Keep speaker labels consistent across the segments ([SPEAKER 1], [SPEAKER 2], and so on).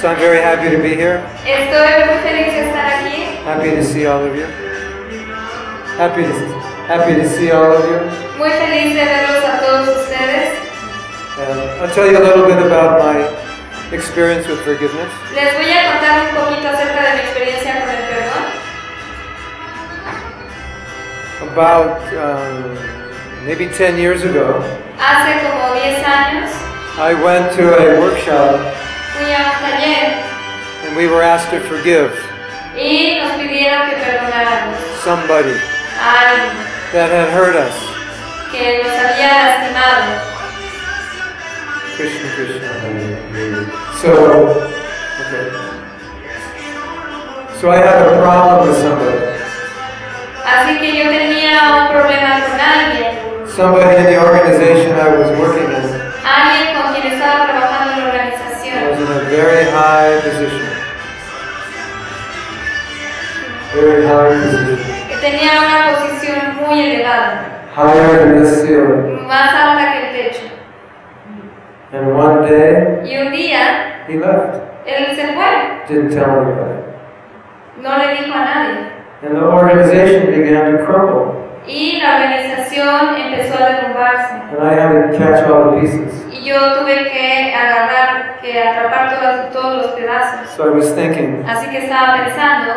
[SPEAKER 1] So I'm very happy to be here.
[SPEAKER 2] Estoy muy feliz de estar aquí,
[SPEAKER 1] Happy to see all of you. Happy to, happy to see all of you.
[SPEAKER 2] muy feliz de verlos a todos ustedes.
[SPEAKER 1] And I'll tell you a little bit about my experience with forgiveness.
[SPEAKER 2] Les voy a contar un poquito acerca de mi experiencia con el perdón.
[SPEAKER 1] About um, maybe 10 years ago,
[SPEAKER 2] Hace como 10 años
[SPEAKER 1] I went to a workshop
[SPEAKER 2] fui a un taller
[SPEAKER 1] and we were asked to forgive
[SPEAKER 2] y nos pidieron que perdonáramos
[SPEAKER 1] somebody
[SPEAKER 2] a alguien
[SPEAKER 1] that had hurt us.
[SPEAKER 2] que nos había lastimado.
[SPEAKER 1] Krishna, Krishna. So, okay. So I had a problem with somebody.
[SPEAKER 2] Así que yo tenía un problema con alguien,
[SPEAKER 1] Somebody in the organization I was working in
[SPEAKER 2] alguien con quien estaba trabajando en la organización.
[SPEAKER 1] was in a very high position. Very high position.
[SPEAKER 2] que Tenía una posición muy elevada,
[SPEAKER 1] Higher than this ceiling.
[SPEAKER 2] más alta que el techo.
[SPEAKER 1] And one day,
[SPEAKER 2] Y un día,
[SPEAKER 1] he left.
[SPEAKER 2] él se fue,
[SPEAKER 1] Didn't tell anybody.
[SPEAKER 2] no le dijo a nadie.
[SPEAKER 1] And the organization began to crumble.
[SPEAKER 2] Y la organización empezó a derrumbarse.
[SPEAKER 1] And I had to catch all the pieces.
[SPEAKER 2] Y yo tuve que agarrar, que atrapar todas- todos los pedazos.
[SPEAKER 1] So I was thinking,
[SPEAKER 2] Así que estaba pensando,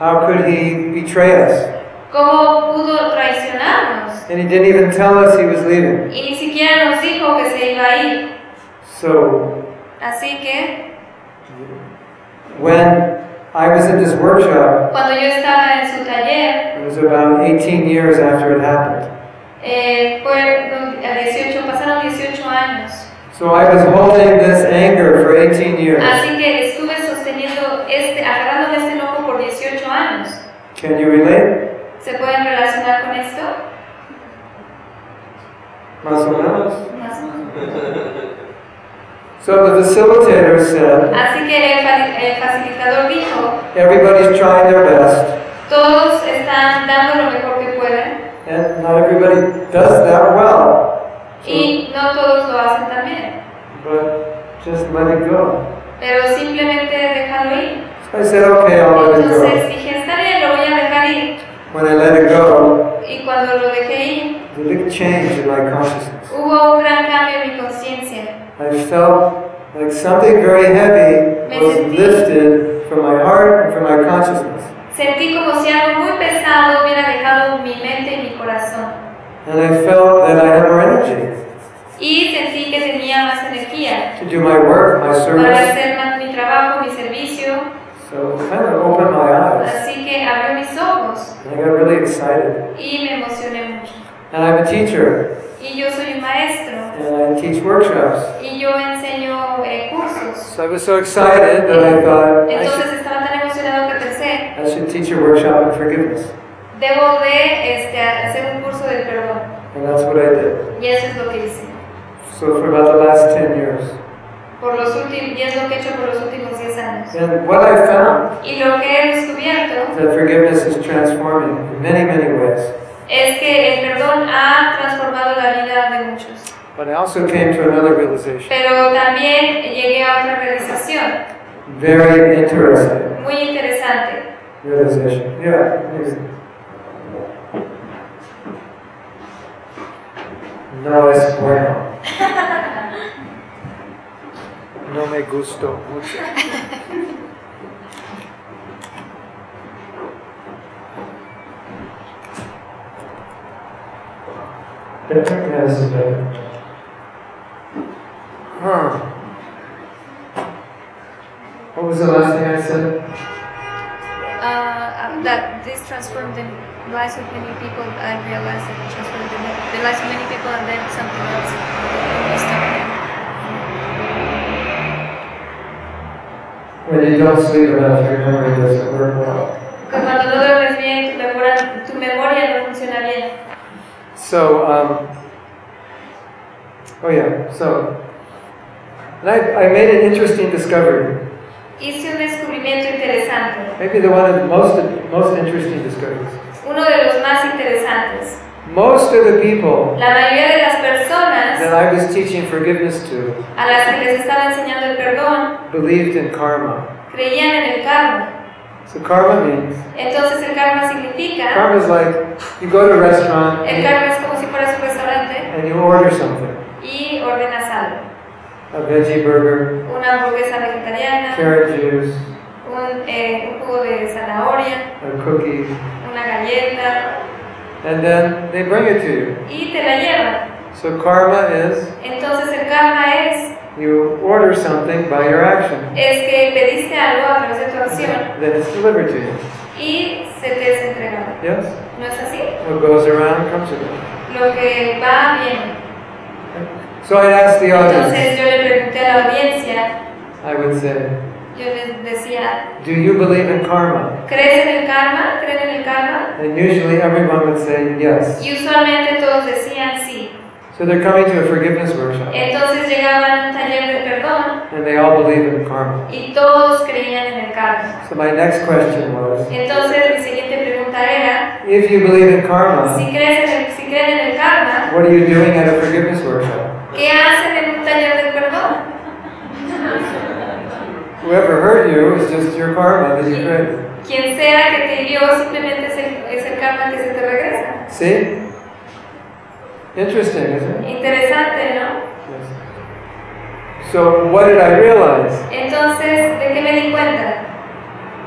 [SPEAKER 1] how could he betray us?
[SPEAKER 2] ¿cómo pudo traicionarnos?
[SPEAKER 1] And he didn't even tell us he was leaving.
[SPEAKER 2] Y ni siquiera nos dijo que se iba a ir.
[SPEAKER 1] So
[SPEAKER 2] Así que
[SPEAKER 1] when I was at this workshop,
[SPEAKER 2] cuando yo estaba en su taller,
[SPEAKER 1] it was about 18 years after it happened.
[SPEAKER 2] eh, fue do- a 18, pasaron 18 años.
[SPEAKER 1] So I was holding this anger for 18 years.
[SPEAKER 2] Así que estuve sosteniendo este, agarrándome este loco por 18 años.
[SPEAKER 1] Can you relate?
[SPEAKER 2] ¿Se pueden relacionar con esto?
[SPEAKER 1] Más o menos.
[SPEAKER 2] Más o menos.
[SPEAKER 1] So the facilitator said,
[SPEAKER 2] Así que el, fa- el facilitador dijo,
[SPEAKER 1] everybody's trying their best,
[SPEAKER 2] todos están dando lo mejor que pueden
[SPEAKER 1] and not everybody does that well. So,
[SPEAKER 2] y no todos lo hacen también,
[SPEAKER 1] but just let it go.
[SPEAKER 2] pero simplemente déjalo ir.
[SPEAKER 1] So I said, okay, I'll let it
[SPEAKER 2] Entonces
[SPEAKER 1] go.
[SPEAKER 2] dije, está bien, lo voy a dejar ir.
[SPEAKER 1] When I let it go,
[SPEAKER 2] Y cuando lo dejé ir,
[SPEAKER 1] the big change in my consciousness.
[SPEAKER 2] hubo un gran cambio en mi conciencia.
[SPEAKER 1] I felt like something very heavy was lifted from my heart and from my consciousness.
[SPEAKER 2] Sentí como si algo muy pesado hubiera dejado mi mente y mi corazón.
[SPEAKER 1] And I felt that I had more energy
[SPEAKER 2] Y sentí que tenía más energía
[SPEAKER 1] to do my work, my
[SPEAKER 2] para
[SPEAKER 1] service.
[SPEAKER 2] hacer más mi trabajo, mi servicio.
[SPEAKER 1] So it kind of opened my eyes.
[SPEAKER 2] Así que abrió mis ojos
[SPEAKER 1] And I got really excited.
[SPEAKER 2] y me emocioné mucho.
[SPEAKER 1] And I'm a teacher,
[SPEAKER 2] Y yo soy un maestro
[SPEAKER 1] and I teach workshops.
[SPEAKER 2] y yo enseño eh, cursos.
[SPEAKER 1] So I was so excited that I thought I should,
[SPEAKER 2] Entonces estaba tan emocionado que pensé,
[SPEAKER 1] I should teach a workshop on forgiveness.
[SPEAKER 2] debo de este, hacer un curso del perdón.
[SPEAKER 1] And that's what I did.
[SPEAKER 2] Y eso es lo que hice.
[SPEAKER 1] So for about the last 10 years.
[SPEAKER 2] Por los últimos, y es lo que he hecho por los últimos 10 años.
[SPEAKER 1] And what I found
[SPEAKER 2] Y lo que he descubierto
[SPEAKER 1] is that forgiveness is transforming in many, many ways.
[SPEAKER 2] es que el perdón ha transformado la vida de muchos.
[SPEAKER 1] But I also came to another realization.
[SPEAKER 2] Pero también llegué a otra realización
[SPEAKER 1] Very interesting
[SPEAKER 2] muy interesante.
[SPEAKER 1] realization. Yeah. please. No es bueno. No me gustó mucho. Yes. Huh. What was the last thing I said?
[SPEAKER 2] uh, that this transformed the lives of many people. I realized that it transformed the, the lives of many people, and then something else. We stopped there.
[SPEAKER 1] When you don't sleep enough, your memory doesn't work well.
[SPEAKER 2] Que cuando no duermes bien, tu memoria, tu memoria no funciona bien.
[SPEAKER 1] So, um, oh yeah, so, and I, I made an interesting discovery.
[SPEAKER 2] Hice un descubrimiento interesante,
[SPEAKER 1] Maybe the one of the most, most interesting discoveries.
[SPEAKER 2] uno de los más interesantes.
[SPEAKER 1] Most of the people
[SPEAKER 2] La mayoría de las personas
[SPEAKER 1] that I was teaching forgiveness to
[SPEAKER 2] a las que les estaba enseñando el perdón
[SPEAKER 1] believed in karma.
[SPEAKER 2] creían en el karma.
[SPEAKER 1] So karma means
[SPEAKER 2] Entonces el karma significa,
[SPEAKER 1] karma is like you go to a restaurant
[SPEAKER 2] el
[SPEAKER 1] and,
[SPEAKER 2] karma es como si fueras un restaurante
[SPEAKER 1] and you order something,
[SPEAKER 2] y ordenas algo.
[SPEAKER 1] a veggie burger,
[SPEAKER 2] Una hamburguesa vegetariana,
[SPEAKER 1] carrot juice,
[SPEAKER 2] un, eh, un jugo de zanahoria,
[SPEAKER 1] a cookie,
[SPEAKER 2] una galleta
[SPEAKER 1] and then they bring it to you.
[SPEAKER 2] y te la llevan.
[SPEAKER 1] So karma is
[SPEAKER 2] Entonces el karma es,
[SPEAKER 1] you order something by your action,
[SPEAKER 2] es que pediste algo a través de tu acción
[SPEAKER 1] then it's delivered to you.
[SPEAKER 2] y se te es entregado.
[SPEAKER 1] Yes?
[SPEAKER 2] ¿No es así?
[SPEAKER 1] What goes around comes around.
[SPEAKER 2] Lo que va bien.
[SPEAKER 1] So I'd ask the audience,
[SPEAKER 2] Entonces yo le pregunté a la audiencia,
[SPEAKER 1] I would say,
[SPEAKER 2] yo les decía,
[SPEAKER 1] do you believe in karma?
[SPEAKER 2] ¿crees en el karma? ¿Creen en el karma?
[SPEAKER 1] And usually everyone would say yes.
[SPEAKER 2] Y usualmente todos decían sí.
[SPEAKER 1] So they're coming to a forgiveness workshop
[SPEAKER 2] Entonces llegaban a un taller de perdón
[SPEAKER 1] and they all believe in karma.
[SPEAKER 2] y todos creían en el karma.
[SPEAKER 1] So my next question was,
[SPEAKER 2] Entonces mi siguiente pregunta era,
[SPEAKER 1] if you believe in karma,
[SPEAKER 2] si, crees en el- si creen en el karma,
[SPEAKER 1] what are you doing at a forgiveness workshop?
[SPEAKER 2] ¿qué hacen en un taller de perdón?
[SPEAKER 1] Whoever hurt you is just your karma that you created.
[SPEAKER 2] Quien sea que te hirió simplemente es el, es el karma que se te regresa.
[SPEAKER 1] See? Interesting, isn't it?
[SPEAKER 2] Interesante, ¿no?
[SPEAKER 1] Yes. So what did I realize?
[SPEAKER 2] Entonces, ¿de qué me di cuenta?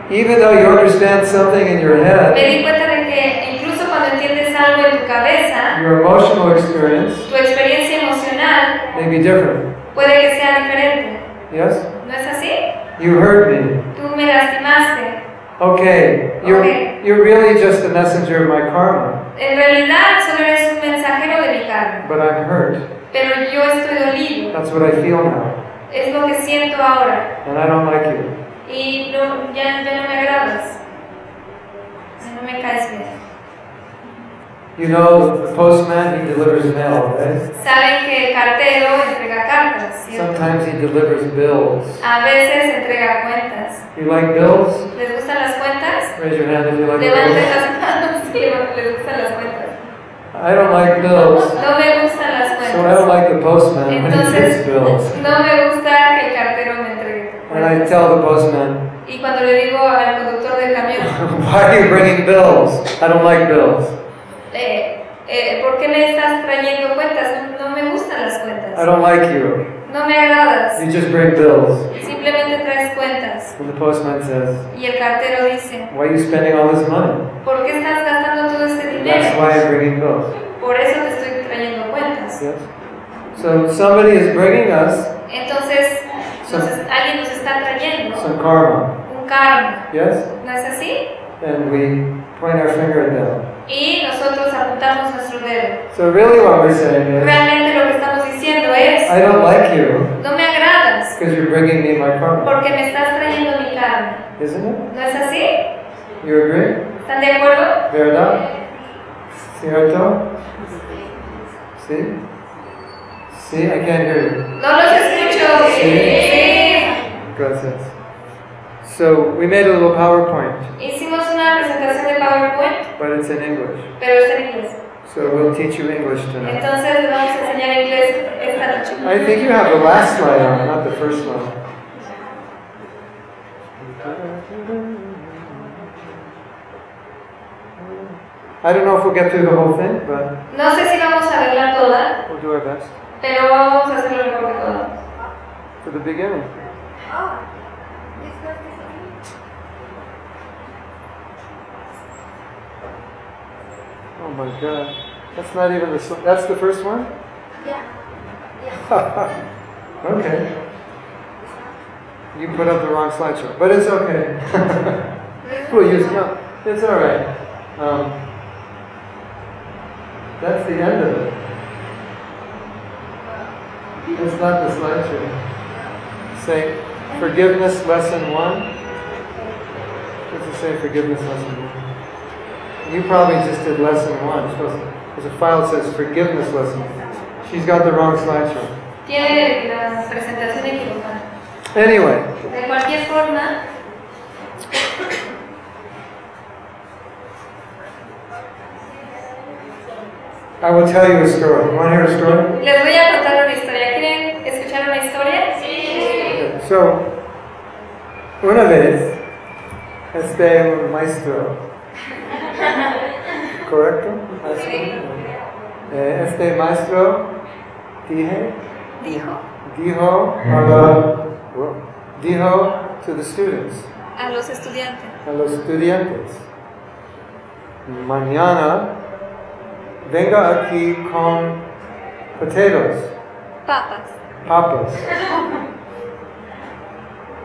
[SPEAKER 1] Even though you understand something in your
[SPEAKER 2] Me
[SPEAKER 1] head,
[SPEAKER 2] di cuenta de que incluso cuando entiendes algo en tu cabeza,
[SPEAKER 1] your emotional experience
[SPEAKER 2] tu experiencia emocional
[SPEAKER 1] may be different.
[SPEAKER 2] puede que sea diferente.
[SPEAKER 1] Yes?
[SPEAKER 2] ¿No es así?
[SPEAKER 1] You hurt me.
[SPEAKER 2] Tú me lastimaste.
[SPEAKER 1] Okay, you're,
[SPEAKER 2] Okay.
[SPEAKER 1] you're really just the messenger of my karma,
[SPEAKER 2] En realidad solo eres un mensajero de mi carne,
[SPEAKER 1] but I'm hurt.
[SPEAKER 2] pero yo estoy dolido.
[SPEAKER 1] That's what I feel now,
[SPEAKER 2] Es lo que siento ahora
[SPEAKER 1] and I don't like you.
[SPEAKER 2] y no, ya, ya no me agradas. No me caes bien.
[SPEAKER 1] You know, the postman, he delivers mail, right?
[SPEAKER 2] Saben que el cartero entrega cartas, ¿cierto?
[SPEAKER 1] Sometimes he delivers bills.
[SPEAKER 2] A veces entrega cuentas.
[SPEAKER 1] You like bills?
[SPEAKER 2] ¿Les gustan las cuentas?
[SPEAKER 1] Raise your hand if you like
[SPEAKER 2] Levanten
[SPEAKER 1] bills.
[SPEAKER 2] las manos si les gustan las cuentas.
[SPEAKER 1] I don't like bills,
[SPEAKER 2] No me gustan las
[SPEAKER 1] so I
[SPEAKER 2] cuentas.
[SPEAKER 1] don't like the postman when he gives
[SPEAKER 2] Entonces,
[SPEAKER 1] bills.
[SPEAKER 2] no me gusta que el cartero me entregue.
[SPEAKER 1] And I tell the postman,
[SPEAKER 2] Y cuando le digo al conductor del camión,
[SPEAKER 1] why are you bringing bills? I don't like bills.
[SPEAKER 2] eh, eh, ¿por qué me estás trayendo cuentas? No, no me gustan las
[SPEAKER 1] I
[SPEAKER 2] cuentas.
[SPEAKER 1] don't like you.
[SPEAKER 2] No me agradas.
[SPEAKER 1] You just bring bills.
[SPEAKER 2] Simplemente traes cuentas.
[SPEAKER 1] And the postman says,
[SPEAKER 2] Y el cartero dice,
[SPEAKER 1] why are you spending all this money?
[SPEAKER 2] ¿por qué estás gastando todo este
[SPEAKER 1] That's
[SPEAKER 2] dinero?
[SPEAKER 1] why I'm bringing bills.
[SPEAKER 2] Por eso te estoy trayendo cuentas.
[SPEAKER 1] Yes. So somebody is bringing us
[SPEAKER 2] Entonces, nos es- alguien nos está trayendo
[SPEAKER 1] some karma.
[SPEAKER 2] un karma,
[SPEAKER 1] Yes.
[SPEAKER 2] ¿no es así?
[SPEAKER 1] And we point our finger at them.
[SPEAKER 2] Y nosotros apuntamos nuestro dedo.
[SPEAKER 1] So really, what we're saying is,
[SPEAKER 2] Realmente lo que estamos diciendo es,
[SPEAKER 1] I don't like you
[SPEAKER 2] no me agradas
[SPEAKER 1] because you're bringing me my karma,
[SPEAKER 2] porque me estás trayendo mi carne.
[SPEAKER 1] isn't it?
[SPEAKER 2] ¿No es así?
[SPEAKER 1] You agree?
[SPEAKER 2] ¿Están de acuerdo?
[SPEAKER 1] ¿Verdad? Cierto? See? See, I can't hear
[SPEAKER 2] No los escucho. Sí.
[SPEAKER 1] you. Gracias. So we made a little PowerPoint,
[SPEAKER 2] Hicimos una presentación de PowerPoint,
[SPEAKER 1] but it's in English.
[SPEAKER 2] pero es en inglés.
[SPEAKER 1] So we'll teach you English tonight.
[SPEAKER 2] Entonces les vamos a enseñar inglés esta noche.
[SPEAKER 1] I think you have the last slide on, not the first one. I don't know if we'll get through the whole thing, but
[SPEAKER 2] No sé si vamos a verla toda,
[SPEAKER 1] we'll do our best.
[SPEAKER 2] pero vamos a hacer lo mejor que podamos.
[SPEAKER 1] For the beginning. Oh my god. That's not even the. sl- That's the first one? Yeah. okay. You put up the wrong slideshow, but it's okay. we'll use no. It's alright. Um, that's the end of it. It's not the slideshow. Say forgiveness lesson one. What's it say forgiveness lesson one? You probably just did lesson one. It's supposed- There's a file that says forgiveness lesson. She's got the wrong slideshow.
[SPEAKER 2] Tiene la presentación equivocada.
[SPEAKER 1] Anyway,
[SPEAKER 2] De cualquier forma,
[SPEAKER 1] I will tell you a story. You want to hear a story?
[SPEAKER 2] Les voy a contar una historia. ¿Quieren escuchar una historia? Sí.
[SPEAKER 1] Okay, So, una vez esté un maestro, ¿correcto? Así. Eh, Este maestro dije,
[SPEAKER 3] dijo
[SPEAKER 1] dijo a la- dijo to the students,
[SPEAKER 3] a los estudiantes,
[SPEAKER 1] a los estudiantes, mañana venga aquí con potatoes.
[SPEAKER 3] papas.
[SPEAKER 1] papas.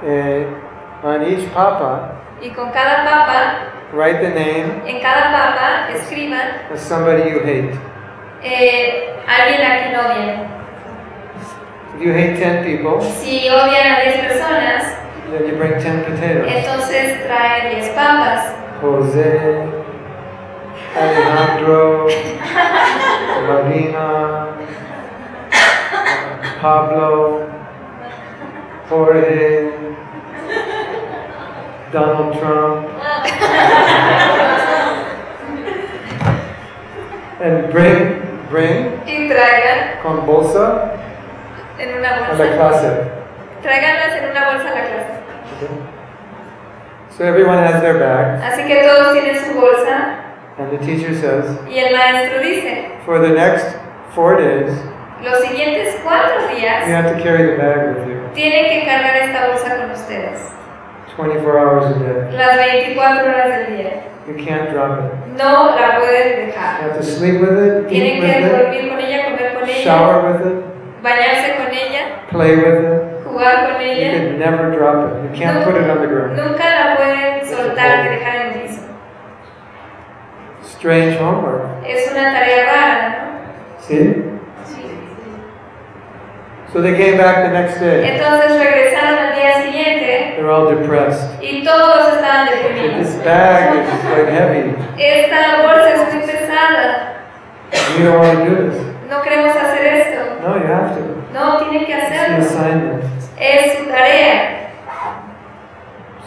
[SPEAKER 1] And on each papa,
[SPEAKER 2] Y con cada papa,
[SPEAKER 1] write the name
[SPEAKER 2] en cada papa escriban
[SPEAKER 1] of somebody you hate.
[SPEAKER 2] eh, alguien a quien odian.
[SPEAKER 1] If you hate 10 people,
[SPEAKER 2] Si odian a 10 personas,
[SPEAKER 1] then you bring 10 potatoes.
[SPEAKER 2] entonces traen 10 papas.
[SPEAKER 1] Jose, Alejandro, Marina, Pablo, Jorge, Donald Trump. and bring, bring
[SPEAKER 2] Y traigan
[SPEAKER 1] con bolsa
[SPEAKER 2] en una
[SPEAKER 1] a la
[SPEAKER 2] bolsa.
[SPEAKER 1] clase.
[SPEAKER 2] Tráiganlas en una bolsa a la clase.
[SPEAKER 1] Okay? So everyone has their bag,
[SPEAKER 2] Así que todos tienen su bolsa
[SPEAKER 1] and the teacher says,
[SPEAKER 2] y el maestro dice,
[SPEAKER 1] for the next four days,
[SPEAKER 2] los siguientes cuatro
[SPEAKER 1] You
[SPEAKER 2] días
[SPEAKER 1] have to carry the bag with you
[SPEAKER 2] tienen que cargar esta bolsa con ustedes.
[SPEAKER 1] 24 hours a day.
[SPEAKER 2] Las 24 horas del día.
[SPEAKER 1] You can't drop it.
[SPEAKER 2] No la pueden
[SPEAKER 1] You
[SPEAKER 2] dejar.
[SPEAKER 1] have to sleep with it, eat
[SPEAKER 2] Tienen que
[SPEAKER 1] with
[SPEAKER 2] dormir con ella, comer con
[SPEAKER 1] it,
[SPEAKER 2] ella,
[SPEAKER 1] shower with it,
[SPEAKER 2] bañarse con ella,
[SPEAKER 1] play with it.
[SPEAKER 2] jugar con
[SPEAKER 1] You
[SPEAKER 2] ella.
[SPEAKER 1] can never drop it. You can't put it on the ground.
[SPEAKER 2] Nunca la pueden soltar y dejar en el piso.
[SPEAKER 1] Strange homework.
[SPEAKER 2] Es una tarea rara,
[SPEAKER 1] See?
[SPEAKER 2] ¿no?
[SPEAKER 1] So they came back the next day.
[SPEAKER 2] Entonces regresaron al día siguiente
[SPEAKER 1] They're all depressed.
[SPEAKER 2] y todos estaban
[SPEAKER 1] But
[SPEAKER 2] deprimidos.
[SPEAKER 1] this bag is like heavy.
[SPEAKER 2] Esta bolsa es muy pesada.
[SPEAKER 1] You don't want to do this.
[SPEAKER 2] No queremos hacer esto.
[SPEAKER 1] No, you have to.
[SPEAKER 2] No, tienen que
[SPEAKER 1] It's an
[SPEAKER 2] hacerlo.
[SPEAKER 1] assignment.
[SPEAKER 2] Es su tarea.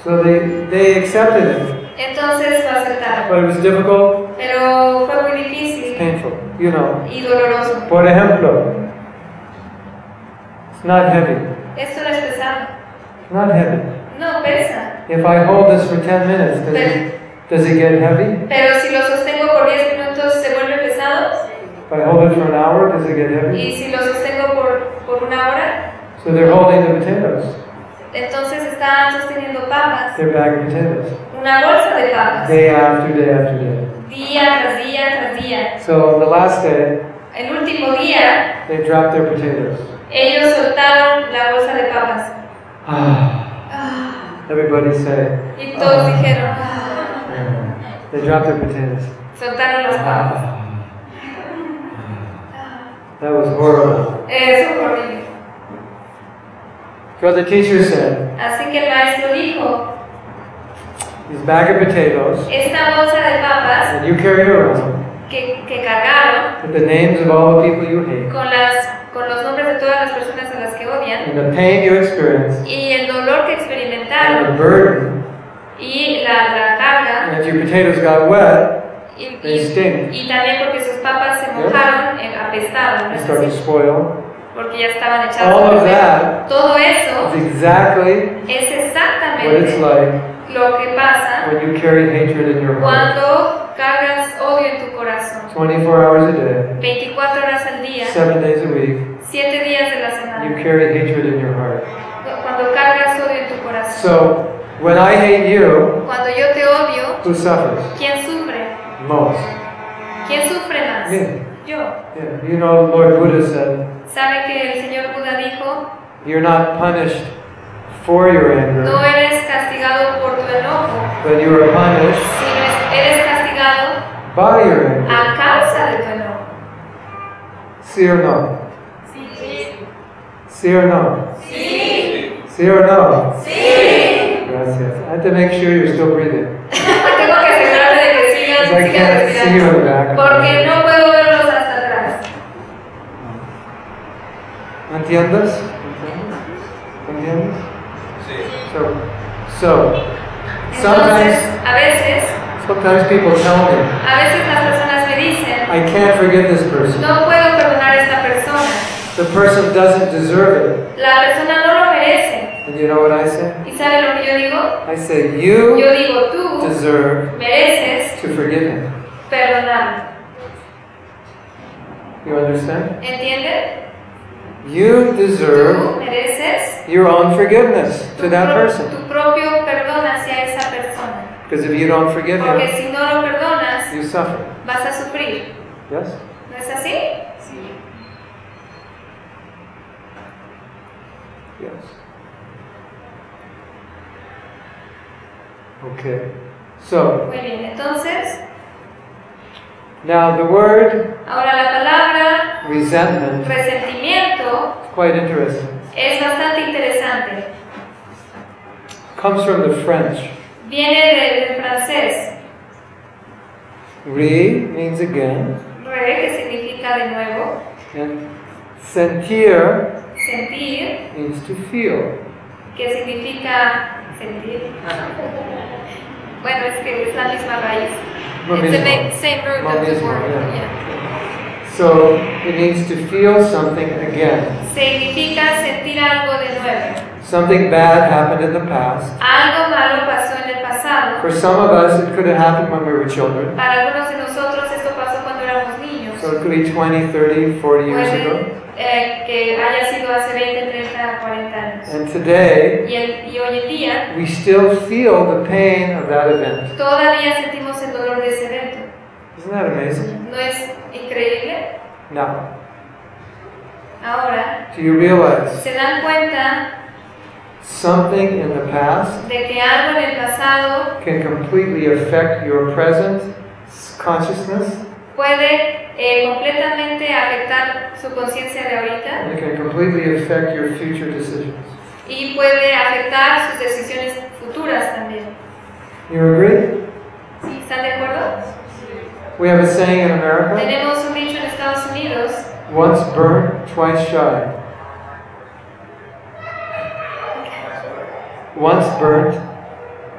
[SPEAKER 1] So they, they accepted it.
[SPEAKER 2] Entonces lo aceptaron.
[SPEAKER 1] But it was difficult,
[SPEAKER 2] Pero fue muy difícil
[SPEAKER 1] painful. You know.
[SPEAKER 2] y doloroso.
[SPEAKER 1] Por ejemplo, it's not heavy.
[SPEAKER 2] Esto no es pesado.
[SPEAKER 1] Not heavy.
[SPEAKER 2] No pesa.
[SPEAKER 1] If I hold this for 10 minutes, does it, does it get heavy?
[SPEAKER 2] Pero si lo sostengo por 10 minutos se vuelve pesado.
[SPEAKER 1] If I hold it for an hour, does it get heavy?
[SPEAKER 2] Y si lo sostengo por, por una hora,
[SPEAKER 1] So they're holding the potatoes,
[SPEAKER 2] entonces están sosteniendo papas.
[SPEAKER 1] their bag of potatoes,
[SPEAKER 2] Una bolsa de papas.
[SPEAKER 1] day after day after day.
[SPEAKER 2] Día tras día tras día.
[SPEAKER 1] So on the last day,
[SPEAKER 2] El último día,
[SPEAKER 1] they drop their potatoes.
[SPEAKER 2] ellos soltaron la bolsa de papas.
[SPEAKER 1] Ah. Everybody say,
[SPEAKER 2] Y todos
[SPEAKER 1] Ah.
[SPEAKER 2] dijeron, "Ah".
[SPEAKER 1] "Ah." they drop their potatoes.
[SPEAKER 2] soltaron las papas.
[SPEAKER 1] Ah. That was horrible.
[SPEAKER 2] Eh, Eso fue horrible.
[SPEAKER 1] So the teacher said,
[SPEAKER 2] Así que el maestro dijo,
[SPEAKER 1] these bag of potatoes,
[SPEAKER 2] esta bolsa de papas
[SPEAKER 1] and you carry it around
[SPEAKER 2] que, que cargaron
[SPEAKER 1] with the names of all the people you hate.
[SPEAKER 2] con, las, con los nombres de todas las personas a las que odian
[SPEAKER 1] and the pain you experience
[SPEAKER 2] y el dolor que
[SPEAKER 1] and
[SPEAKER 2] experimentaron
[SPEAKER 1] the burden.
[SPEAKER 2] y la, la carga
[SPEAKER 1] And if your potatoes got wet,
[SPEAKER 2] y,
[SPEAKER 1] they
[SPEAKER 2] y,
[SPEAKER 1] stink.
[SPEAKER 2] y también porque sus papas se mojaron, eh, apestaron, ¿no
[SPEAKER 1] They
[SPEAKER 2] es
[SPEAKER 1] start to
[SPEAKER 2] así?
[SPEAKER 1] spoil.
[SPEAKER 2] porque ya estaban echadas
[SPEAKER 1] All
[SPEAKER 2] a
[SPEAKER 1] of
[SPEAKER 2] perder.
[SPEAKER 1] that
[SPEAKER 2] Todo eso
[SPEAKER 1] is exactly
[SPEAKER 2] es
[SPEAKER 1] what it's
[SPEAKER 2] exactamente
[SPEAKER 1] like
[SPEAKER 2] lo que pasa
[SPEAKER 1] when you carry hatred in your heart.
[SPEAKER 2] Cuando cargas odio en tu corazón,
[SPEAKER 1] 24 hours a
[SPEAKER 2] 24 horas al día,
[SPEAKER 1] day, 7 days a week,
[SPEAKER 2] 7 días de la
[SPEAKER 1] you
[SPEAKER 2] semana,
[SPEAKER 1] carry hatred in your heart.
[SPEAKER 2] cuando cargas odio en tu corazón,
[SPEAKER 1] So, when I hate you,
[SPEAKER 2] cuando yo te odio,
[SPEAKER 1] who suffers
[SPEAKER 2] ¿quién sufre?
[SPEAKER 1] most?
[SPEAKER 2] ¿Quién sufre más?
[SPEAKER 1] Me.
[SPEAKER 2] Yo.
[SPEAKER 1] Yeah. You know, Lord Buddha said,
[SPEAKER 2] ¿Sabe que el Señor Buda dijo,
[SPEAKER 1] You're not punished for your
[SPEAKER 2] no
[SPEAKER 1] anger,
[SPEAKER 2] eres castigado por tu enojo,
[SPEAKER 1] but you are punished
[SPEAKER 2] sino es- eres castigado
[SPEAKER 1] by your anger.
[SPEAKER 2] a causa de tu enojo?
[SPEAKER 1] See or no? Sí or no? Sí or no? Gracias. I have to make sure you're still breathing.
[SPEAKER 2] Tengo que asegurarme de que sigas,
[SPEAKER 1] Because I
[SPEAKER 2] sigas
[SPEAKER 1] can't see you
[SPEAKER 2] respirando,
[SPEAKER 1] in the back.
[SPEAKER 2] porque no puedo verlos hasta atrás.
[SPEAKER 1] ¿Entiendes? ¿Entiendes? So, so sometimes,
[SPEAKER 2] Entonces, a veces
[SPEAKER 1] sometimes people tell me,
[SPEAKER 2] A veces las personas me dicen,
[SPEAKER 1] I can't forgive this person.
[SPEAKER 2] No puedo perdonar a esta persona.
[SPEAKER 1] The person doesn't deserve it.
[SPEAKER 2] La persona no lo merece.
[SPEAKER 1] And you know what I say?
[SPEAKER 2] ¿Y sabe lo que yo digo?
[SPEAKER 1] I say, you
[SPEAKER 2] Yo digo, tú
[SPEAKER 1] deserve
[SPEAKER 2] mereces
[SPEAKER 1] to forgive him.
[SPEAKER 2] perdonar.
[SPEAKER 1] You understand?
[SPEAKER 2] ¿Entiendes?
[SPEAKER 1] You
[SPEAKER 2] Tú
[SPEAKER 1] deserve
[SPEAKER 2] mereces
[SPEAKER 1] your own forgiveness
[SPEAKER 2] tu,
[SPEAKER 1] to that
[SPEAKER 2] pro-
[SPEAKER 1] person.
[SPEAKER 2] tu propio perdón hacia esa persona.
[SPEAKER 1] Because if you don't forgive him,
[SPEAKER 2] Porque si no lo perdonas,
[SPEAKER 1] you suffer.
[SPEAKER 2] vas a sufrir.
[SPEAKER 1] Yes?
[SPEAKER 2] ¿No es así?
[SPEAKER 1] Yes. Okay. So,
[SPEAKER 2] Muy bien, entonces,
[SPEAKER 1] now the word
[SPEAKER 2] ahora la palabra
[SPEAKER 1] resentment
[SPEAKER 2] resentimiento
[SPEAKER 1] is quite interesting.
[SPEAKER 2] es bastante interesante.
[SPEAKER 1] Comes from the French.
[SPEAKER 2] Viene del, del francés,
[SPEAKER 1] Re means again,
[SPEAKER 2] re, que significa de nuevo,
[SPEAKER 1] and sentir
[SPEAKER 2] sentir,
[SPEAKER 1] means to feel.
[SPEAKER 2] que significa sentir. Bueno, es que es la misma raíz.
[SPEAKER 1] Lo
[SPEAKER 3] It's the
[SPEAKER 1] mismo.
[SPEAKER 3] ma- same root
[SPEAKER 1] Lo
[SPEAKER 3] of the
[SPEAKER 1] mismo,
[SPEAKER 3] word.
[SPEAKER 1] yeah.
[SPEAKER 3] yeah.
[SPEAKER 1] So it means to feel something again.
[SPEAKER 2] Significa sentir algo de nuevo.
[SPEAKER 1] Something bad happened in the past.
[SPEAKER 2] Algo malo pasó en el pasado.
[SPEAKER 1] For some of us, it could have happened when we were children.
[SPEAKER 2] Para algunos de nosotros esto pasó cuando éramos niños.
[SPEAKER 1] So it could be 20, 30, 40 years ago.
[SPEAKER 2] Puede eh, que haya sido hace 20, 30, 40 años.
[SPEAKER 1] And today,
[SPEAKER 2] Y, el- y hoy en día
[SPEAKER 1] we still feel the pain of that event.
[SPEAKER 2] todavía sentimos el dolor de ese evento.
[SPEAKER 1] Isn't that amazing?
[SPEAKER 2] ¿No es increíble?
[SPEAKER 1] Now,
[SPEAKER 2] Ahora,
[SPEAKER 1] do you realize
[SPEAKER 2] se dan cuenta
[SPEAKER 1] something in the past
[SPEAKER 2] de que algo en el pasado
[SPEAKER 1] can completely affect your present consciousness?
[SPEAKER 2] puede eh, completamente afectar su conciencia de ahorita
[SPEAKER 1] And it can completely affect your future decisions.
[SPEAKER 2] y puede afectar sus decisiones futuras también.
[SPEAKER 1] You agree?
[SPEAKER 2] ¿Sí? ¿Están de acuerdo?
[SPEAKER 1] We have a saying in America
[SPEAKER 2] Tenemos un dicho en Estados Unidos,
[SPEAKER 1] once burnt, twice shy. Once burnt,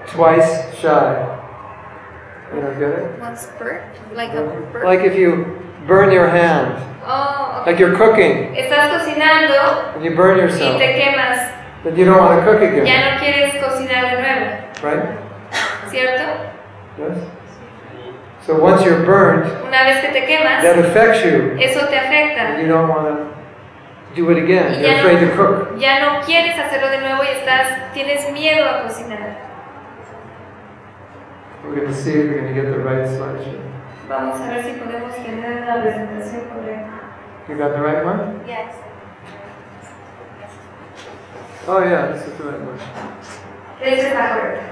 [SPEAKER 1] twice shy. You don't get it?
[SPEAKER 3] Once burnt, like a burnt.
[SPEAKER 1] Like if you burn your hand,
[SPEAKER 2] oh, ok.
[SPEAKER 1] like you're cooking
[SPEAKER 2] estás cocinando
[SPEAKER 1] and you burn
[SPEAKER 2] y
[SPEAKER 1] yourself,
[SPEAKER 2] te quemas,
[SPEAKER 1] then you don't want to cook again,
[SPEAKER 2] ya no quieres cocinar de nuevo,
[SPEAKER 1] right?
[SPEAKER 2] ¿cierto?
[SPEAKER 1] Yes? So once you're burnt,
[SPEAKER 2] Una vez que te quemas,
[SPEAKER 1] that affects you.
[SPEAKER 2] eso te afecta.
[SPEAKER 1] and You don't want to do it again. You're
[SPEAKER 2] Yeah.
[SPEAKER 1] afraid to cook.
[SPEAKER 2] Ya no quieres hacerlo de nuevo y estás, tienes miedo a cocinar.
[SPEAKER 1] We're going to see if we're going to get the right slideshow.
[SPEAKER 2] Vamos a ver si podemos tener la presentación correcta.
[SPEAKER 1] You got the right one?
[SPEAKER 2] Yes.
[SPEAKER 1] Oh, yeah, this is the right one.
[SPEAKER 2] Esa es la correcta.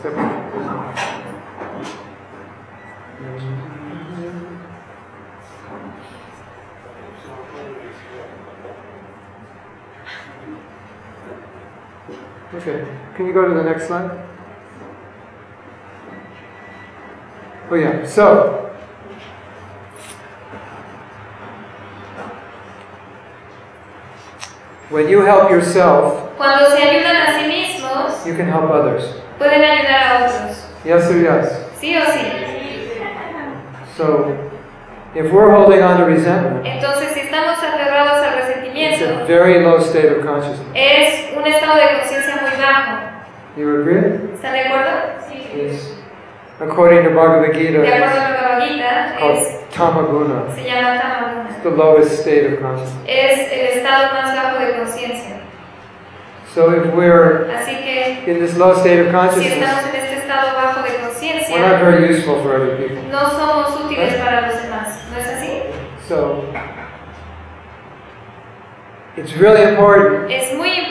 [SPEAKER 1] Step one. Mm-hmm. Okay, can you go to the next slide? Oh, yeah, so. When you help yourself,
[SPEAKER 2] Cuando se ayudan a sí mismos,
[SPEAKER 1] you can help others.
[SPEAKER 2] pueden ayudar a otros.
[SPEAKER 1] Yes or yes?
[SPEAKER 2] ¿Sí o sí?
[SPEAKER 1] So, if we're holding on to resentment,
[SPEAKER 2] Entonces, si estamos aferrados al
[SPEAKER 1] it's a
[SPEAKER 2] resentimiento,
[SPEAKER 1] very low state of consciousness.
[SPEAKER 2] es un estado de conciencia muy bajo.
[SPEAKER 1] You agree?
[SPEAKER 2] ¿Están de acuerdo?
[SPEAKER 1] Yes. According to Bhagavad Gita,
[SPEAKER 2] De acuerdo
[SPEAKER 1] it's
[SPEAKER 2] a la Gita, es,
[SPEAKER 1] called tamaguna,
[SPEAKER 2] se llama tamaguna.
[SPEAKER 1] the lowest state of consciousness.
[SPEAKER 2] Es el estado más bajo de conciencia.
[SPEAKER 1] So, if we're
[SPEAKER 2] Así que
[SPEAKER 1] in this low state of
[SPEAKER 2] Si
[SPEAKER 1] consciousness,
[SPEAKER 2] estamos en este estado bajo de
[SPEAKER 1] we're not
[SPEAKER 2] conciencia,
[SPEAKER 1] very useful for other people.
[SPEAKER 2] no somos útiles para los demás, ¿no es así?
[SPEAKER 1] So, it's really important
[SPEAKER 2] Es muy
[SPEAKER 1] that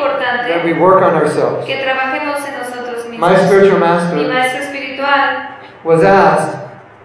[SPEAKER 1] we
[SPEAKER 2] importante
[SPEAKER 1] work on ourselves.
[SPEAKER 2] que trabajemos en nosotros
[SPEAKER 1] My
[SPEAKER 2] mismos. Mi
[SPEAKER 1] spiritual master
[SPEAKER 2] maestro espiritual
[SPEAKER 1] was asked,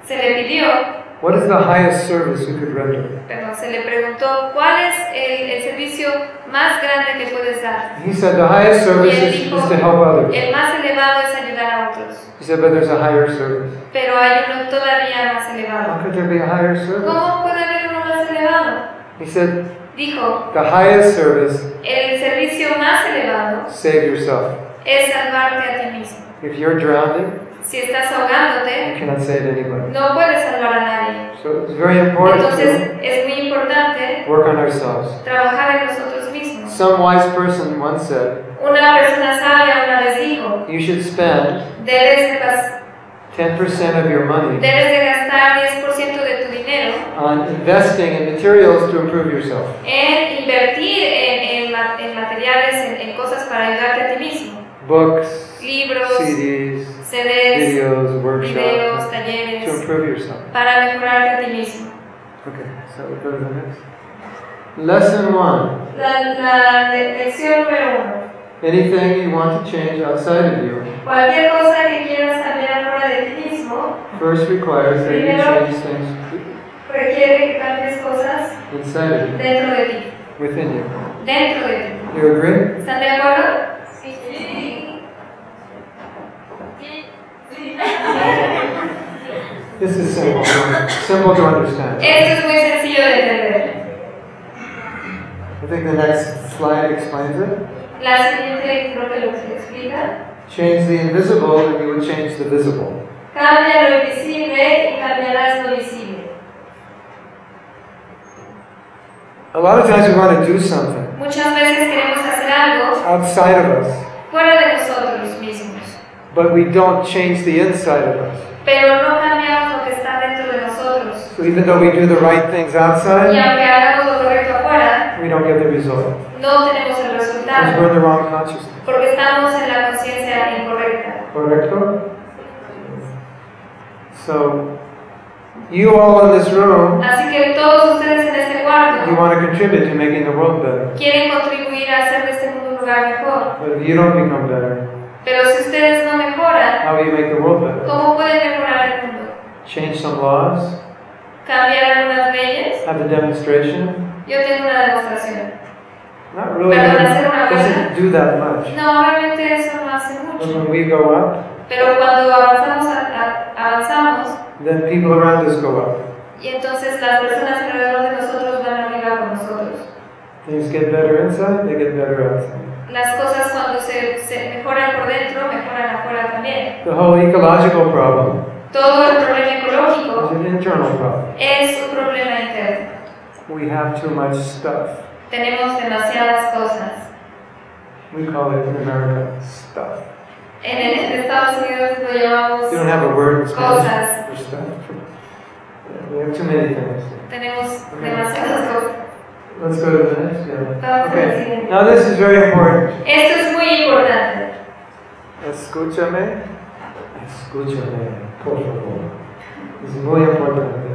[SPEAKER 2] se le pidió,
[SPEAKER 1] What is the highest service you could render?
[SPEAKER 2] perdón, se le preguntó, ¿cuál es el, el servicio más grande que puedes dar?
[SPEAKER 1] He said, The highest service is, is to help others.
[SPEAKER 2] El más elevado es ayudar a otros,
[SPEAKER 1] He said, but there's a higher service.
[SPEAKER 2] pero hay uno todavía más elevado.
[SPEAKER 1] How could there be a higher service?
[SPEAKER 2] ¿Cómo puede haber uno más elevado?
[SPEAKER 1] He said,
[SPEAKER 2] Dijo,
[SPEAKER 1] the highest service,
[SPEAKER 2] el servicio más elevado
[SPEAKER 1] save yourself.
[SPEAKER 2] es salvarte a ti mismo.
[SPEAKER 1] If you're drowning,
[SPEAKER 2] Si estás ahogándote,
[SPEAKER 1] you cannot save anybody.
[SPEAKER 2] No puedes salvar a nadie.
[SPEAKER 1] So it's very important
[SPEAKER 2] Entonces
[SPEAKER 1] to
[SPEAKER 2] es muy importante
[SPEAKER 1] work on ourselves.
[SPEAKER 2] trabajar en nosotros mismos.
[SPEAKER 1] Some wise person once said,
[SPEAKER 2] Una persona sabia una vez dijo,
[SPEAKER 1] you should spend
[SPEAKER 2] debes de, pas-
[SPEAKER 1] 10% of your money
[SPEAKER 2] debes de gastar 10% de tu dinero
[SPEAKER 1] on investing in materials to improve yourself.
[SPEAKER 2] en invertir en, en ma- en materiales, en, en cosas para ayudarte a ti mismo.
[SPEAKER 1] Books,
[SPEAKER 2] Libros,
[SPEAKER 1] CDs,
[SPEAKER 2] CDs,
[SPEAKER 1] videos,
[SPEAKER 2] videos,
[SPEAKER 1] workshops, to
[SPEAKER 2] talleres,
[SPEAKER 1] improve yourself.
[SPEAKER 2] para mejorarte a ti mismo.
[SPEAKER 1] Okay, so we go to the next. Lesson one.
[SPEAKER 2] La, la le- lección número uno.
[SPEAKER 1] Anything you want to change outside of you
[SPEAKER 2] Cualquier cosa que quieras cambiar fuera de ti mismo
[SPEAKER 1] first requires that
[SPEAKER 2] Primero.
[SPEAKER 1] you change things
[SPEAKER 2] requiere que cambies cosas
[SPEAKER 1] inside of you,
[SPEAKER 2] dentro de ti.
[SPEAKER 1] within you.
[SPEAKER 2] Dentro de ti.
[SPEAKER 1] You agree?
[SPEAKER 2] ¿Están de acuerdo?
[SPEAKER 1] This is simple. simple to understand.
[SPEAKER 2] Esto es muy sencillo de entender.
[SPEAKER 1] I think the next slide explains it.
[SPEAKER 2] La siguiente creo que lo explica.
[SPEAKER 1] Change the invisible and you would change the visible.
[SPEAKER 2] Cambia lo invisible y cambiarás lo visible.
[SPEAKER 1] A lot of times we want to do something
[SPEAKER 2] Muchas veces queremos hacer algo
[SPEAKER 1] outside of us,
[SPEAKER 2] fuera de nosotros mismos,
[SPEAKER 1] but we don't change the inside of us.
[SPEAKER 2] pero no cambiamos lo que está dentro de nosotros.
[SPEAKER 1] So even though we do the right things
[SPEAKER 2] Y
[SPEAKER 1] outside,
[SPEAKER 2] aunque hagamos lo correcto afuera,
[SPEAKER 1] we don't get the result.
[SPEAKER 2] no tenemos el
[SPEAKER 1] Because we're
[SPEAKER 2] resultado,
[SPEAKER 1] in the wrong consciousness.
[SPEAKER 2] porque estamos en la conciencia incorrecta.
[SPEAKER 1] Correcto? So, you all in this room,
[SPEAKER 2] Así que todos ustedes en este
[SPEAKER 1] you
[SPEAKER 2] cuarto
[SPEAKER 1] want to contribute to making the world better.
[SPEAKER 2] quieren contribuir a hacer de este mundo un lugar mejor,
[SPEAKER 1] But if you don't become better,
[SPEAKER 2] pero si ustedes no mejoran,
[SPEAKER 1] how will you make the world better?
[SPEAKER 2] ¿Cómo pueden mejorar el mundo?
[SPEAKER 1] Change some laws?
[SPEAKER 2] ¿Cambiar algunas leyes?
[SPEAKER 1] Have a demonstration?
[SPEAKER 2] Yo tengo una demostración.
[SPEAKER 1] Not really. Doesn't do that much.
[SPEAKER 2] No, realmente eso no hace
[SPEAKER 1] But
[SPEAKER 2] mucho.
[SPEAKER 1] when we go up,
[SPEAKER 2] Pero cuando avanzamos, a- a- avanzamos
[SPEAKER 1] then people around us go up.
[SPEAKER 2] y entonces las personas alrededor de nosotros van arriba con nosotros.
[SPEAKER 1] Things get better inside, they get better outside.
[SPEAKER 2] Las cosas cuando se, se mejoran por dentro, mejoran afuera también.
[SPEAKER 1] The whole ecological problem
[SPEAKER 2] Todo el problema ecológico
[SPEAKER 1] is an internal problem.
[SPEAKER 2] es un problema interno.
[SPEAKER 1] We have too much stuff.
[SPEAKER 2] Tenemos demasiadas cosas.
[SPEAKER 1] We call it in America stuff.
[SPEAKER 2] En, en Estados Unidos lo llamamos
[SPEAKER 1] You don't have a word in Spanish
[SPEAKER 2] cosas.
[SPEAKER 1] for stuff. Yeah, We have too many things.
[SPEAKER 2] Tenemos demasiadas cosas.
[SPEAKER 1] Let's go to the next. Yeah.
[SPEAKER 2] Vamos al
[SPEAKER 1] Okay.
[SPEAKER 2] siguiente.
[SPEAKER 1] Now this is very important.
[SPEAKER 2] Esto es muy importante.
[SPEAKER 1] Escúchame. Escúchame, por favor. Es muy importante.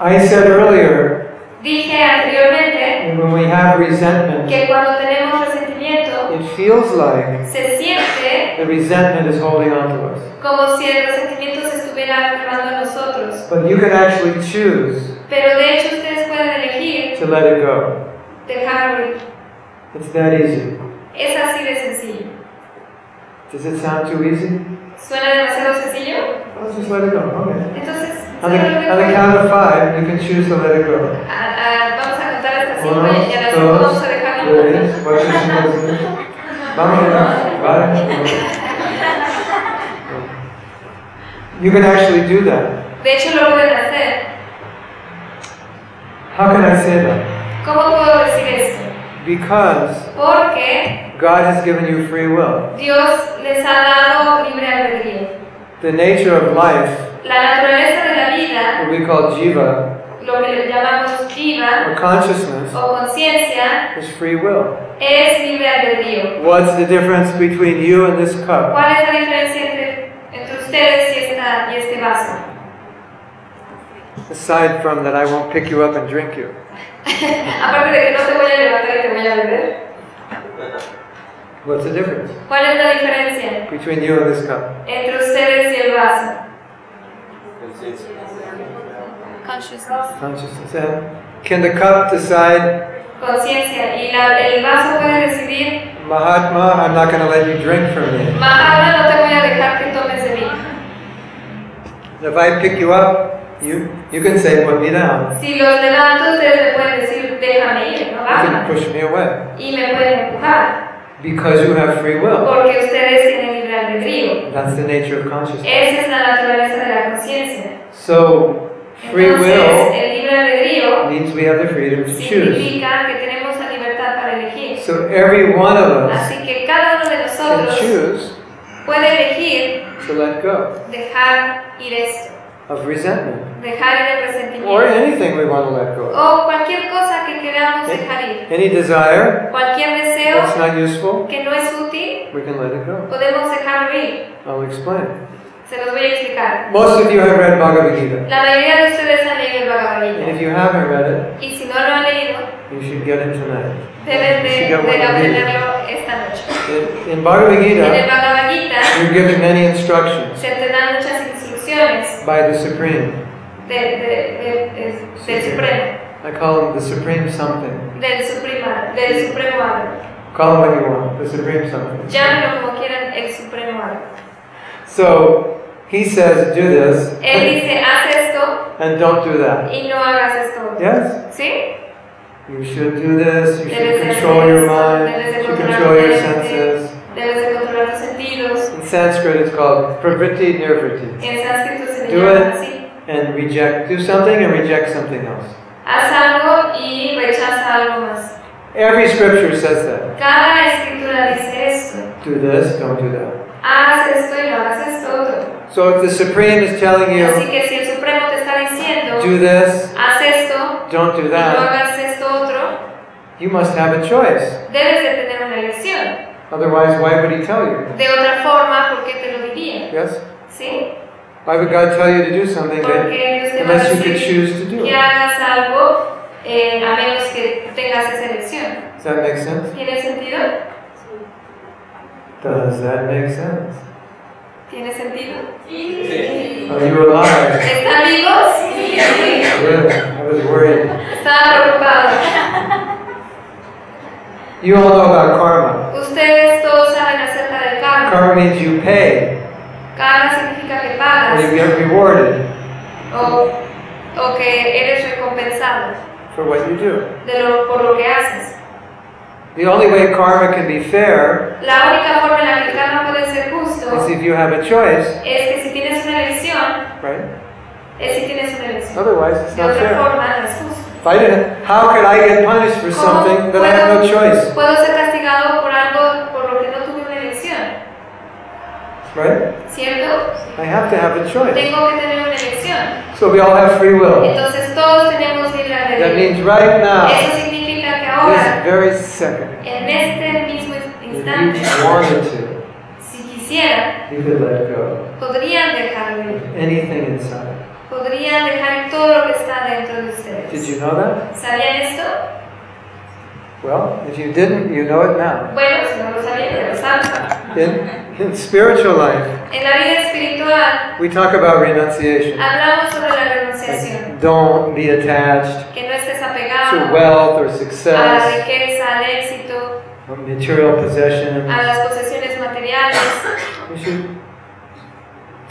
[SPEAKER 1] I said earlier,
[SPEAKER 2] Dije anteriormente
[SPEAKER 1] when we have resentment,
[SPEAKER 2] que cuando tenemos resentimiento,
[SPEAKER 1] it feels like
[SPEAKER 2] se siente
[SPEAKER 1] the resentment is holding on to us.
[SPEAKER 2] como si el resentimiento se estuviera aferrando a nosotros.
[SPEAKER 1] But you can actually choose
[SPEAKER 2] Pero de hecho ustedes pueden elegir
[SPEAKER 1] to let it go.
[SPEAKER 2] dejarlo ir.
[SPEAKER 1] It's that easy.
[SPEAKER 2] Es así de sencillo.
[SPEAKER 1] Does it sound too easy?
[SPEAKER 2] ¿Suena demasiado sencillo?
[SPEAKER 1] Let's just let it go. Okay.
[SPEAKER 2] Entonces,
[SPEAKER 1] On the, on the count of five, you can choose to let it go.
[SPEAKER 2] a- a- vamos a contar hasta cinco
[SPEAKER 1] Uno,
[SPEAKER 2] y a las cinco
[SPEAKER 1] dos,
[SPEAKER 2] vamos a dejarlo.
[SPEAKER 1] tres, cuatro, cinco, seis. Vámonos, ¿vale? You can actually do that.
[SPEAKER 2] De hecho, lo pueden hacer.
[SPEAKER 1] How can I say that?
[SPEAKER 2] ¿Cómo puedo decir esto?
[SPEAKER 1] Because
[SPEAKER 2] Porque
[SPEAKER 1] God has given you free will.
[SPEAKER 2] Dios les ha dado libre albedrío.
[SPEAKER 1] The nature of life,
[SPEAKER 2] La naturaleza de la vida,
[SPEAKER 1] what we call jiva,
[SPEAKER 2] lo que le llamamos jiva
[SPEAKER 1] or consciousness,
[SPEAKER 2] o conciencia,
[SPEAKER 1] is free will.
[SPEAKER 2] es libre albedrío.
[SPEAKER 1] What's the difference between you and this cup?
[SPEAKER 2] ¿Cuál es la diferencia entre, entre ustedes y, esta, y este vaso?
[SPEAKER 1] Aside from that, I won't pick you up and drink you.
[SPEAKER 2] Aparte de que no te voy a levantar y te voy a beber,
[SPEAKER 1] What's the difference
[SPEAKER 2] ¿cuál es la diferencia
[SPEAKER 1] between you and this cup?
[SPEAKER 2] entre ustedes y el vaso?
[SPEAKER 3] Consciousness.
[SPEAKER 1] Consciousness. And can the cup decide,
[SPEAKER 2] Conciencia. Y la- el vaso puede decidir,
[SPEAKER 1] Mahatma, I'm not going to let you drink from me?
[SPEAKER 2] Mahatma, no te voy a dejar que tomes de mí.
[SPEAKER 1] If I pick you up, you you can say put me down.
[SPEAKER 2] Si los levanto, ustedes me pueden decir, déjame ir, no
[SPEAKER 1] You can
[SPEAKER 2] baja.
[SPEAKER 1] push me away.
[SPEAKER 2] Y me pueden empujar.
[SPEAKER 1] Because you have free will.
[SPEAKER 2] porque ustedes tienen libre albedrío.
[SPEAKER 1] That's the nature of consciousness.
[SPEAKER 2] Esa es la naturaleza de la conciencia.
[SPEAKER 1] So, free
[SPEAKER 2] Entonces,
[SPEAKER 1] will
[SPEAKER 2] el libre albedrío
[SPEAKER 1] means we have the freedom to choose.
[SPEAKER 2] significa que tenemos la libertad para elegir.
[SPEAKER 1] So, every one of us
[SPEAKER 2] Así que cada uno de
[SPEAKER 1] can
[SPEAKER 2] nosotros
[SPEAKER 1] choose
[SPEAKER 2] puede elegir
[SPEAKER 1] to let go
[SPEAKER 2] dejar ir esto,
[SPEAKER 1] of resentment
[SPEAKER 2] dejar ir el resentimiento
[SPEAKER 1] or anything we want to let go of.
[SPEAKER 2] o cualquier cosa que queramos dejar ir.
[SPEAKER 1] Any desire
[SPEAKER 2] Cualquier deseo
[SPEAKER 1] that's not useful,
[SPEAKER 2] que no es útil,
[SPEAKER 1] we can let it go.
[SPEAKER 2] podemos dejarlo ir.
[SPEAKER 1] I'll explain.
[SPEAKER 2] Se los voy a explicar.
[SPEAKER 1] Most of you have read Bhagavad Gita.
[SPEAKER 2] La mayoría de ustedes han leído el Bhagavad
[SPEAKER 1] And
[SPEAKER 2] Gita.
[SPEAKER 1] if you haven't read
[SPEAKER 2] Y si no lo han leído,
[SPEAKER 1] it, you should get it tonight.
[SPEAKER 2] deben de,
[SPEAKER 1] You should get one
[SPEAKER 2] de
[SPEAKER 1] and read it.
[SPEAKER 2] aprenderlo esta noche.
[SPEAKER 1] In- In Bhagavad
[SPEAKER 2] En el
[SPEAKER 1] Gita,
[SPEAKER 2] Bhagavad Gita
[SPEAKER 1] you're given many instructions
[SPEAKER 2] se te dan muchas instrucciones
[SPEAKER 1] by the Supreme.
[SPEAKER 2] de- de- de- de- del Supremo,
[SPEAKER 1] I call him the Supreme Something.
[SPEAKER 2] del, suprema, del Supremo Algo.
[SPEAKER 1] Call him what you want, the Supreme Something.
[SPEAKER 2] Llámenlo como quieran, el Supremo Algo.
[SPEAKER 1] So he says, do this
[SPEAKER 2] Él dice, haz esto
[SPEAKER 1] and don't do that.
[SPEAKER 2] y no hagas esto. otro".
[SPEAKER 1] Yes?
[SPEAKER 2] ¿Sí?
[SPEAKER 1] You should do this, you should
[SPEAKER 2] Debes de
[SPEAKER 1] control
[SPEAKER 2] hacer
[SPEAKER 1] your
[SPEAKER 2] esto,
[SPEAKER 1] mind,
[SPEAKER 2] debes de
[SPEAKER 1] you should
[SPEAKER 2] controlar
[SPEAKER 1] control your
[SPEAKER 2] tu mente.
[SPEAKER 1] senses.
[SPEAKER 2] Debes de controlar tus sentidos.
[SPEAKER 1] In Sanskrit, it's called pravritti nirvritti.
[SPEAKER 2] En sánscrito se le
[SPEAKER 1] Do
[SPEAKER 2] llama
[SPEAKER 1] it.
[SPEAKER 2] así.
[SPEAKER 1] And reject, do something and reject something else.
[SPEAKER 2] Haz algo y rechaza algo más.
[SPEAKER 1] Every scripture says that.
[SPEAKER 2] Cada escritura dice esto.
[SPEAKER 1] Do this, don't do that.
[SPEAKER 2] Haz esto y no hagas esto otro.
[SPEAKER 1] So if the Supreme is telling you,
[SPEAKER 2] Así que si el Supremo te está diciendo,
[SPEAKER 1] do this,
[SPEAKER 2] haz esto
[SPEAKER 1] don't do
[SPEAKER 2] y no
[SPEAKER 1] that,
[SPEAKER 2] hagas esto otro,
[SPEAKER 1] you must have a choice.
[SPEAKER 2] debes de tener una elección.
[SPEAKER 1] Otherwise, why would he tell you?
[SPEAKER 2] De otra forma, ¿por qué te lo diría?
[SPEAKER 1] Yes?
[SPEAKER 2] ¿Sí?
[SPEAKER 1] Why would God tell you to do something that,
[SPEAKER 2] Porque Dios te va a
[SPEAKER 1] unless you could
[SPEAKER 2] decir
[SPEAKER 1] choose to do
[SPEAKER 2] que
[SPEAKER 1] it?
[SPEAKER 2] hagas algo eh, a menos que tengas esa elección.
[SPEAKER 1] Does that make sense?
[SPEAKER 2] ¿Tiene sentido?
[SPEAKER 1] Does that make sense?
[SPEAKER 2] ¿Tiene sentido?
[SPEAKER 1] Are Oh, you alive?
[SPEAKER 2] ¿Están vivos? Sí.
[SPEAKER 1] Yeah, I was worried.
[SPEAKER 2] Estaba preocupado.
[SPEAKER 1] You all know about karma.
[SPEAKER 2] Ustedes todos saben acerca del karma.
[SPEAKER 1] Karma means you pay
[SPEAKER 2] Karma significa que
[SPEAKER 1] or
[SPEAKER 2] pagas
[SPEAKER 1] you get rewarded
[SPEAKER 2] o, o que eres recompensado
[SPEAKER 1] for what you do.
[SPEAKER 2] de lo, por lo que haces.
[SPEAKER 1] The only way karma can be fair
[SPEAKER 2] La única forma en la que el karma puede ser justo
[SPEAKER 1] is if you have a choice,
[SPEAKER 2] es que si tienes una elección,
[SPEAKER 1] right?
[SPEAKER 2] es si tienes una elección.
[SPEAKER 1] Otherwise, it's
[SPEAKER 2] De
[SPEAKER 1] not
[SPEAKER 2] otra
[SPEAKER 1] fair.
[SPEAKER 2] forma, no es justo.
[SPEAKER 1] If I didn't, how could I get punished for something that I have no choice,
[SPEAKER 2] Puedo ser castigado por algo por lo que no tuve una elección,
[SPEAKER 1] right?
[SPEAKER 2] ¿cierto?
[SPEAKER 1] I have to have a choice.
[SPEAKER 2] Tengo que tener una elección.
[SPEAKER 1] So we all have free will.
[SPEAKER 2] Entonces todos tenemos libre
[SPEAKER 1] That
[SPEAKER 2] albedrío.
[SPEAKER 1] means right now,
[SPEAKER 2] Eso significa que ahora
[SPEAKER 1] this very second,
[SPEAKER 2] En este mismo
[SPEAKER 1] if
[SPEAKER 2] instante,
[SPEAKER 1] you wanted to,
[SPEAKER 2] si quisieran,
[SPEAKER 1] you could let go
[SPEAKER 2] podrían dejarlo ir.
[SPEAKER 1] of anything inside.
[SPEAKER 2] Podrían dejar ir todo lo que está dentro de ustedes.
[SPEAKER 1] Did you know that?
[SPEAKER 2] ¿Sabían esto?
[SPEAKER 1] Well, if you didn't, you know it now.
[SPEAKER 2] Bueno, si no lo sabían, ya lo saben.
[SPEAKER 1] In, in spiritual life,
[SPEAKER 2] En la vida espiritual
[SPEAKER 1] we talk about renunciation.
[SPEAKER 2] hablamos sobre la renunciación.
[SPEAKER 1] Don't be attached
[SPEAKER 2] Que no estés
[SPEAKER 1] to
[SPEAKER 2] apegado
[SPEAKER 1] wealth or
[SPEAKER 2] a la
[SPEAKER 1] success
[SPEAKER 2] riqueza, al éxito,
[SPEAKER 1] or material
[SPEAKER 2] a
[SPEAKER 1] possessions.
[SPEAKER 2] las posesiones materiales.
[SPEAKER 1] You should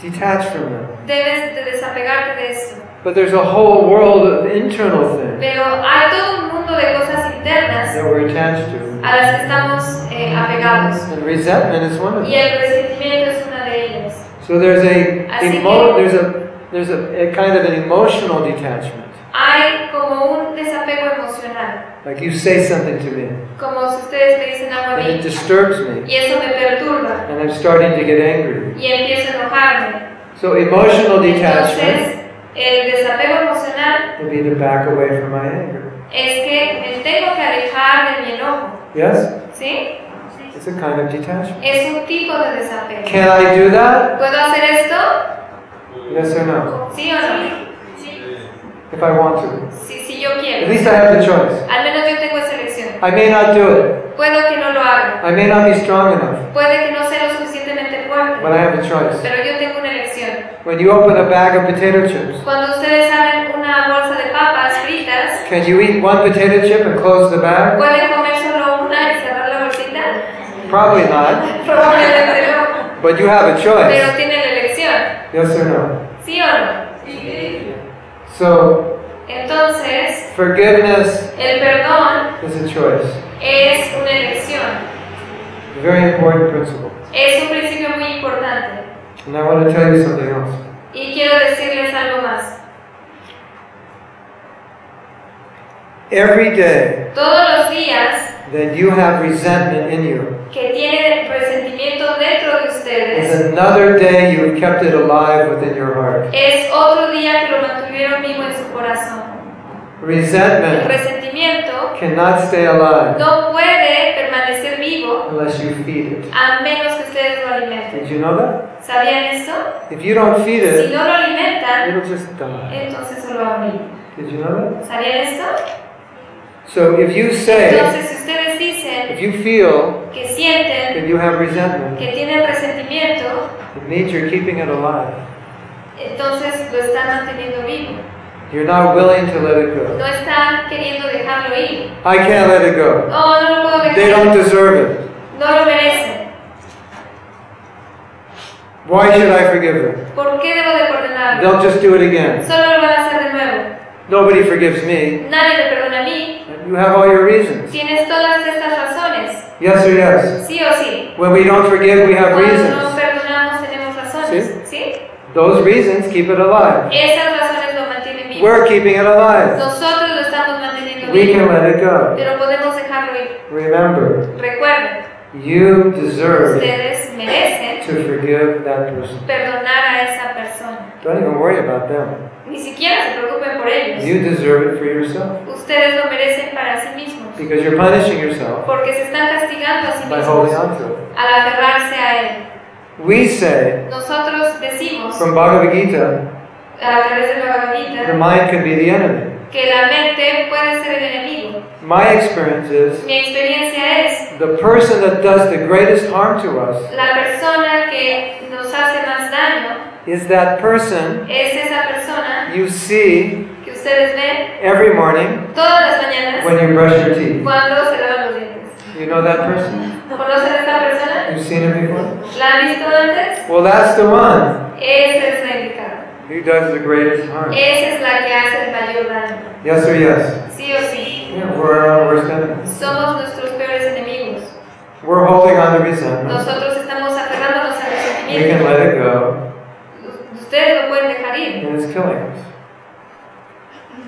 [SPEAKER 1] detach from them.
[SPEAKER 2] Debes de desapegarte de esto.
[SPEAKER 1] But there's a whole world of internal things
[SPEAKER 2] Pero hay todo un mundo de cosas internas
[SPEAKER 1] that we're attached to,
[SPEAKER 2] a las que estamos eh, apegados.
[SPEAKER 1] and resentment is one of
[SPEAKER 2] Y
[SPEAKER 1] them.
[SPEAKER 2] el resentimiento es una de ellas.
[SPEAKER 1] So there's a
[SPEAKER 2] Así
[SPEAKER 1] emo-
[SPEAKER 2] que-
[SPEAKER 1] there's a there's a, a kind of an emotional detachment.
[SPEAKER 2] Hay como un desapego emocional,
[SPEAKER 1] Like you say something to me,
[SPEAKER 2] como si ustedes me dicen algo a
[SPEAKER 1] and it
[SPEAKER 2] mí
[SPEAKER 1] disturbs me,
[SPEAKER 2] y eso me perturba
[SPEAKER 1] and I'm starting to get angry.
[SPEAKER 2] y empiezo a enojarme.
[SPEAKER 1] So emotional detachment.
[SPEAKER 2] Entonces, el desapego emocional
[SPEAKER 1] would be to back away from my anger.
[SPEAKER 2] es que me tengo que alejar de mi enojo,
[SPEAKER 1] Yes?
[SPEAKER 2] ¿sí?
[SPEAKER 1] It's a kind of detachment.
[SPEAKER 2] Es un tipo de desapego.
[SPEAKER 1] Can I do that?
[SPEAKER 2] ¿Puedo hacer esto?
[SPEAKER 1] Yes or no?
[SPEAKER 2] ¿Sí o no?
[SPEAKER 1] If I want to.
[SPEAKER 2] Sí, sí, yo
[SPEAKER 1] At
[SPEAKER 2] quiero.
[SPEAKER 1] least I have the choice.
[SPEAKER 2] Al menos yo tengo esa elección.
[SPEAKER 1] I may not do it.
[SPEAKER 2] Puedo que no lo haga,
[SPEAKER 1] I may not be strong enough,
[SPEAKER 2] puede que no sea lo suficientemente
[SPEAKER 1] but I
[SPEAKER 2] fuerte,
[SPEAKER 1] have a choice.
[SPEAKER 2] pero yo tengo una elección.
[SPEAKER 1] When you open a bag of potato chips,
[SPEAKER 2] Cuando ustedes abren una bolsa de papas fritas,
[SPEAKER 1] can you eat one potato chip and close the bag?
[SPEAKER 2] ¿pueden comer solo una y cerrar la bolsita?
[SPEAKER 1] Probably not.
[SPEAKER 2] Probablemente no,
[SPEAKER 1] But you have a choice.
[SPEAKER 2] pero tienen la elección,
[SPEAKER 1] Yes or no?
[SPEAKER 2] ¿sí o no?
[SPEAKER 1] So,
[SPEAKER 2] Entonces,
[SPEAKER 1] forgiveness
[SPEAKER 2] el perdón
[SPEAKER 1] is a choice.
[SPEAKER 2] es una elección.
[SPEAKER 1] Very important principle.
[SPEAKER 2] Es un principio muy importante.
[SPEAKER 1] And I want to tell you something else.
[SPEAKER 2] Y quiero decirles algo más.
[SPEAKER 1] Every day
[SPEAKER 2] Todos los días
[SPEAKER 1] that you have resentment in you
[SPEAKER 2] que tienen resentimiento dentro de
[SPEAKER 1] is
[SPEAKER 2] ustedes,
[SPEAKER 1] another day you have kept it alive within your heart.
[SPEAKER 2] es otro día que lo mantuvieron vivo en su corazón. El
[SPEAKER 1] Resentment
[SPEAKER 2] resentimiento
[SPEAKER 1] cannot stay alive
[SPEAKER 2] no puede permanecer vivo
[SPEAKER 1] unless you feed it.
[SPEAKER 2] a menos que ustedes lo alimenten.
[SPEAKER 1] Did you know that?
[SPEAKER 2] ¿Sabían esto?
[SPEAKER 1] If you don't feed
[SPEAKER 2] Si
[SPEAKER 1] it,
[SPEAKER 2] no lo alimentan,
[SPEAKER 1] it'll just die.
[SPEAKER 2] entonces solo va a morir.
[SPEAKER 1] Did you know
[SPEAKER 2] ¿Sabían esto?
[SPEAKER 1] that? So if you say,
[SPEAKER 2] Entonces, si ustedes dicen
[SPEAKER 1] if you feel
[SPEAKER 2] que sienten
[SPEAKER 1] that you have resentment,
[SPEAKER 2] que tienen resentimiento,
[SPEAKER 1] it means you're keeping it alive.
[SPEAKER 2] entonces lo están manteniendo vivo.
[SPEAKER 1] You're not willing to let it go.
[SPEAKER 2] No están queriendo dejarlo ir.
[SPEAKER 1] I can't let it go.
[SPEAKER 2] No, no lo puedo
[SPEAKER 1] They don't
[SPEAKER 2] dejar.
[SPEAKER 1] deserve it.
[SPEAKER 2] No lo merecen.
[SPEAKER 1] Why should I forgive them?
[SPEAKER 2] ¿Por qué debo de perdonarlo?
[SPEAKER 1] They'll just do it again.
[SPEAKER 2] Solo lo van a hacer de nuevo.
[SPEAKER 1] Nobody forgives me.
[SPEAKER 2] Nadie te perdona a mí.
[SPEAKER 1] You have all your reasons.
[SPEAKER 2] Tienes todas estas razones.
[SPEAKER 1] Yes or yes?
[SPEAKER 2] Sí o sí.
[SPEAKER 1] When we don't forgive, we have
[SPEAKER 2] Cuando nos
[SPEAKER 1] reasons.
[SPEAKER 2] perdonamos tenemos razones. ¿Sí?
[SPEAKER 1] Those reasons keep it alive.
[SPEAKER 2] Esas razones lo mantienen vivo.
[SPEAKER 1] We're keeping it alive.
[SPEAKER 2] Nosotros lo estamos manteniendo
[SPEAKER 1] We
[SPEAKER 2] vivo.
[SPEAKER 1] can let it go.
[SPEAKER 2] Pero podemos dejarlo ir.
[SPEAKER 1] Remember,
[SPEAKER 2] Recuerden,
[SPEAKER 1] you deserve
[SPEAKER 2] ustedes merecen
[SPEAKER 1] to forgive that person.
[SPEAKER 2] perdonar a esa persona.
[SPEAKER 1] Don't even worry about them.
[SPEAKER 2] Ni siquiera se preocupen por ellos.
[SPEAKER 1] You deserve it for yourself
[SPEAKER 2] Ustedes lo merecen para sí mismos,
[SPEAKER 1] because you're punishing yourself
[SPEAKER 2] porque se están castigando a sí
[SPEAKER 1] by holding
[SPEAKER 2] mismos
[SPEAKER 1] on to it.
[SPEAKER 2] al aferrarse a Él.
[SPEAKER 1] We say
[SPEAKER 2] Nosotros decimos,
[SPEAKER 1] from Bhagavad Gita,
[SPEAKER 2] a través de la Bhagavad
[SPEAKER 1] the
[SPEAKER 2] Gita,
[SPEAKER 1] mind can be the enemy.
[SPEAKER 2] que la mente puede ser el enemigo.
[SPEAKER 1] My experience is
[SPEAKER 2] Mi experiencia es,
[SPEAKER 1] the person that does the greatest harm to us
[SPEAKER 2] la persona que nos hace más daño
[SPEAKER 1] is that person
[SPEAKER 2] es esa persona
[SPEAKER 1] you see
[SPEAKER 2] que ustedes ven
[SPEAKER 1] every morning
[SPEAKER 2] todas las mañanas
[SPEAKER 1] When you brush your teeth,
[SPEAKER 2] cuando se lavan los dientes.
[SPEAKER 1] you know that person?
[SPEAKER 2] ¿Conocen a esta persona?
[SPEAKER 1] You've seen him before?
[SPEAKER 2] ¿La han visto antes?
[SPEAKER 1] Well, that's the one
[SPEAKER 2] Esa es la indicada.
[SPEAKER 1] who does the greatest harm.
[SPEAKER 2] Esa es la que hace el mayor daño.
[SPEAKER 1] Yes or yes?
[SPEAKER 2] Sí o sí.
[SPEAKER 1] Yeah, we're our worst enemies.
[SPEAKER 2] Somos nuestros peores enemigos.
[SPEAKER 1] We're holding on to resentment.
[SPEAKER 2] Nosotros estamos aferrándonos al
[SPEAKER 1] We can
[SPEAKER 2] resentimiento.
[SPEAKER 1] let it go,
[SPEAKER 2] Ustedes lo pueden dejar ir.
[SPEAKER 1] and it's killing us.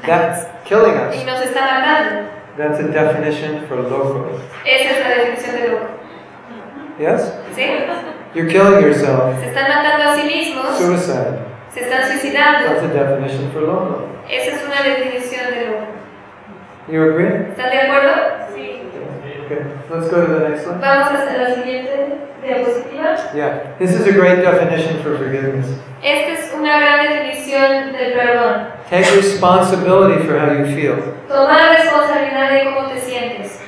[SPEAKER 1] That's killing
[SPEAKER 2] Y
[SPEAKER 1] us.
[SPEAKER 2] nos está matando.
[SPEAKER 1] That's a definition for loco.
[SPEAKER 2] Esa es la definición de loco.
[SPEAKER 1] Yes?
[SPEAKER 2] ¿Sí?
[SPEAKER 1] You're killing yourself.
[SPEAKER 2] Se están matando a sí mismos.
[SPEAKER 1] Suicide.
[SPEAKER 2] Se están suicidando.
[SPEAKER 1] That's a definition for loco.
[SPEAKER 2] Esa es una definición de loco.
[SPEAKER 1] You agree?
[SPEAKER 2] ¿Están de acuerdo? Sí.
[SPEAKER 1] Okay. Let's go to the next one.
[SPEAKER 2] Vamos a hacer la siguiente diapositiva.
[SPEAKER 1] Yeah. This is a great definition for forgiveness.
[SPEAKER 2] Esta es una gran definición del perdón.
[SPEAKER 1] Take responsibility for how you feel.
[SPEAKER 2] Tomar responsabilidad de cómo te sientes.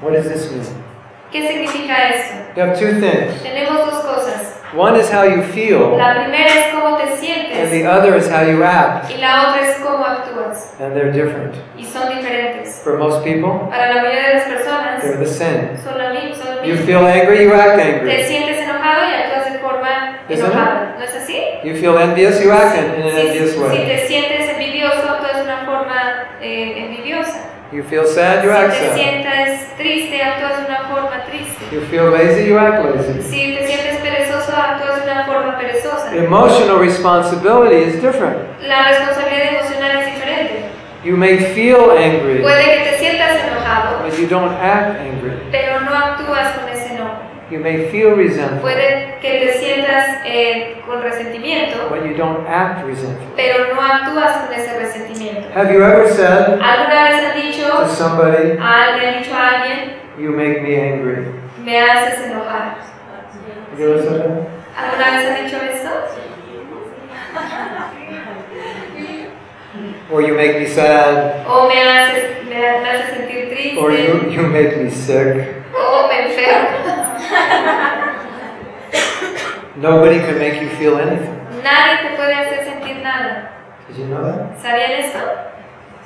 [SPEAKER 1] What does this mean?
[SPEAKER 2] ¿Qué significa esto?
[SPEAKER 1] You have two things.
[SPEAKER 2] Tenemos dos cosas.
[SPEAKER 1] One is how you feel,
[SPEAKER 2] La primera es cómo te
[SPEAKER 1] and
[SPEAKER 2] sientes
[SPEAKER 1] the other is how you act.
[SPEAKER 2] y la otra es cómo actúas.
[SPEAKER 1] And they're different.
[SPEAKER 2] Y son diferentes.
[SPEAKER 1] For most people,
[SPEAKER 2] Para la mayoría de las personas
[SPEAKER 1] they're the same.
[SPEAKER 2] son lo mismo. Son lo
[SPEAKER 1] You
[SPEAKER 2] mismo.
[SPEAKER 1] feel angry, you act
[SPEAKER 2] Te
[SPEAKER 1] angry.
[SPEAKER 2] sientes enojado y actúas de forma
[SPEAKER 1] ¿Es Eh, eso?
[SPEAKER 2] enojada. ¿No es así?
[SPEAKER 1] You feel envious, you act in, in an
[SPEAKER 2] Si,
[SPEAKER 1] envious
[SPEAKER 2] si
[SPEAKER 1] way.
[SPEAKER 2] te sientes envidioso, actúas de una forma eh, envidiosa.
[SPEAKER 1] You feel sad, you act
[SPEAKER 2] Si te
[SPEAKER 1] sad.
[SPEAKER 2] sientes triste, actúas de una forma triste.
[SPEAKER 1] You feel lazy, you act lazy.
[SPEAKER 2] Si te sientes perezoso, actúas de una forma perezosa.
[SPEAKER 1] Eh. Emotional responsibility is different.
[SPEAKER 2] La responsabilidad emocional es diferente.
[SPEAKER 1] You may feel angry,
[SPEAKER 2] Puede que te sientas enojado,
[SPEAKER 1] but you don't act angry.
[SPEAKER 2] pero no actúas con ese enojo.
[SPEAKER 1] You may feel resentful,
[SPEAKER 2] Puede que te sientas eh, con resentimiento,
[SPEAKER 1] but you don't act resentful.
[SPEAKER 2] pero no actúas con ese resentimiento.
[SPEAKER 1] Have you ever said
[SPEAKER 2] ¿Alguna vez han dicho,
[SPEAKER 1] to somebody,
[SPEAKER 2] a- le han dicho a alguien,
[SPEAKER 1] You make me angry.
[SPEAKER 2] me haces enojar?
[SPEAKER 1] Have you ever said that?
[SPEAKER 2] ¿Alguna vez han dicho eso?
[SPEAKER 1] Or you make me sad.
[SPEAKER 2] ¿O me haces, me, me haces sentir triste?
[SPEAKER 1] Or you, you make me sick.
[SPEAKER 2] ¿O me enfermo?
[SPEAKER 1] Nobody can make you feel anything.
[SPEAKER 2] Nadie te puede hacer sentir nada.
[SPEAKER 1] Did you know that?
[SPEAKER 2] ¿Sabían esto?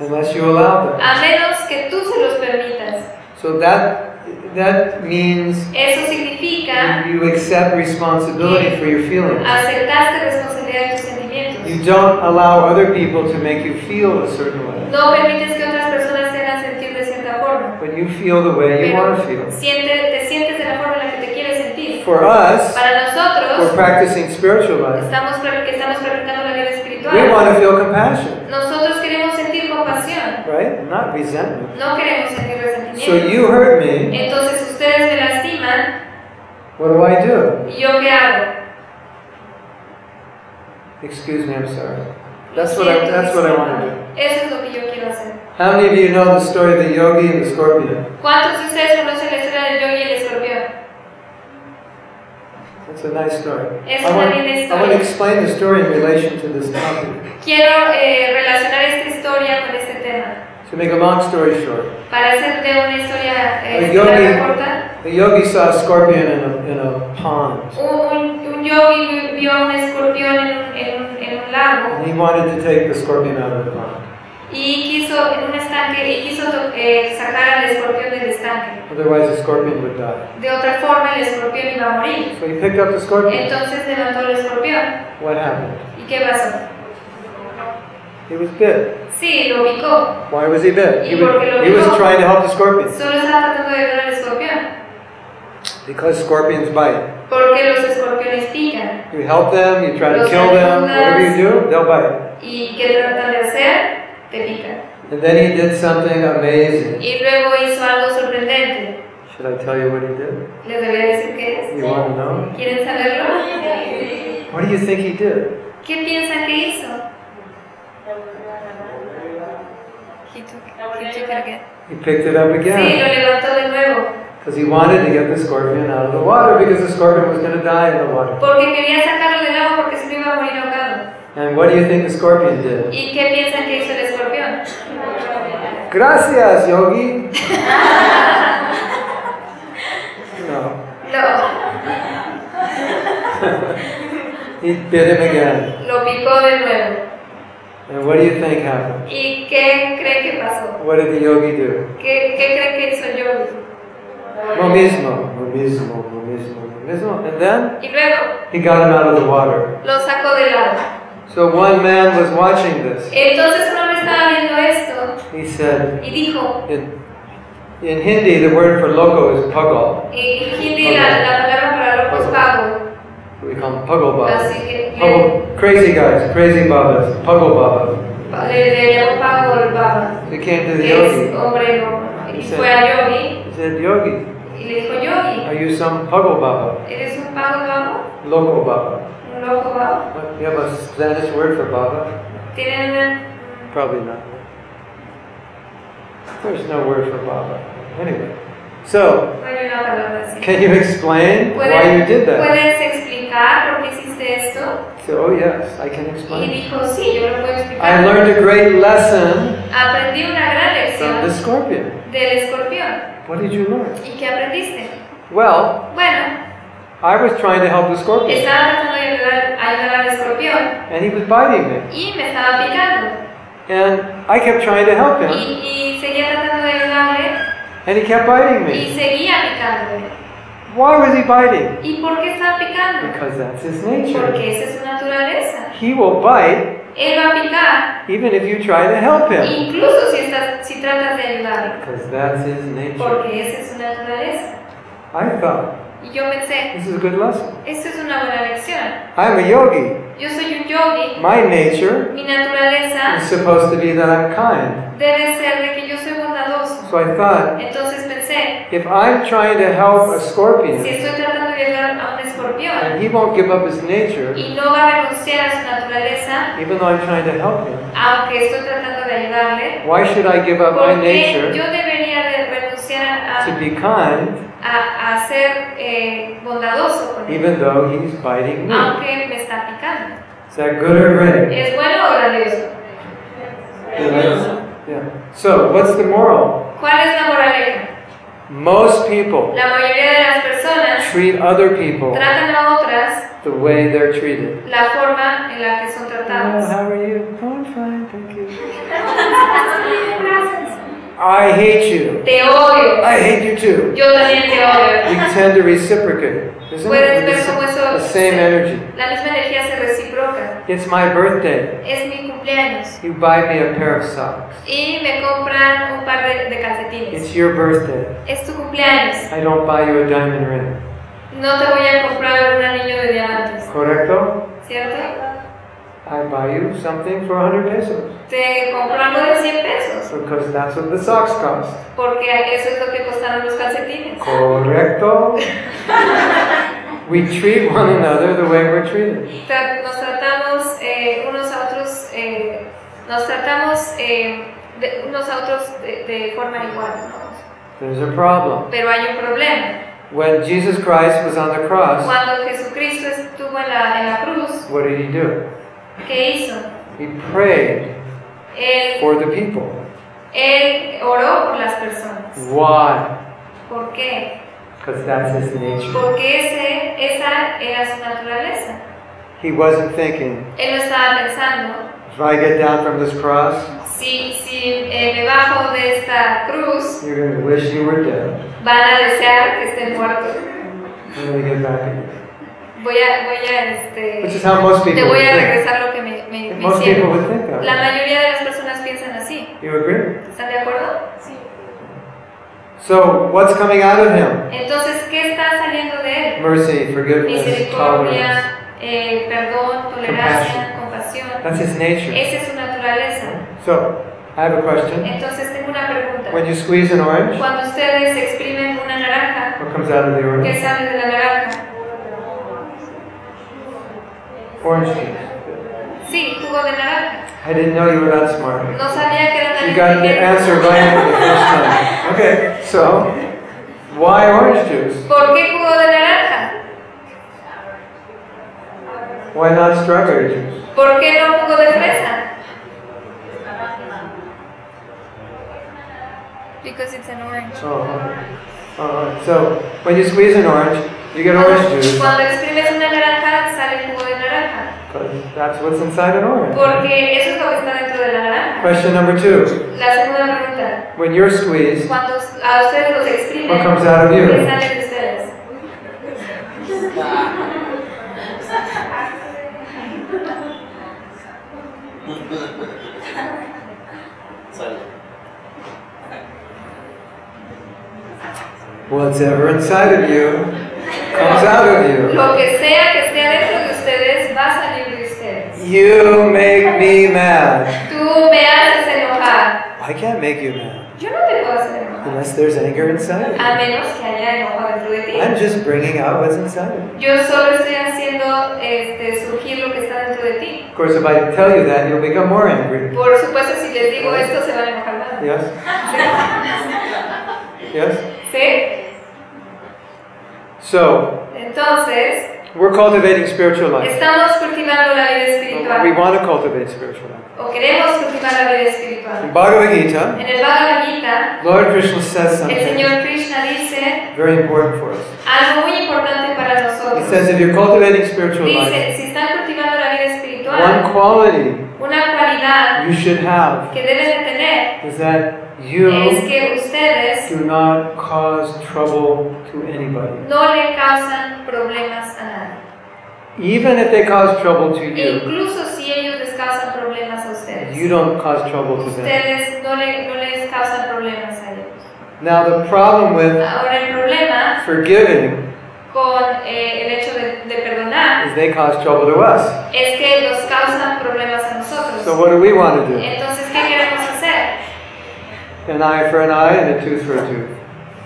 [SPEAKER 1] Unless you allow them.
[SPEAKER 2] A menos que tú se los permitas.
[SPEAKER 1] So that that means
[SPEAKER 2] Eso significa
[SPEAKER 1] you accept responsibility for your
[SPEAKER 2] Uh,
[SPEAKER 1] feelings.
[SPEAKER 2] aceptaste responsabilidad de tus sentimientos.
[SPEAKER 1] You don't allow other people to make you feel a certain way.
[SPEAKER 2] No permites que otras personas te hagan sentir de cierta forma.
[SPEAKER 1] When you feel the way you want
[SPEAKER 2] Pero
[SPEAKER 1] to feel.
[SPEAKER 2] siente, te sientes de la forma en la que te quieres sentir.
[SPEAKER 1] For us,
[SPEAKER 2] Para
[SPEAKER 1] we're
[SPEAKER 2] nosotros,
[SPEAKER 1] practicing spiritual life.
[SPEAKER 2] estamos, pra- que estamos practicando la vida
[SPEAKER 1] We
[SPEAKER 2] espiritual.
[SPEAKER 1] want to feel compassion,
[SPEAKER 2] Nosotros queremos sentir compasión,
[SPEAKER 1] right? Not resentment.
[SPEAKER 2] no queremos sentir
[SPEAKER 1] So
[SPEAKER 2] resentimiento.
[SPEAKER 1] you hurt me.
[SPEAKER 2] Entonces ustedes me lastiman
[SPEAKER 1] What do I do?
[SPEAKER 2] y yo qué hago?
[SPEAKER 1] Excuse me, I'm sorry. That's what I, that's what I want to do.
[SPEAKER 2] Eso es lo que yo quiero hacer.
[SPEAKER 1] How many of you know the story of the yogi and the scorpion?
[SPEAKER 2] ¿Cuántos de ustedes conocen la historia del yogi y el escorpión?
[SPEAKER 1] It's a nice story.
[SPEAKER 2] Es
[SPEAKER 1] I
[SPEAKER 2] una
[SPEAKER 1] want,
[SPEAKER 2] linda
[SPEAKER 1] I want
[SPEAKER 2] historia.
[SPEAKER 1] to explain the story in relation to this topic.
[SPEAKER 2] Quiero eh, relacionar esta historia con este tema.
[SPEAKER 1] To make a long story short,
[SPEAKER 2] Para hacer de una historia eh,
[SPEAKER 1] El yogi.
[SPEAKER 2] larga, corta,
[SPEAKER 1] the yogi saw a scorpion in a, in a pond,
[SPEAKER 2] un, un- un yogi vio a un escorpión en, un- en un- en un lago
[SPEAKER 1] and he wanted to take the scorpion out of the pond.
[SPEAKER 2] y quiso, en un estanque, y quiso to- eh, sacar al escorpión del estanque.
[SPEAKER 1] Otherwise, the scorpion would die.
[SPEAKER 2] De otra forma, el escorpión iba a morir.
[SPEAKER 1] So he picked up the scorpion.
[SPEAKER 2] Entonces levantó al escorpión.
[SPEAKER 1] What happened?
[SPEAKER 2] ¿Y qué pasó?
[SPEAKER 1] He was bit.
[SPEAKER 2] Sí, lo ubicó.
[SPEAKER 1] Why was he bit? He was, he was trying to help the scorpion
[SPEAKER 2] Solo estaba tratando de ver al escorpión.
[SPEAKER 1] because scorpions bite.
[SPEAKER 2] Porque los escorpiones pican.
[SPEAKER 1] You help them, you try to kill them, whatever you do, they'll bite.
[SPEAKER 2] ¿Y qué tratan de hacer? Te pican.
[SPEAKER 1] And then he did something amazing.
[SPEAKER 2] Y luego hizo algo sorprendente.
[SPEAKER 1] Should I tell you what he did?
[SPEAKER 2] ¿Les debería decir qué es?
[SPEAKER 1] You want to know?
[SPEAKER 2] ¿Quieren saberlo?
[SPEAKER 1] What do you think he did?
[SPEAKER 2] ¿Qué piensan que hizo?
[SPEAKER 3] He took, he took it again.
[SPEAKER 1] He picked it up
[SPEAKER 2] Sí, lo
[SPEAKER 1] again
[SPEAKER 2] levantó de nuevo.
[SPEAKER 1] because he wanted to get the scorpion out of the water because the scorpion was going to die in the water.
[SPEAKER 2] Porque quería sacarlo del agua porque se me iba a morir ahogado.
[SPEAKER 1] And what do you think the scorpion did?
[SPEAKER 2] ¿Y qué piensan que hizo el escorpión?
[SPEAKER 1] Gracias, Yogi. no,
[SPEAKER 2] Lo,
[SPEAKER 1] he bit him again.
[SPEAKER 2] lo picó de nuevo.
[SPEAKER 1] And what do you think happened?
[SPEAKER 2] ¿Y qué creen que pasó?
[SPEAKER 1] What did the yogi do?
[SPEAKER 2] ¿Qué, qué creen que hizo el yogi?
[SPEAKER 1] Lo mismo, lo mismo, lo mismo, lo mismo. And then
[SPEAKER 2] Y luego
[SPEAKER 1] he got him out of the water.
[SPEAKER 2] lo sacó del agua.
[SPEAKER 1] So one man was watching this.
[SPEAKER 2] Entonces un hombre estaba viendo esto
[SPEAKER 1] He said,
[SPEAKER 2] y dijo,
[SPEAKER 1] In, in Hindi, the word for loco is pugal.
[SPEAKER 2] en hindi la, la palabra para loco es pavo,
[SPEAKER 1] We call them pugal
[SPEAKER 2] así
[SPEAKER 1] babas.
[SPEAKER 2] que le,
[SPEAKER 1] Pugal, crazy guys, crazy babas, pugal babas.
[SPEAKER 2] le, le llamó pavo al baba,
[SPEAKER 1] They came to the
[SPEAKER 2] que es
[SPEAKER 1] yogi.
[SPEAKER 2] hombre loco. Y fue a yogi
[SPEAKER 1] He said, Yogi,
[SPEAKER 2] y le dijo, yogi,
[SPEAKER 1] are you some pugal baba,
[SPEAKER 2] ¿eres un pavo babo?
[SPEAKER 1] loco baba?
[SPEAKER 2] ¿Un loco babo?
[SPEAKER 1] What, you have a Spanish word for baba?
[SPEAKER 2] ¿Tienen una-
[SPEAKER 1] Probably not. There's no word for baba. Anyway, so
[SPEAKER 2] no hay una palabra así?
[SPEAKER 1] can you explain why you
[SPEAKER 2] ¿Puedes,
[SPEAKER 1] did that?
[SPEAKER 2] ¿Puedes explicar por qué hiciste esto?
[SPEAKER 1] So, oh yes, I can
[SPEAKER 2] Y
[SPEAKER 1] explain.
[SPEAKER 2] dijo, sí, yo lo puedo
[SPEAKER 1] I
[SPEAKER 2] explicar.
[SPEAKER 1] learned a great lesson
[SPEAKER 2] Aprendí una gran
[SPEAKER 1] from
[SPEAKER 2] lección
[SPEAKER 1] the scorpion.
[SPEAKER 2] del escorpión.
[SPEAKER 1] What did you learn?
[SPEAKER 2] ¿Y qué aprendiste?
[SPEAKER 1] Well,
[SPEAKER 2] Bueno,
[SPEAKER 1] I was trying to help the scorpion,
[SPEAKER 2] estaba tratando de ayudar, ayudar al escorpión
[SPEAKER 1] and he was biting me.
[SPEAKER 2] y me estaba picando.
[SPEAKER 1] And I kept trying to help him,
[SPEAKER 2] Y, y seguía tratando de ayudarle
[SPEAKER 1] and he kept biting me.
[SPEAKER 2] y seguía picándole.
[SPEAKER 1] Why was he biting?
[SPEAKER 2] ¿Y por qué estaba picando?
[SPEAKER 1] Because that's his nature.
[SPEAKER 2] Porque esa es su naturaleza.
[SPEAKER 1] He will bite
[SPEAKER 2] Él va a picar,
[SPEAKER 1] even if you try to help him.
[SPEAKER 2] incluso si, estás, si tratas de ayudarle,
[SPEAKER 1] Because that's his nature.
[SPEAKER 2] porque esa es su naturaleza.
[SPEAKER 1] I thought,
[SPEAKER 2] Y yo pensé,
[SPEAKER 1] this is a good lesson.
[SPEAKER 2] esto es una buena lección.
[SPEAKER 1] I'm a yogi.
[SPEAKER 2] Yo soy un yogi.
[SPEAKER 1] My nature
[SPEAKER 2] Mi naturaleza
[SPEAKER 1] is supposed to be that I'm kind.
[SPEAKER 2] debe ser de que yo soy bondadoso.
[SPEAKER 1] So I thought,
[SPEAKER 2] Entonces pensé,
[SPEAKER 1] if I'm trying to help a
[SPEAKER 2] Si
[SPEAKER 1] scorpion,
[SPEAKER 2] estoy tratando de ayudar a un escorpión
[SPEAKER 1] and he won't give up his nature,
[SPEAKER 2] y no va a renunciar a su naturaleza,
[SPEAKER 1] even though I'm trying to help him,
[SPEAKER 2] aunque estoy tratando de ayudarle,
[SPEAKER 1] Why should I give up my
[SPEAKER 2] ¿por qué
[SPEAKER 1] nature
[SPEAKER 2] yo debería de renunciar
[SPEAKER 1] to
[SPEAKER 2] a,
[SPEAKER 1] be kind
[SPEAKER 2] a, a ser eh, bondadoso con él?
[SPEAKER 1] even though he's biting me?
[SPEAKER 2] Aunque me está picando.
[SPEAKER 1] Is that good or great?
[SPEAKER 2] ¿Es bueno o grandioso?
[SPEAKER 1] Yeah. Yeah. So, what's the moral?
[SPEAKER 2] ¿Cuál es la moraleja?
[SPEAKER 1] Most people
[SPEAKER 2] La mayoría de las personas
[SPEAKER 1] treat other people
[SPEAKER 2] tratan a otras
[SPEAKER 1] the way they're treated.
[SPEAKER 2] la forma en la que son
[SPEAKER 1] Oh,
[SPEAKER 2] tratadas.
[SPEAKER 1] how are you? Oh, I'm fine, thank you. I hate you.
[SPEAKER 2] Te odio.
[SPEAKER 1] I hate you too.
[SPEAKER 2] Yo también te
[SPEAKER 1] You
[SPEAKER 2] odio.
[SPEAKER 1] tend to reciprocate. Isn't
[SPEAKER 2] Puedes
[SPEAKER 1] it?
[SPEAKER 2] ver cómo
[SPEAKER 1] It's
[SPEAKER 2] eso
[SPEAKER 1] The same energy.
[SPEAKER 2] La misma energía se reciproca.
[SPEAKER 1] It's my birthday.
[SPEAKER 2] Es mi cumpleaños
[SPEAKER 1] You buy me a pair of socks.
[SPEAKER 2] y me compran un par de, de calcetines.
[SPEAKER 1] It's your birthday.
[SPEAKER 2] Es tu cumpleaños.
[SPEAKER 1] I don't buy you a diamond ring.
[SPEAKER 2] No te voy a comprar un anillo de diamantes,
[SPEAKER 1] Correcto?
[SPEAKER 2] ¿cierto?
[SPEAKER 1] I buy you something for 100 pesos
[SPEAKER 2] Te compro algo de 100 pesos
[SPEAKER 1] because that's what the socks cost.
[SPEAKER 2] porque eso es lo que costaron los calcetines.
[SPEAKER 1] Correcto? we treat one another the way we're treated.
[SPEAKER 2] Tra- Nos tratamos eh, unos a otros, eh, nos tratamos eh, de- unos a otros de, de forma igual, ¿no?
[SPEAKER 1] There's a problem.
[SPEAKER 2] Pero hay un problema.
[SPEAKER 1] When Jesus Christ was on the cross,
[SPEAKER 2] Cuando Jesucristo estuvo en la, en la cruz,
[SPEAKER 1] what did he do?
[SPEAKER 2] ¿qué hizo?
[SPEAKER 1] He prayed
[SPEAKER 2] Él
[SPEAKER 1] for the people.
[SPEAKER 2] Él oró por las personas.
[SPEAKER 1] Why?
[SPEAKER 2] ¿Por qué?
[SPEAKER 1] Because that's his nature.
[SPEAKER 2] Porque ese, esa era su naturaleza.
[SPEAKER 1] He wasn't thinking,
[SPEAKER 2] Él no estaba pensando,
[SPEAKER 1] if I get down from this cross,
[SPEAKER 2] si, si eh, me bajo de esta cruz,
[SPEAKER 1] you're going to wish you were dead.
[SPEAKER 2] van a desear que esté muerto.
[SPEAKER 1] I'm going to get back again.
[SPEAKER 2] Voy a, voy a,
[SPEAKER 1] Which is
[SPEAKER 2] este,
[SPEAKER 1] how most
[SPEAKER 2] te
[SPEAKER 1] people
[SPEAKER 2] voy
[SPEAKER 1] would
[SPEAKER 2] a
[SPEAKER 1] think.
[SPEAKER 2] regresar lo que me, me, me
[SPEAKER 1] Most people
[SPEAKER 2] hicieron.
[SPEAKER 1] would think
[SPEAKER 2] La
[SPEAKER 1] that.
[SPEAKER 2] mayoría de las personas piensan así.
[SPEAKER 1] way. You agree?
[SPEAKER 2] ¿Están de acuerdo? Sí.
[SPEAKER 1] So, what's coming out of him?
[SPEAKER 2] Entonces, ¿qué está saliendo de él?
[SPEAKER 1] Mercy,
[SPEAKER 2] Pues,
[SPEAKER 1] forgiveness, tolerance.
[SPEAKER 2] Misericordia, eh, perdón, tolerancia, compasión.
[SPEAKER 1] That's his nature.
[SPEAKER 2] Esa es su naturaleza.
[SPEAKER 1] So, I have a question.
[SPEAKER 2] Entonces tengo una pregunta.
[SPEAKER 1] When you squeeze an orange,
[SPEAKER 2] Cuando ustedes exprimen una naranja,
[SPEAKER 1] what comes out of the orange?
[SPEAKER 2] ¿qué sale de la naranja?
[SPEAKER 1] Orange juice.
[SPEAKER 2] Sí, jugo de naranja.
[SPEAKER 1] I didn't know you were that smart.
[SPEAKER 2] No sabía que era tan
[SPEAKER 1] You got the
[SPEAKER 2] inteligente.
[SPEAKER 1] answer right for the first time. Okay, so why orange juice?
[SPEAKER 2] ¿Por qué jugo de naranja?
[SPEAKER 1] Why not strawberry juice?
[SPEAKER 2] ¿Por qué no jugo de fresa?
[SPEAKER 3] because it's an orange.
[SPEAKER 1] Oh, okay. Uh, so when you squeeze an orange, you get orange juice
[SPEAKER 2] Cuando exprimes una naranja, sale jugo de naranja.
[SPEAKER 1] because that's what's inside an orange.
[SPEAKER 2] Porque eso es lo que está dentro de la naranja.
[SPEAKER 1] Question number two:
[SPEAKER 2] La segunda pregunta.
[SPEAKER 1] When you're squeezed,
[SPEAKER 2] Cuando a ustedes los
[SPEAKER 1] what
[SPEAKER 2] exprimen,
[SPEAKER 1] comes out of
[SPEAKER 2] ¿qué
[SPEAKER 1] you?
[SPEAKER 2] sale de ustedes?
[SPEAKER 1] Whatever inside of you comes out of you.
[SPEAKER 2] Lo que sea que esté dentro de ustedes va a salir de ustedes.
[SPEAKER 1] You make me mad.
[SPEAKER 2] Tú me haces enojar.
[SPEAKER 1] I can't make you mad
[SPEAKER 2] Yo no te puedo hacer enojar.
[SPEAKER 1] unless there's anger inside.
[SPEAKER 2] A menos que haya enojo dentro de ti.
[SPEAKER 1] I'm just bringing out what's inside.
[SPEAKER 2] Yo solo estoy haciendo este, surgir lo que está dentro de ti.
[SPEAKER 1] Of course, if I tell you that, you'll become more angry.
[SPEAKER 2] Por supuesto, si les digo esto, se van a enojar más.
[SPEAKER 1] Yes? Yes?
[SPEAKER 2] ¿Sí?
[SPEAKER 1] So,
[SPEAKER 2] Entonces,
[SPEAKER 1] we're cultivating spiritual life.
[SPEAKER 2] estamos cultivando la vida
[SPEAKER 1] We
[SPEAKER 2] espiritual.
[SPEAKER 1] want to cultivate spiritual life.
[SPEAKER 2] O queremos cultivar la vida espiritual.
[SPEAKER 1] In Bhagavad Gita,
[SPEAKER 2] En el Bhagavad Gita,
[SPEAKER 1] Lord Krishna says
[SPEAKER 2] el
[SPEAKER 1] something
[SPEAKER 2] Señor Krishna dice
[SPEAKER 1] very important for us.
[SPEAKER 2] algo muy importante para
[SPEAKER 1] He
[SPEAKER 2] nosotros.
[SPEAKER 1] says, if you're cultivating spiritual life,
[SPEAKER 2] Dice, si están cultivando la vida espiritual,
[SPEAKER 1] one quality
[SPEAKER 2] una cualidad
[SPEAKER 1] you should have
[SPEAKER 2] que deben de tener
[SPEAKER 1] is that
[SPEAKER 2] es
[SPEAKER 1] you
[SPEAKER 2] que ustedes
[SPEAKER 1] do not cause trouble to anybody.
[SPEAKER 2] no le causan problemas a nadie.
[SPEAKER 1] Even if they cause trouble to you,
[SPEAKER 2] E Incluso si ellos les causan problemas a
[SPEAKER 1] you
[SPEAKER 2] ustedes.
[SPEAKER 1] don't cause trouble to them.
[SPEAKER 2] Ustedes no, le- no les causan problemas a ellos.
[SPEAKER 1] Now, the problem with
[SPEAKER 2] Ahora el problema
[SPEAKER 1] forgiving
[SPEAKER 2] con eh, el hecho de, de perdonar
[SPEAKER 1] is they cause trouble to us.
[SPEAKER 2] es que nos causan problemas a
[SPEAKER 1] So
[SPEAKER 2] nosotros.
[SPEAKER 1] what do we want to do?
[SPEAKER 2] Entonces, ¿qué queremos hacer?
[SPEAKER 1] An eye for an eye and a tooth for a tooth.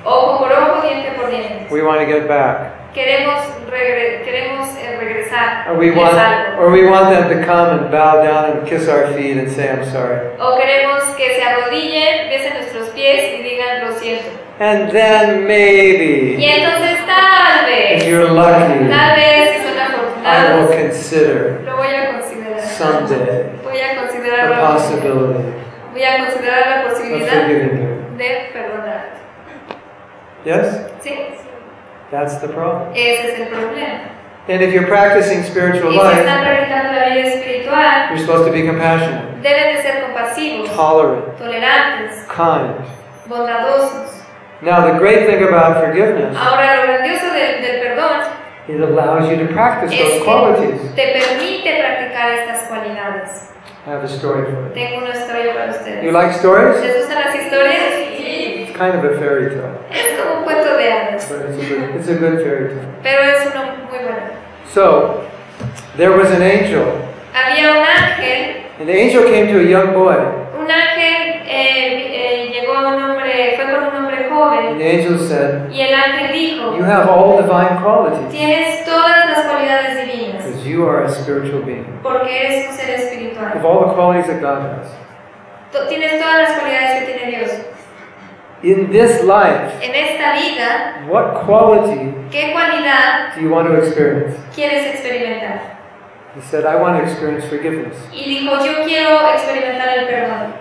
[SPEAKER 2] Ojo por ojo, diente por diente.
[SPEAKER 1] We want to get back.
[SPEAKER 2] Queremos, regre- queremos eh, regresar.
[SPEAKER 1] Or we
[SPEAKER 2] les
[SPEAKER 1] want
[SPEAKER 2] algo.
[SPEAKER 1] or we want them to come and bow down and kiss our feet and say I'm sorry.
[SPEAKER 2] O queremos que se arrodillen, besen nuestros pies y digan lo siento.
[SPEAKER 1] And then
[SPEAKER 2] Y
[SPEAKER 1] maybe
[SPEAKER 2] entonces tal
[SPEAKER 1] if
[SPEAKER 2] vez,
[SPEAKER 1] you're lucky,
[SPEAKER 2] tal vez si son
[SPEAKER 1] I will
[SPEAKER 2] afortunados,
[SPEAKER 1] consider
[SPEAKER 2] lo voy a considerar.
[SPEAKER 1] someday
[SPEAKER 2] Voy a
[SPEAKER 1] the
[SPEAKER 2] considerar la,
[SPEAKER 1] possibility
[SPEAKER 2] voy a considerar la
[SPEAKER 1] of
[SPEAKER 2] posibilidad
[SPEAKER 1] forgiving you.
[SPEAKER 2] de perdonar.
[SPEAKER 1] Yes?
[SPEAKER 2] ¿Sí?
[SPEAKER 1] That's the problem.
[SPEAKER 2] Ese es el problema.
[SPEAKER 1] And if you're practicing spiritual
[SPEAKER 2] Y si
[SPEAKER 1] life,
[SPEAKER 2] están practicando la vida espiritual,
[SPEAKER 1] you're supposed to be compassionate,
[SPEAKER 2] deben de ser compasivos,
[SPEAKER 1] tolerant,
[SPEAKER 2] tolerantes,
[SPEAKER 1] kind,
[SPEAKER 2] bondadosos.
[SPEAKER 1] Now, the great thing about forgiveness
[SPEAKER 2] Ahora, lo grandioso del, del perdón
[SPEAKER 1] it allows you to practice
[SPEAKER 2] es
[SPEAKER 1] those
[SPEAKER 2] que
[SPEAKER 1] qualities.
[SPEAKER 2] te permite practicar estas cualidades.
[SPEAKER 1] I have a story for
[SPEAKER 2] Tengo una historia para
[SPEAKER 1] you. You
[SPEAKER 2] ustedes.
[SPEAKER 1] like stories?
[SPEAKER 2] ¿Les gustan las historias? Sí.
[SPEAKER 1] It's kind of a fairy tale,
[SPEAKER 2] Es como un cuento de hadas,
[SPEAKER 1] but it's a good, it's a good fairy tale.
[SPEAKER 2] pero es uno muy bueno.
[SPEAKER 1] So, there was an angel.
[SPEAKER 2] Había un ángel,
[SPEAKER 1] And the angel came to a young boy.
[SPEAKER 2] un ángel eh, eh, llegó a un hombre, fue con un hombre joven
[SPEAKER 1] And the angel said,
[SPEAKER 2] y el ángel dijo,
[SPEAKER 1] You have all divine qualities
[SPEAKER 2] tienes todas las cualidades divinas
[SPEAKER 1] because you are a spiritual being.
[SPEAKER 2] porque eres un ser
[SPEAKER 1] Of
[SPEAKER 2] espiritual.
[SPEAKER 1] all the qualities that God has.
[SPEAKER 2] To- Tienes todas las cualidades que tiene Dios.
[SPEAKER 1] In this life,
[SPEAKER 2] En esta vida,
[SPEAKER 1] what quality
[SPEAKER 2] ¿qué cualidad
[SPEAKER 1] do you want to experience?
[SPEAKER 2] quieres experimentar?
[SPEAKER 1] He said, I want to experience forgiveness.
[SPEAKER 2] Y dijo, yo quiero experimentar el perdón.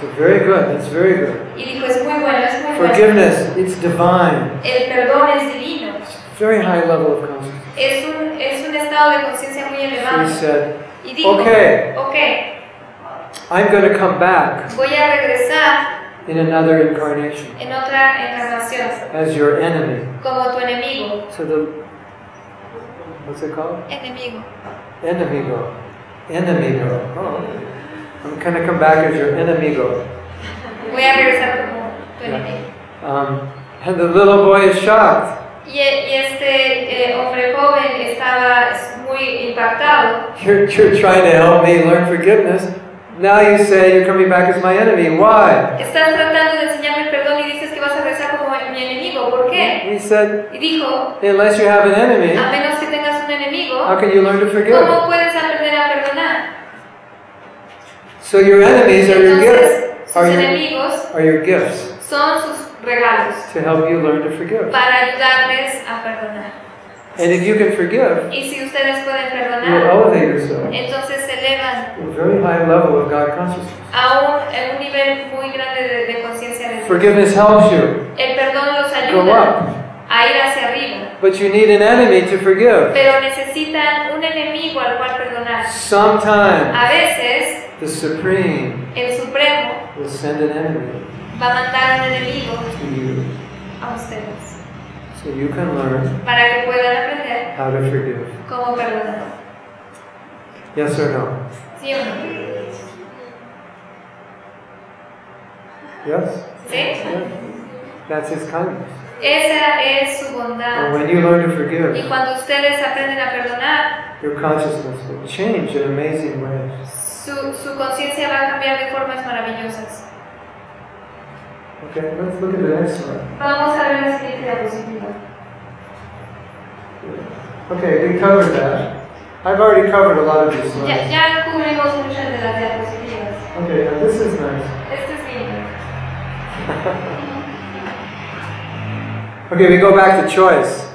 [SPEAKER 1] So very good. That's very good.
[SPEAKER 2] Y dijo, es muy bueno, es muy bueno.
[SPEAKER 1] Forgiveness, it's divine.
[SPEAKER 2] El perdón es divino.
[SPEAKER 1] Very high level of consciousness.
[SPEAKER 2] Es un, es un estado de conciencia muy
[SPEAKER 1] So
[SPEAKER 2] elevado.
[SPEAKER 1] he said,
[SPEAKER 2] Y dijo,
[SPEAKER 1] Ok.
[SPEAKER 2] ok,
[SPEAKER 1] I'm going to come back
[SPEAKER 2] voy a regresar
[SPEAKER 1] in another incarnation
[SPEAKER 2] en otra encarnación
[SPEAKER 1] as your enemy.
[SPEAKER 2] como tu enemigo.
[SPEAKER 1] So the, what's it called?
[SPEAKER 3] Enemigo.
[SPEAKER 1] Enemigo. Enemigo. Oh. I'm going to come back as your enemigo.
[SPEAKER 2] Voy a regresar como tu enemigo.
[SPEAKER 1] Um, and the little boy is shocked.
[SPEAKER 2] Y, e- y este eh, hombre joven estaba muy impactado.
[SPEAKER 1] You're, you're trying to help me learn forgiveness. Now you say you're coming back as my enemy. Why?
[SPEAKER 2] Estás tratando de enseñarme el perdón y dices que vas a regresar como mi enemigo. ¿Por qué?
[SPEAKER 1] He said,
[SPEAKER 2] Y dijo,
[SPEAKER 1] unless you have an
[SPEAKER 2] a
[SPEAKER 1] enemy,
[SPEAKER 2] menos que tengas un enemigo,
[SPEAKER 1] how can you learn to forgive?
[SPEAKER 2] ¿cómo puedes aprender a perdonar?
[SPEAKER 1] So your enemies are your
[SPEAKER 2] Entonces,
[SPEAKER 1] gifts.
[SPEAKER 2] sus
[SPEAKER 1] Are your,
[SPEAKER 2] enemigos
[SPEAKER 1] are your gifts
[SPEAKER 2] son sus regalos.
[SPEAKER 1] to help you learn to forgive.
[SPEAKER 2] para ayudarles a perdonar.
[SPEAKER 1] And if you can forgive,
[SPEAKER 2] Y si ustedes pueden
[SPEAKER 1] you
[SPEAKER 2] perdonar,
[SPEAKER 1] elevate yourself
[SPEAKER 2] entonces se elevan
[SPEAKER 1] to a very high level of God consciousness.
[SPEAKER 2] a un, a un nivel muy grande de, de conciencia de Dios.
[SPEAKER 1] Forgiveness helps you
[SPEAKER 2] El perdón los
[SPEAKER 1] go
[SPEAKER 2] ayuda
[SPEAKER 1] up,
[SPEAKER 2] a ir hacia arriba,
[SPEAKER 1] but you need an enemy to forgive.
[SPEAKER 2] pero necesitan un enemigo al cual perdonar.
[SPEAKER 1] Sometime
[SPEAKER 2] A veces
[SPEAKER 1] the Supreme
[SPEAKER 2] el Supremo
[SPEAKER 1] will send an enemy
[SPEAKER 2] va a mandar un enemigo
[SPEAKER 1] to you
[SPEAKER 2] a ustedes
[SPEAKER 1] so you can learn
[SPEAKER 2] para que puedan aprender
[SPEAKER 1] how to forgive.
[SPEAKER 2] cómo perdonar.
[SPEAKER 1] Yes or no?
[SPEAKER 2] ¿Sí o no?
[SPEAKER 1] Yes?
[SPEAKER 2] ¿Sí?
[SPEAKER 1] Yeah. That's His kindness.
[SPEAKER 2] Esa es su
[SPEAKER 1] And
[SPEAKER 2] bondad.
[SPEAKER 1] when you learn to forgive,
[SPEAKER 2] Y cuando ustedes aprenden a perdonar,
[SPEAKER 1] Your consciousness will change in amazing ways.
[SPEAKER 2] Su, su conciencia va a cambiar de formas maravillosas.
[SPEAKER 1] Okay, let's look at the next one.
[SPEAKER 2] Vamos a ver la siguiente diapositiva.
[SPEAKER 1] Okay, we covered that. I've already covered a lot of these
[SPEAKER 2] Ya,
[SPEAKER 1] slides.
[SPEAKER 2] ya cubrimos muchas de las diapositivas.
[SPEAKER 1] Okay, now this is nice.
[SPEAKER 2] Este es lindo.
[SPEAKER 1] Okay, we go back to choice.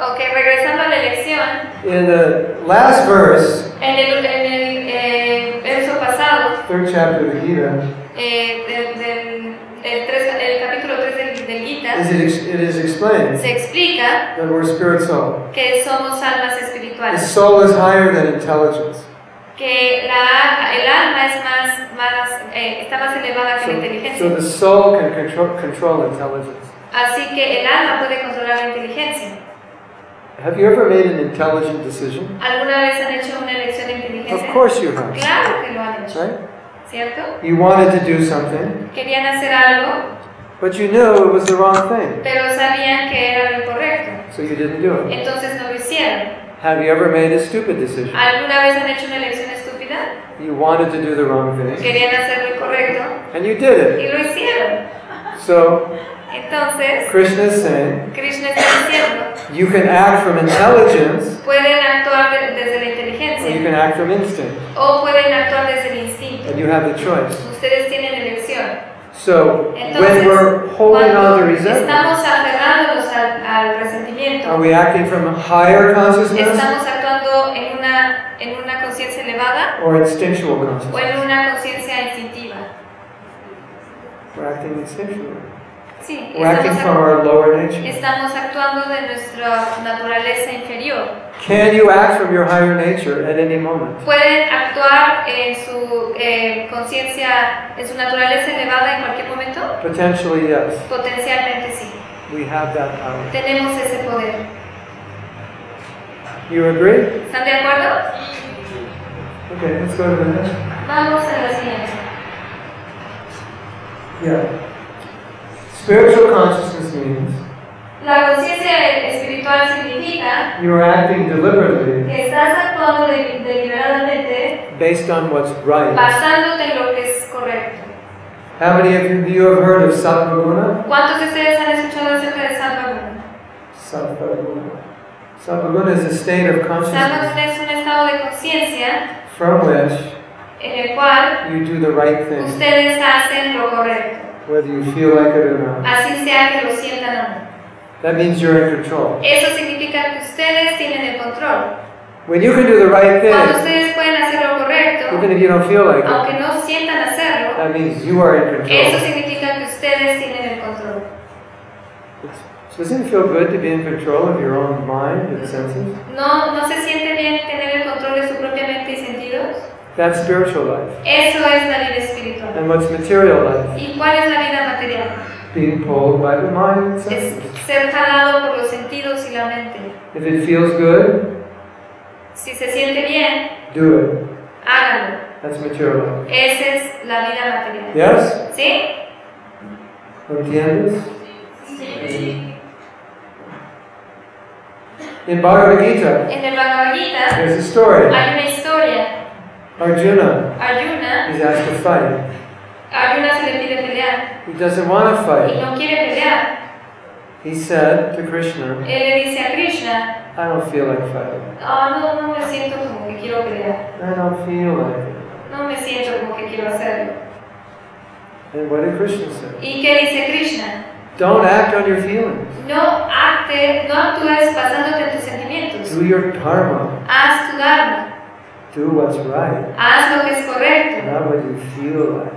[SPEAKER 2] Ok, regresando a la elección,
[SPEAKER 1] In the last verse,
[SPEAKER 2] en el, en el eh, verso pasado,
[SPEAKER 1] third chapter of the Gita,
[SPEAKER 2] eh, del, del- el, tres- el capítulo 3 del, del Gita,
[SPEAKER 1] is it, ex- it is explained
[SPEAKER 2] se explica
[SPEAKER 1] that we're spirit soul.
[SPEAKER 2] que somos almas
[SPEAKER 1] The
[SPEAKER 2] espirituales,
[SPEAKER 1] soul is higher than intelligence.
[SPEAKER 2] que la, el alma es más, más, eh, está más elevada que la
[SPEAKER 1] So,
[SPEAKER 2] inteligencia.
[SPEAKER 1] so the soul can control, control intelligence.
[SPEAKER 2] Así que el alma puede controlar la inteligencia.
[SPEAKER 1] Have you ever made an intelligent decision?
[SPEAKER 2] ¿Alguna vez han hecho una elección de
[SPEAKER 1] Of
[SPEAKER 2] inteligencia?
[SPEAKER 1] course you have,
[SPEAKER 2] Claro que lo han hecho,
[SPEAKER 1] right?
[SPEAKER 2] ¿cierto?
[SPEAKER 1] You wanted to do something.
[SPEAKER 2] Querían hacer algo,
[SPEAKER 1] But you knew it was the wrong thing,
[SPEAKER 2] pero sabían que era lo incorrecto.
[SPEAKER 1] so you didn't do it.
[SPEAKER 2] Entonces no lo hicieron.
[SPEAKER 1] Have you ever made a stupid decision?
[SPEAKER 2] ¿Alguna vez han hecho una elección estúpida?
[SPEAKER 1] You wanted to do the wrong thing,
[SPEAKER 2] Querían hacer lo incorrecto
[SPEAKER 1] and you did it.
[SPEAKER 2] y lo hicieron.
[SPEAKER 1] So,
[SPEAKER 2] Entonces,
[SPEAKER 1] Krishna is saying
[SPEAKER 2] Krishna está diciendo,
[SPEAKER 1] you can act from intelligence
[SPEAKER 2] pueden actuar de- desde la
[SPEAKER 1] or you
[SPEAKER 2] inteligencia
[SPEAKER 1] can act from instinct,
[SPEAKER 2] o pueden actuar desde el instinto.
[SPEAKER 1] and you have the choice.
[SPEAKER 2] Ustedes tienen elección.
[SPEAKER 1] So, when
[SPEAKER 2] Entonces,
[SPEAKER 1] we're holding on
[SPEAKER 2] Cuando
[SPEAKER 1] to
[SPEAKER 2] estamos
[SPEAKER 1] resentment,
[SPEAKER 2] aferrándonos al, al resentimiento,
[SPEAKER 1] are we acting from higher consciousness
[SPEAKER 2] Estamos actuando en una, en una conciencia elevada
[SPEAKER 1] or instinctual
[SPEAKER 2] o
[SPEAKER 1] consciousness?
[SPEAKER 2] en una conciencia instintiva.
[SPEAKER 1] We're acting instinctually.
[SPEAKER 2] Sí,
[SPEAKER 1] We're acting
[SPEAKER 2] estamos,
[SPEAKER 1] from
[SPEAKER 2] ac-
[SPEAKER 1] our lower nature.
[SPEAKER 2] estamos actuando de nuestra naturaleza inferior.
[SPEAKER 1] Can you act from your higher nature at any moment?
[SPEAKER 2] Pueden actuar en su eh, conciencia, en su naturaleza elevada en cualquier momento.
[SPEAKER 1] Potentially, yes.
[SPEAKER 2] Potencialmente sí.
[SPEAKER 1] We have that power.
[SPEAKER 2] Tenemos ese poder.
[SPEAKER 1] You agree?
[SPEAKER 2] ¿Están de acuerdo?
[SPEAKER 1] Okay, let's go to the next.
[SPEAKER 2] Vamos a la siguiente.
[SPEAKER 1] Yeah. Spiritual consciousness means
[SPEAKER 2] La conciencia espiritual significa
[SPEAKER 1] you are acting deliberately
[SPEAKER 2] que estás actuando de- deliberadamente
[SPEAKER 1] based on what's right.
[SPEAKER 2] basándote en lo que es correcto.
[SPEAKER 1] How many of you, you have heard of sattva guna?
[SPEAKER 2] ¿Cuántos de ustedes han escuchado acerca de Sattva Guna?
[SPEAKER 1] Sattva guna. Sattva guna is a state of
[SPEAKER 2] Sattva
[SPEAKER 1] consciousness
[SPEAKER 2] Guna es un estado de conciencia
[SPEAKER 1] from which
[SPEAKER 2] en el cual
[SPEAKER 1] you do the right thing,
[SPEAKER 2] ustedes hacen lo correcto,
[SPEAKER 1] whether you feel like it or not.
[SPEAKER 2] así sea que lo sientan o no.
[SPEAKER 1] That means you're in control.
[SPEAKER 2] Eso significa que ustedes tienen el control.
[SPEAKER 1] When you can do the right
[SPEAKER 2] Cuando
[SPEAKER 1] thing,
[SPEAKER 2] ustedes pueden hacer lo
[SPEAKER 1] even
[SPEAKER 2] correcto,
[SPEAKER 1] if you don't feel like it,
[SPEAKER 2] aunque no sientan hacerlo,
[SPEAKER 1] that means you are in
[SPEAKER 2] eso
[SPEAKER 1] control.
[SPEAKER 2] significa que ustedes tienen el control.
[SPEAKER 1] It's- Doesn't it feel good to be in control of your own mind and senses?
[SPEAKER 2] ¿No, ¿No se siente bien tener el control de su propia mente y sentidos?
[SPEAKER 1] That's spiritual life.
[SPEAKER 2] Eso es la vida espiritual.
[SPEAKER 1] And what's material life?
[SPEAKER 2] ¿Y cuál es la vida material?
[SPEAKER 1] Being pulled by the mind and
[SPEAKER 2] Es
[SPEAKER 1] senses.
[SPEAKER 2] ser jalado por los sentidos y la mente.
[SPEAKER 1] If it feels good,
[SPEAKER 2] Si se siente bien,
[SPEAKER 1] do it.
[SPEAKER 2] háganlo.
[SPEAKER 1] That's material life.
[SPEAKER 2] Esa es la vida material.
[SPEAKER 1] Yes?
[SPEAKER 2] ¿Sí?
[SPEAKER 1] ¿Entiendes? Sí. In Bhagavad Gita,
[SPEAKER 2] En el Bhagavad Gita
[SPEAKER 1] there's a story.
[SPEAKER 2] hay una historia.
[SPEAKER 1] Arjuna
[SPEAKER 2] Arjuna,
[SPEAKER 1] is asked to fight.
[SPEAKER 2] Arjuna se le pide pelear
[SPEAKER 1] He doesn't want to
[SPEAKER 2] y
[SPEAKER 1] fight.
[SPEAKER 2] no quiere pelear.
[SPEAKER 1] He said to Krishna,
[SPEAKER 2] Él le dice a Krishna,
[SPEAKER 1] I don't feel like fighting.
[SPEAKER 2] "Ah, no, no me siento como que quiero pelear.
[SPEAKER 1] I don't feel like it.
[SPEAKER 2] No me siento como que quiero hacerlo.
[SPEAKER 1] And what did Krishna say?
[SPEAKER 2] ¿Y qué dice Krishna?
[SPEAKER 1] Don't act on your feelings.
[SPEAKER 2] No acte, no actúes basándote en tus sentimientos.
[SPEAKER 1] Do your dharma.
[SPEAKER 2] Haz tu dharma,
[SPEAKER 1] Do what's right,
[SPEAKER 2] haz lo que es correcto,
[SPEAKER 1] not what you feel like.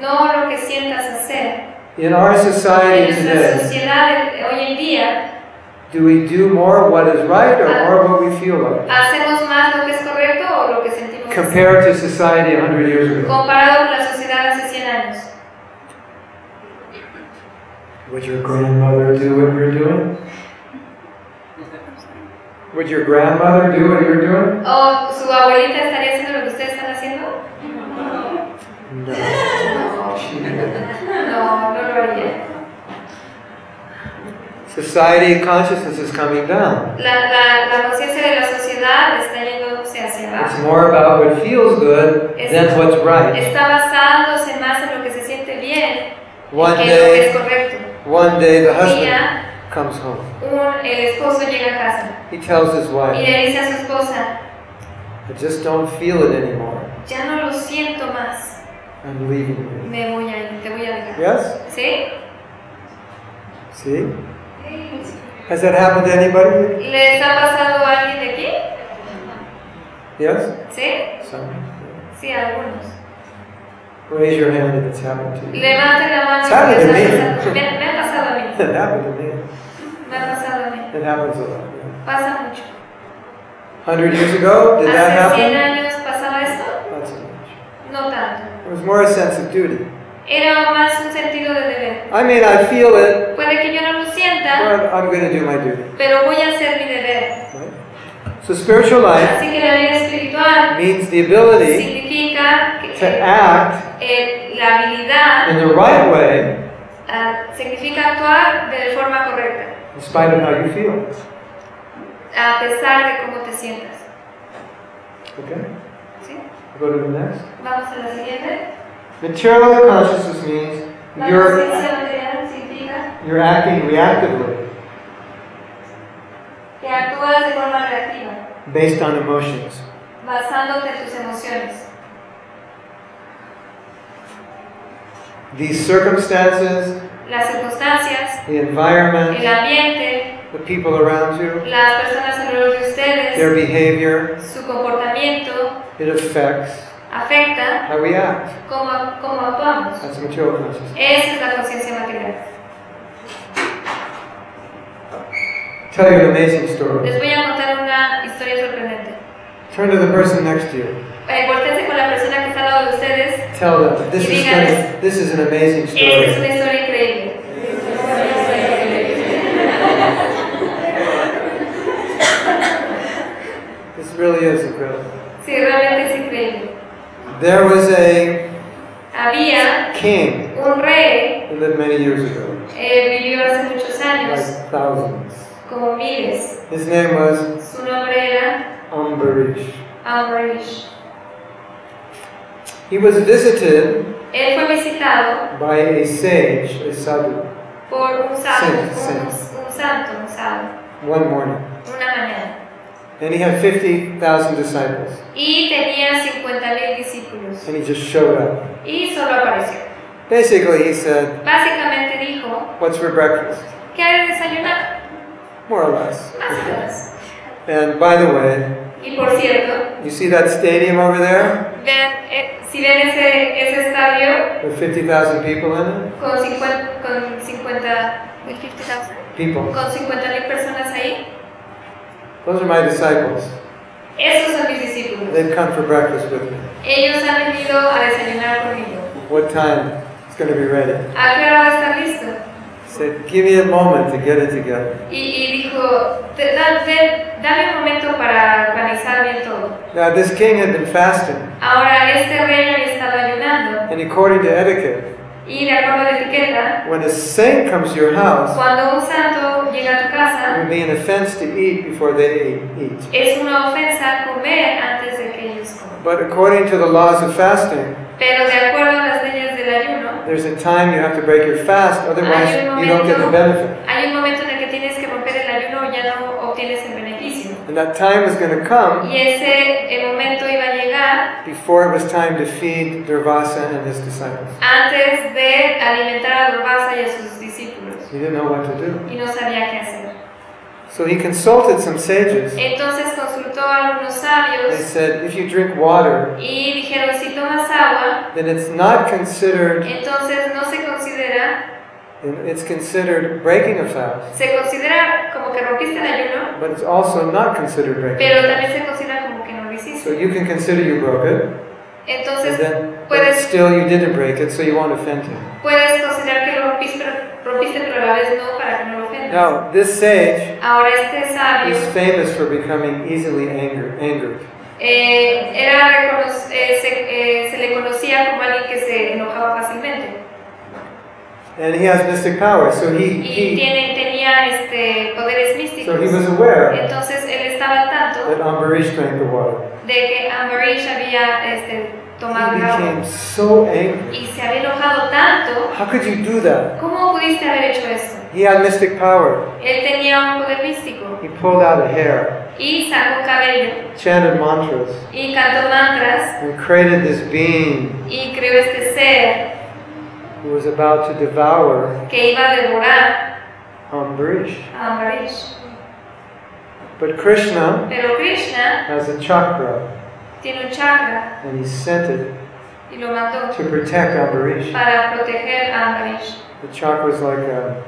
[SPEAKER 2] no lo que sientas hacer.
[SPEAKER 1] In our
[SPEAKER 2] En
[SPEAKER 1] society
[SPEAKER 2] nuestra
[SPEAKER 1] today,
[SPEAKER 2] sociedad de- hoy en día
[SPEAKER 1] do we do more what is right or more what we feel like?
[SPEAKER 2] hacemos más lo que es correcto o lo que sentimos hacer.
[SPEAKER 1] compared to society 100 years ago.
[SPEAKER 2] comparado con la sociedad hace 100 años.
[SPEAKER 1] Would your grandmother do what you're doing? Would your grandmother do what you're doing?
[SPEAKER 2] ¿O su abuelita estaría haciendo lo que ustedes están haciendo?
[SPEAKER 1] No.
[SPEAKER 2] No, no, no lo haría.
[SPEAKER 1] Society consciousness is coming down.
[SPEAKER 2] La, la, la conciencia de la sociedad está yéndose hacia
[SPEAKER 1] It's
[SPEAKER 2] abajo.
[SPEAKER 1] more about what feels good than what's right.
[SPEAKER 2] Está basándose más en lo que se siente bien
[SPEAKER 1] One
[SPEAKER 2] que en lo que es
[SPEAKER 1] day,
[SPEAKER 2] correcto.
[SPEAKER 1] one day the
[SPEAKER 2] Un
[SPEAKER 1] husband
[SPEAKER 2] día,
[SPEAKER 1] comes home.
[SPEAKER 2] un- el esposo llega a casa.
[SPEAKER 1] He tells his
[SPEAKER 2] Y
[SPEAKER 1] wife,
[SPEAKER 2] le dice a su esposa,
[SPEAKER 1] I just don't feel it anymore.
[SPEAKER 2] ya no lo siento más,
[SPEAKER 1] I'm leaving you.
[SPEAKER 2] me voy a ir, te voy a dejar.
[SPEAKER 1] Yes?
[SPEAKER 2] ¿Sí?
[SPEAKER 1] See? Has that happened to anybody?
[SPEAKER 2] ¿Les ha pasado a alguien de aquí?
[SPEAKER 1] Yes?
[SPEAKER 2] ¿Sí?
[SPEAKER 1] Some.
[SPEAKER 2] Sí, a algunos.
[SPEAKER 1] Raise your hand if it's happened to you.
[SPEAKER 2] Levanten la mano.
[SPEAKER 1] Sabe de
[SPEAKER 2] si les
[SPEAKER 1] mí.
[SPEAKER 2] ha pasado. Me, me ha pasado a mí,
[SPEAKER 1] It happened to me.
[SPEAKER 2] me ha pasado a mí.
[SPEAKER 1] It happens a lot. yeah.
[SPEAKER 2] Pasa mucho.
[SPEAKER 1] Hundred years ago, did that
[SPEAKER 2] ¿Hace 100
[SPEAKER 1] happen?
[SPEAKER 2] años pasaba esto?
[SPEAKER 1] Not so much.
[SPEAKER 2] No tanto.
[SPEAKER 1] It was more a sense of duty.
[SPEAKER 2] Era más un sentido de deber.
[SPEAKER 1] I mean, I feel it,
[SPEAKER 2] Puede que yo no lo sienta,
[SPEAKER 1] but I'm going to do my duty.
[SPEAKER 2] pero voy a hacer mi deber.
[SPEAKER 1] Right? So spiritual life
[SPEAKER 2] Así que la vida espiritual
[SPEAKER 1] means the ability
[SPEAKER 2] significa que,
[SPEAKER 1] to act
[SPEAKER 2] eh, la habilidad
[SPEAKER 1] in the right way
[SPEAKER 2] Ah, significa actuar de forma correcta,
[SPEAKER 1] in spite of how you feel.
[SPEAKER 2] a pesar de cómo te sientas.
[SPEAKER 1] Okay?
[SPEAKER 2] ¿sí?
[SPEAKER 1] Go to the next.
[SPEAKER 2] Vamos a la siguiente.
[SPEAKER 1] Material consciousness means
[SPEAKER 2] La
[SPEAKER 1] you're,
[SPEAKER 2] conciencia material significa
[SPEAKER 1] you're acting reactively
[SPEAKER 2] que actúas de forma reactiva,
[SPEAKER 1] based on emotions.
[SPEAKER 2] basándote en tus emociones.
[SPEAKER 1] These circumstances,
[SPEAKER 2] Las circunstancias,
[SPEAKER 1] the
[SPEAKER 2] el
[SPEAKER 1] environment,
[SPEAKER 2] ambiente,
[SPEAKER 1] the people around you,
[SPEAKER 2] las personas alrededor de ustedes,
[SPEAKER 1] their behavior,
[SPEAKER 2] su comportamiento
[SPEAKER 1] it affects
[SPEAKER 2] afecta
[SPEAKER 1] how we act.
[SPEAKER 2] cómo, cómo actuamos.
[SPEAKER 1] That's material consciousness.
[SPEAKER 2] Esa es la conciencia material.
[SPEAKER 1] Tell you an amazing story.
[SPEAKER 2] Les voy a contar una historia sorprendente.
[SPEAKER 1] Turn to the person next to you.
[SPEAKER 2] Eh, volteense con la persona que está al lado de ustedes.
[SPEAKER 1] Tell them this is gonna, this is an amazing
[SPEAKER 2] Esta es
[SPEAKER 1] story.
[SPEAKER 2] una historia increíble.
[SPEAKER 1] This really is incredible.
[SPEAKER 2] Sí, realmente es increíble.
[SPEAKER 1] There was a
[SPEAKER 2] Había
[SPEAKER 1] king
[SPEAKER 2] un rey,
[SPEAKER 1] who lived many years ago,
[SPEAKER 2] eh, vivió hace muchos
[SPEAKER 1] like
[SPEAKER 2] años,
[SPEAKER 1] thousands.
[SPEAKER 2] como miles.
[SPEAKER 1] His name was
[SPEAKER 2] Su nombre era
[SPEAKER 1] Ambarish.
[SPEAKER 2] Amrish.
[SPEAKER 1] He was visited
[SPEAKER 2] Él fue visitado
[SPEAKER 1] by a sage, a sadhu,
[SPEAKER 2] por un santo,
[SPEAKER 1] Sí, sí.
[SPEAKER 2] un, un santo, un sábado,
[SPEAKER 1] one morning,
[SPEAKER 2] una mañana.
[SPEAKER 1] and he had 50,000 disciples,
[SPEAKER 2] Y tenía 50.000 discípulos.
[SPEAKER 1] and he just showed up.
[SPEAKER 2] Y solo apareció.
[SPEAKER 1] Basically, he said,
[SPEAKER 2] Básicamente dijo,
[SPEAKER 1] What's for breakfast?
[SPEAKER 2] ¿qué hay de desayunar?
[SPEAKER 1] More or less.
[SPEAKER 2] Más o menos.
[SPEAKER 1] And by the way,
[SPEAKER 2] Y por cierto,
[SPEAKER 1] you see that stadium over there
[SPEAKER 2] vean, eh, si ven ese, ese estadio
[SPEAKER 1] with 50,000 people in it?
[SPEAKER 2] con 50, con 50
[SPEAKER 3] With 50,000.
[SPEAKER 1] People.
[SPEAKER 2] con 50.000 personas ahí,
[SPEAKER 1] Those are my disciples.
[SPEAKER 2] esos son mis discípulos.
[SPEAKER 1] They've come for breakfast with me.
[SPEAKER 2] Ellos han venido a desayunar conmigo.
[SPEAKER 1] What time? It's going to be ready.
[SPEAKER 2] ¿A qué hora va a estar listo?
[SPEAKER 1] He said, Give me a moment to get it together.
[SPEAKER 2] Y, y dijo, "Te- da- te- dame un momento para organizar bien todo.
[SPEAKER 1] Now, this king had been fasting,
[SPEAKER 2] Ahora, este rey había estado ayunando
[SPEAKER 1] and according to etiquette,
[SPEAKER 2] y de acuerdo a la etiqueta,
[SPEAKER 1] when a saint comes to your house,
[SPEAKER 2] cuando un santo llega a tu
[SPEAKER 1] it
[SPEAKER 2] casa,
[SPEAKER 1] would be an offense to eat before they eat- eat.
[SPEAKER 2] Es una ofensa comer antes de que ellos coman.
[SPEAKER 1] But according to the laws of fasting,
[SPEAKER 2] Pero de acuerdo a las leyes del ayuno,
[SPEAKER 1] there's a time you have to break your fast, otherwise,
[SPEAKER 2] Hay un
[SPEAKER 1] you don't get the
[SPEAKER 2] momento-
[SPEAKER 1] benefit.
[SPEAKER 2] hay un momento en el que tienes que romper el ayuno y ya no obtienes el beneficio.
[SPEAKER 1] And that time was going to come
[SPEAKER 2] Y ese eh, momento iba a llegar
[SPEAKER 1] before it was time to feed Durvasa and his disciples.
[SPEAKER 2] antes de alimentar a Durvasa y a sus discípulos.
[SPEAKER 1] He didn't know what to do.
[SPEAKER 2] Y no sabía qué hacer.
[SPEAKER 1] So he consulted some sages.
[SPEAKER 2] Entonces consultó a algunos
[SPEAKER 1] They
[SPEAKER 2] sabios
[SPEAKER 1] said, if you drink water,
[SPEAKER 2] y dijeron, si tomas agua,
[SPEAKER 1] then it's not considered,
[SPEAKER 2] entonces no se considera,
[SPEAKER 1] it's considered breaking a fast,
[SPEAKER 2] se considera como que rompiste el ayuno,
[SPEAKER 1] but it's also not considered breaking a
[SPEAKER 2] pero
[SPEAKER 1] fast.
[SPEAKER 2] también se considera como que no lo hiciste.
[SPEAKER 1] So you can consider you broke it,
[SPEAKER 2] Entonces
[SPEAKER 1] and then, but
[SPEAKER 2] puedes,
[SPEAKER 1] still you didn't break it, so you won't offend him.
[SPEAKER 2] puedes considerar que lo rompiste, pero- rompiste, pero a la vez no, para que no lo ofendas.
[SPEAKER 1] Now, this sage
[SPEAKER 2] Ahora, este sabio
[SPEAKER 1] is famous for becoming easily anger, angered.
[SPEAKER 2] eh, era recono- eh, se, eh, se le conocía como alguien que se enojaba fácilmente
[SPEAKER 1] And he has mystic power, so he,
[SPEAKER 2] y
[SPEAKER 1] he,
[SPEAKER 2] tiene, tenía este, poderes místicos.
[SPEAKER 1] so he was aware
[SPEAKER 2] Entonces, él estaba al
[SPEAKER 1] that
[SPEAKER 2] tanto
[SPEAKER 1] Ambarish drank the water.
[SPEAKER 2] de que Ambarish había este,
[SPEAKER 1] He
[SPEAKER 2] tomado el agua
[SPEAKER 1] became so angry.
[SPEAKER 2] y se había enojado tanto.
[SPEAKER 1] How could you do that?
[SPEAKER 2] ¿Cómo pudiste haber hecho eso?
[SPEAKER 1] He had mystic power.
[SPEAKER 2] Él tenía un poder místico
[SPEAKER 1] He pulled out a hair,
[SPEAKER 2] y sacó cabello
[SPEAKER 1] chanted mantras,
[SPEAKER 2] y cantó mantras
[SPEAKER 1] and created this being
[SPEAKER 2] y creó este ser
[SPEAKER 1] who was about to devour
[SPEAKER 2] que iba a devorar
[SPEAKER 1] Ambarish.
[SPEAKER 2] a Ambarish.
[SPEAKER 1] But Krishna
[SPEAKER 2] Pero Krishna
[SPEAKER 1] has a chakra,
[SPEAKER 2] tiene un chakra
[SPEAKER 1] and he sent it
[SPEAKER 2] y lo mandó
[SPEAKER 1] to protect Ambarish.
[SPEAKER 2] para proteger a Ambarish.
[SPEAKER 1] The chakra is like a,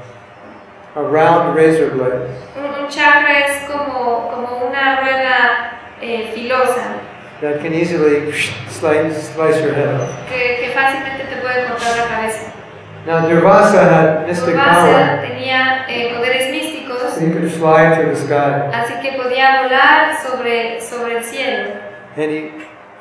[SPEAKER 1] a round razor blade
[SPEAKER 2] Un, un chakra es como, como una rueda eh, filosa
[SPEAKER 1] that can easily slice, slice your head off.
[SPEAKER 2] que, que fácilmente te puede cortar la cabeza.
[SPEAKER 1] Now, Durvasa had mystic
[SPEAKER 2] Durvasa
[SPEAKER 1] power.
[SPEAKER 2] tenía eh, poderes místicos,
[SPEAKER 1] So he could fly through the sky.
[SPEAKER 2] así que podía volar sobre, sobre el cielo.
[SPEAKER 1] And he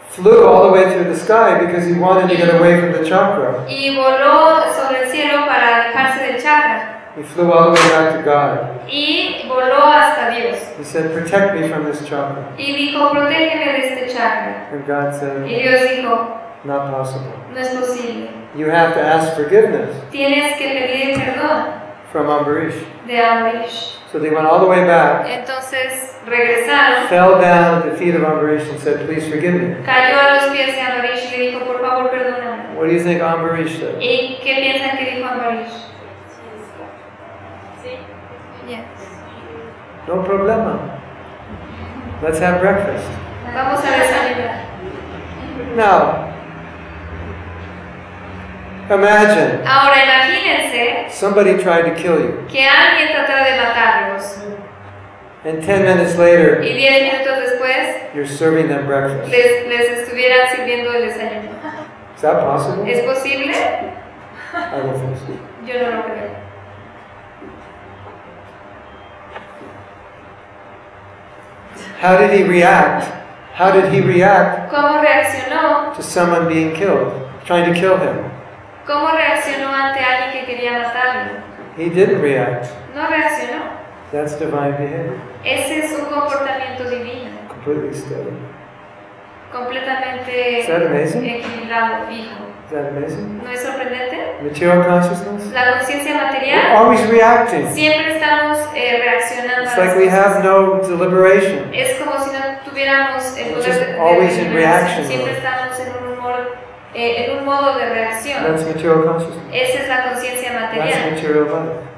[SPEAKER 1] flew all the way through the sky because he wanted to get away from the chakra.
[SPEAKER 2] Y voló sobre el cielo para alejarse del chakra.
[SPEAKER 1] He flew all the way back to God.
[SPEAKER 2] Y voló hasta Dios.
[SPEAKER 1] He said, Protect me from this chakra.
[SPEAKER 2] Y dijo, protégeme de este chakra.
[SPEAKER 1] And God said,
[SPEAKER 2] Y Dios dijo,
[SPEAKER 1] Not possible.
[SPEAKER 2] no es posible.
[SPEAKER 1] You have to ask forgiveness
[SPEAKER 2] Tienes que pedir perdón
[SPEAKER 1] from Ambarish.
[SPEAKER 2] de Amrish.
[SPEAKER 1] So they went all the way back,
[SPEAKER 2] Entonces regresaron,
[SPEAKER 1] fell down at the feet of Ambarish, and said, Please forgive me.
[SPEAKER 2] cayó a los pies de Amrish y le dijo, por favor, perdóname.
[SPEAKER 1] What do you think Ambarish said?
[SPEAKER 2] ¿Y qué piensan que dijo Amrish?
[SPEAKER 3] Yes.
[SPEAKER 1] No problema. Let's have breakfast.
[SPEAKER 2] Vamos a desayunar.
[SPEAKER 1] Now, imagine
[SPEAKER 2] Ahora imagínense
[SPEAKER 1] somebody tried to kill you.
[SPEAKER 2] que alguien tratara de matarlos.
[SPEAKER 1] and 10 minutes later,
[SPEAKER 2] y 10 minutos después
[SPEAKER 1] you're serving them breakfast.
[SPEAKER 2] les, les estuvieran sirviendo el desayuno.
[SPEAKER 1] Is that possible?
[SPEAKER 2] ¿Es posible?
[SPEAKER 1] I don't think so.
[SPEAKER 2] Yo no lo creo.
[SPEAKER 1] How did he react? How did he react
[SPEAKER 2] ¿Cómo reaccionó?
[SPEAKER 1] to someone being killed, trying to kill him?
[SPEAKER 2] ¿Cómo reaccionó ante alguien que quería matarlo?
[SPEAKER 1] He didn't react.
[SPEAKER 2] No reaccionó.
[SPEAKER 1] That's divine behavior.
[SPEAKER 2] Ese es un comportamiento divino,
[SPEAKER 1] Completely steady.
[SPEAKER 2] completamente
[SPEAKER 1] Is that amazing?
[SPEAKER 2] equilibrado, fijo.
[SPEAKER 1] Is that amazing?
[SPEAKER 2] ¿No es sorprendente?
[SPEAKER 1] Material consciousness?
[SPEAKER 2] La conciencia
[SPEAKER 1] We're
[SPEAKER 2] material,
[SPEAKER 1] always reacting.
[SPEAKER 2] siempre estamos eh, reaccionando.
[SPEAKER 1] It's
[SPEAKER 2] a las
[SPEAKER 1] like we
[SPEAKER 2] cosas.
[SPEAKER 1] have no deliberation.
[SPEAKER 2] Es como si no tuviéramos el
[SPEAKER 1] We're
[SPEAKER 2] poder
[SPEAKER 1] just
[SPEAKER 2] de, de
[SPEAKER 1] always in
[SPEAKER 2] deliberación.
[SPEAKER 1] reaction
[SPEAKER 2] Siempre
[SPEAKER 1] mode.
[SPEAKER 2] estamos en un, humor, eh, en un modo de reacción.
[SPEAKER 1] That's material consciousness.
[SPEAKER 2] Esa es la conciencia material.
[SPEAKER 1] That's material life.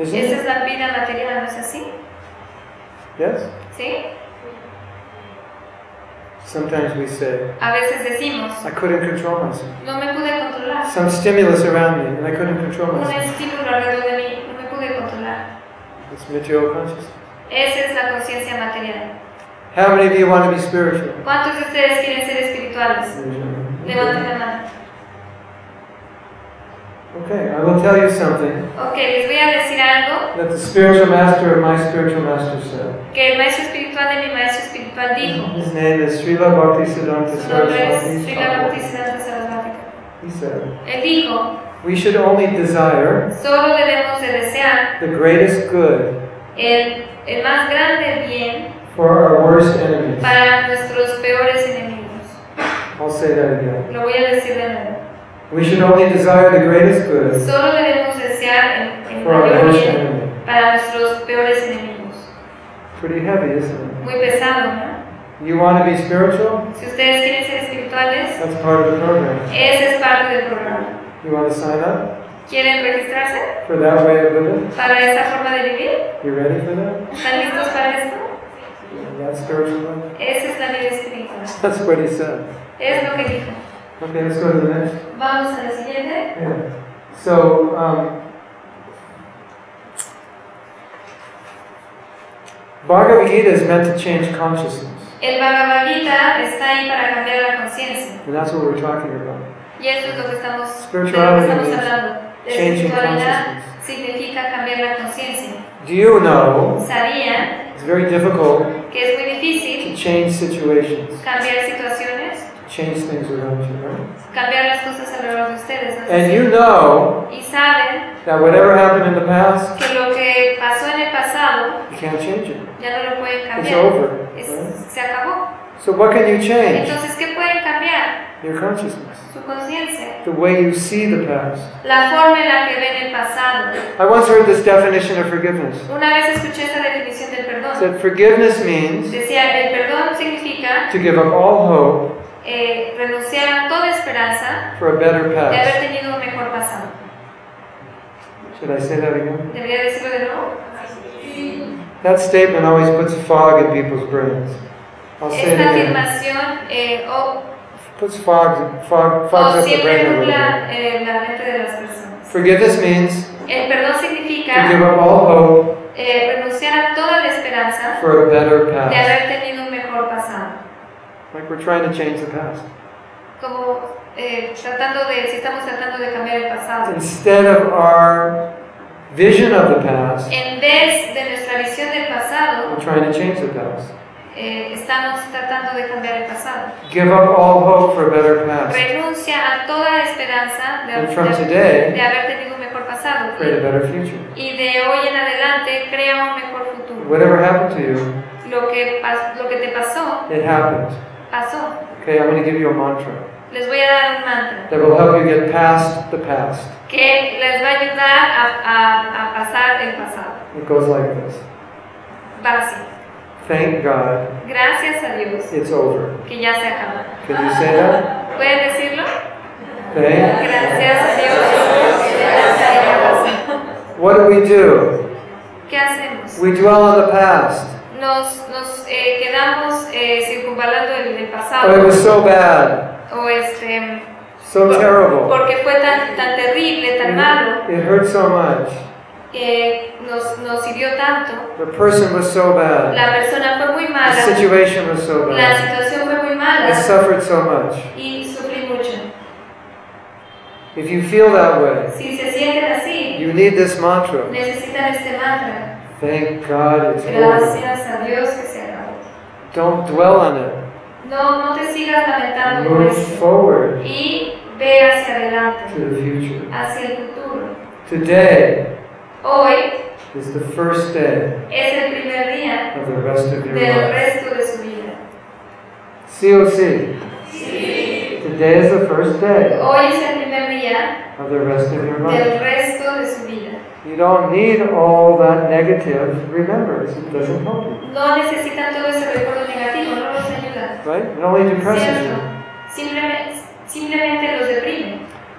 [SPEAKER 1] Isn't
[SPEAKER 2] Esa
[SPEAKER 1] it?
[SPEAKER 2] es la vida material, ¿no es así?
[SPEAKER 1] Yes?
[SPEAKER 2] ¿Sí?
[SPEAKER 1] Sometimes we say,
[SPEAKER 2] A veces decimos,
[SPEAKER 1] I couldn't control myself.
[SPEAKER 2] no me pude controlar.
[SPEAKER 1] Some stimulus around me and I couldn't control
[SPEAKER 2] Un
[SPEAKER 1] myself.
[SPEAKER 2] estímulo alrededor de mí, no me pude controlar.
[SPEAKER 1] It's material consciousness.
[SPEAKER 2] Esa es la conciencia material.
[SPEAKER 1] How many of you want to be spiritual?
[SPEAKER 2] ¿Cuántos de ustedes quieren ser espirituales? Levanten
[SPEAKER 1] Okay,
[SPEAKER 2] la mano.
[SPEAKER 1] I will tell you something
[SPEAKER 2] Ok, les voy a decir algo
[SPEAKER 1] that the spiritual master of my spiritual master said.
[SPEAKER 2] que el maestro espiritual de mi maestro espiritual dijo.
[SPEAKER 1] His name is Srila Bhakti Siddhanta
[SPEAKER 2] Su nombre es
[SPEAKER 1] Saraswati.
[SPEAKER 2] Srila
[SPEAKER 1] Thakur.
[SPEAKER 2] Bhaktisiddhanta Sarasvati.
[SPEAKER 1] He said,
[SPEAKER 2] Él dijo,
[SPEAKER 1] We should only desire
[SPEAKER 2] solo debemos de desear
[SPEAKER 1] the greatest good
[SPEAKER 2] el, el más grande bien
[SPEAKER 1] for our worst enemies.
[SPEAKER 2] para nuestros peores enemigos.
[SPEAKER 1] I'll say that again.
[SPEAKER 2] Lo voy a decir de nuevo.
[SPEAKER 1] We should only desire the greatest good
[SPEAKER 2] Solo debemos desear el, el
[SPEAKER 1] for our
[SPEAKER 2] mayor
[SPEAKER 1] worst
[SPEAKER 2] bien
[SPEAKER 1] enemy.
[SPEAKER 2] para nuestros peores enemigos.
[SPEAKER 1] Pretty heavy, isn't
[SPEAKER 2] Muy pesado, ¿no?
[SPEAKER 1] it? You want to be spiritual?
[SPEAKER 2] Si ustedes quieren ser espirituales,
[SPEAKER 1] That's part of the program.
[SPEAKER 2] esa es parte del programa.
[SPEAKER 1] You want to sign up
[SPEAKER 2] ¿Quieren registrarse
[SPEAKER 1] for that way of living?
[SPEAKER 2] para esa forma de vivir?
[SPEAKER 1] You ready for that?
[SPEAKER 2] ¿Están listos para esto?
[SPEAKER 1] That's spiritual life?
[SPEAKER 2] Esa es la vida espiritual.
[SPEAKER 1] That's what he said.
[SPEAKER 2] Es lo que dijo.
[SPEAKER 1] Okay, let's go to the next.
[SPEAKER 2] Vamos a la siguiente.
[SPEAKER 1] Yeah. So, um, Bhagavad Gita is meant to change consciousness,
[SPEAKER 2] El Bhagavad Gita está ahí para cambiar la conciencia.
[SPEAKER 1] and that's what we're talking about.
[SPEAKER 2] Y eso es lo que estamos, de lo que
[SPEAKER 1] Spirituality
[SPEAKER 2] estamos
[SPEAKER 1] means
[SPEAKER 2] hablando. La
[SPEAKER 1] changing
[SPEAKER 2] espiritualidad
[SPEAKER 1] consciousness.
[SPEAKER 2] significa cambiar la conciencia.
[SPEAKER 1] Do you know
[SPEAKER 2] Sabían
[SPEAKER 1] it's very difficult
[SPEAKER 2] que es muy difícil
[SPEAKER 1] to change situations?
[SPEAKER 2] cambiar situaciones,
[SPEAKER 1] change things around you, right?
[SPEAKER 2] cambiar las cosas alrededor de ustedes. ¿no es
[SPEAKER 1] And
[SPEAKER 2] así?
[SPEAKER 1] you know
[SPEAKER 2] Y saben
[SPEAKER 1] that whatever happened in the past,
[SPEAKER 2] que lo que pasó en el pasado
[SPEAKER 1] you can't change it.
[SPEAKER 2] ya no lo pueden
[SPEAKER 1] It's
[SPEAKER 2] cambiar.
[SPEAKER 1] over.
[SPEAKER 2] Es-
[SPEAKER 1] right?
[SPEAKER 2] se acabó.
[SPEAKER 1] So what can you change?
[SPEAKER 2] Entonces, ¿qué pueden cambiar?
[SPEAKER 1] Your consciousness.
[SPEAKER 2] Su conciencia.
[SPEAKER 1] The way you see the past.
[SPEAKER 2] La forma en la que ven el pasado.
[SPEAKER 1] I once heard this definition of forgiveness.
[SPEAKER 2] Una vez escuché esa definición del
[SPEAKER 1] It
[SPEAKER 2] perdón.
[SPEAKER 1] said forgiveness means
[SPEAKER 2] Decía, el perdón significa
[SPEAKER 1] to give up all hope
[SPEAKER 2] eh, renunciar a toda esperanza
[SPEAKER 1] for a better
[SPEAKER 2] de haber
[SPEAKER 1] past.
[SPEAKER 2] tenido un mejor pasado.
[SPEAKER 1] Should I say that again?
[SPEAKER 2] ¿Debería decirlo de nuevo?
[SPEAKER 1] That statement always puts fog in people's brains. I'll say it
[SPEAKER 2] Esta
[SPEAKER 1] again.
[SPEAKER 2] afirmación eh, o,
[SPEAKER 1] Puts fog, fog,
[SPEAKER 2] o
[SPEAKER 1] fogs up the brain
[SPEAKER 2] siempre
[SPEAKER 1] a little bit.
[SPEAKER 2] nubla eh, la mente de las personas.
[SPEAKER 1] Forgiveness means
[SPEAKER 2] El perdón
[SPEAKER 1] to
[SPEAKER 2] significa
[SPEAKER 1] give up all hope
[SPEAKER 2] eh, renunciar a toda la esperanza
[SPEAKER 1] for a better
[SPEAKER 2] de
[SPEAKER 1] past.
[SPEAKER 2] haber tenido un mejor pasado.
[SPEAKER 1] Like we're trying to change the past.
[SPEAKER 2] Como eh, tratando de, si estamos tratando de cambiar el pasado.
[SPEAKER 1] Instead of our vision of the past,
[SPEAKER 2] En vez de nuestra visión del pasado,
[SPEAKER 1] we're trying to change the past.
[SPEAKER 2] eh, estamos tratando de cambiar el pasado.
[SPEAKER 1] Give up all hope for a better past.
[SPEAKER 2] Renuncia a toda esperanza de,
[SPEAKER 1] And from
[SPEAKER 2] de-
[SPEAKER 1] today-
[SPEAKER 2] de haber tenido un mejor pasado.
[SPEAKER 1] Create a better future.
[SPEAKER 2] Y de hoy en adelante crea un mejor futuro.
[SPEAKER 1] Whatever happened to you,
[SPEAKER 2] Lo que, pas- lo que te pasó,
[SPEAKER 1] it happened.
[SPEAKER 2] pasó.
[SPEAKER 1] Okay, I'm going to give you a mantra
[SPEAKER 2] Les voy a dar un mantra
[SPEAKER 1] that will help you get past the past.
[SPEAKER 2] que les va a ayudar a, a- a pasar el pasado.
[SPEAKER 1] It goes like this
[SPEAKER 2] Va así.
[SPEAKER 1] Thank God
[SPEAKER 2] Gracias a Dios.
[SPEAKER 1] it's over.
[SPEAKER 2] que ya se acaba.
[SPEAKER 1] Can you say that?
[SPEAKER 2] ¿Pueden decirlo?
[SPEAKER 1] Thank.
[SPEAKER 2] Gracias a Dios. que ya se acaba.
[SPEAKER 1] What do we do?
[SPEAKER 2] ¿Qué hacemos?
[SPEAKER 1] We dwell on the past.
[SPEAKER 2] Nos, nos eh, quedamos eh, circunvalando el, el
[SPEAKER 1] But it
[SPEAKER 2] pasado
[SPEAKER 1] was so bad,
[SPEAKER 2] o este
[SPEAKER 1] so terrible.
[SPEAKER 2] porque fue tan tan terrible, tan malo,
[SPEAKER 1] It hurt so much.
[SPEAKER 2] eh, nos, nos hirió tanto,
[SPEAKER 1] The person was so bad.
[SPEAKER 2] la persona fue muy
[SPEAKER 1] The
[SPEAKER 2] mala,
[SPEAKER 1] situation was so
[SPEAKER 2] la
[SPEAKER 1] bad.
[SPEAKER 2] situación fue muy
[SPEAKER 1] I
[SPEAKER 2] mala
[SPEAKER 1] suffered so much.
[SPEAKER 2] y sufrí mucho.
[SPEAKER 1] If you feel that way,
[SPEAKER 2] Si se sienten así,
[SPEAKER 1] you need this mantra.
[SPEAKER 2] necesitan este mantra.
[SPEAKER 1] Thank God it's over.
[SPEAKER 2] Gracias a Dios que se acabó.
[SPEAKER 1] Don't dwell on it.
[SPEAKER 2] No, no te sigas lamentando por
[SPEAKER 1] Move
[SPEAKER 2] eso.
[SPEAKER 1] forward
[SPEAKER 2] Y ve hacia adelante,
[SPEAKER 1] to the future.
[SPEAKER 2] hacia el futuro.
[SPEAKER 1] Today
[SPEAKER 2] Hoy
[SPEAKER 1] is the first day
[SPEAKER 2] es el primer día
[SPEAKER 1] of the rest of your
[SPEAKER 2] del
[SPEAKER 1] life.
[SPEAKER 2] resto de su vida.
[SPEAKER 1] COC. Today is the first day
[SPEAKER 2] Hoy es el primer día
[SPEAKER 1] of the rest of your life.
[SPEAKER 2] del resto de su vida.
[SPEAKER 1] You don't need all that negative remembrance. It doesn't help you,
[SPEAKER 2] No necesitan todo ese recuerdo negativo, no los ayuda.
[SPEAKER 1] right? It only depresses
[SPEAKER 2] ¿Cierto?
[SPEAKER 1] you.
[SPEAKER 2] Simplemente, simplemente los deprime.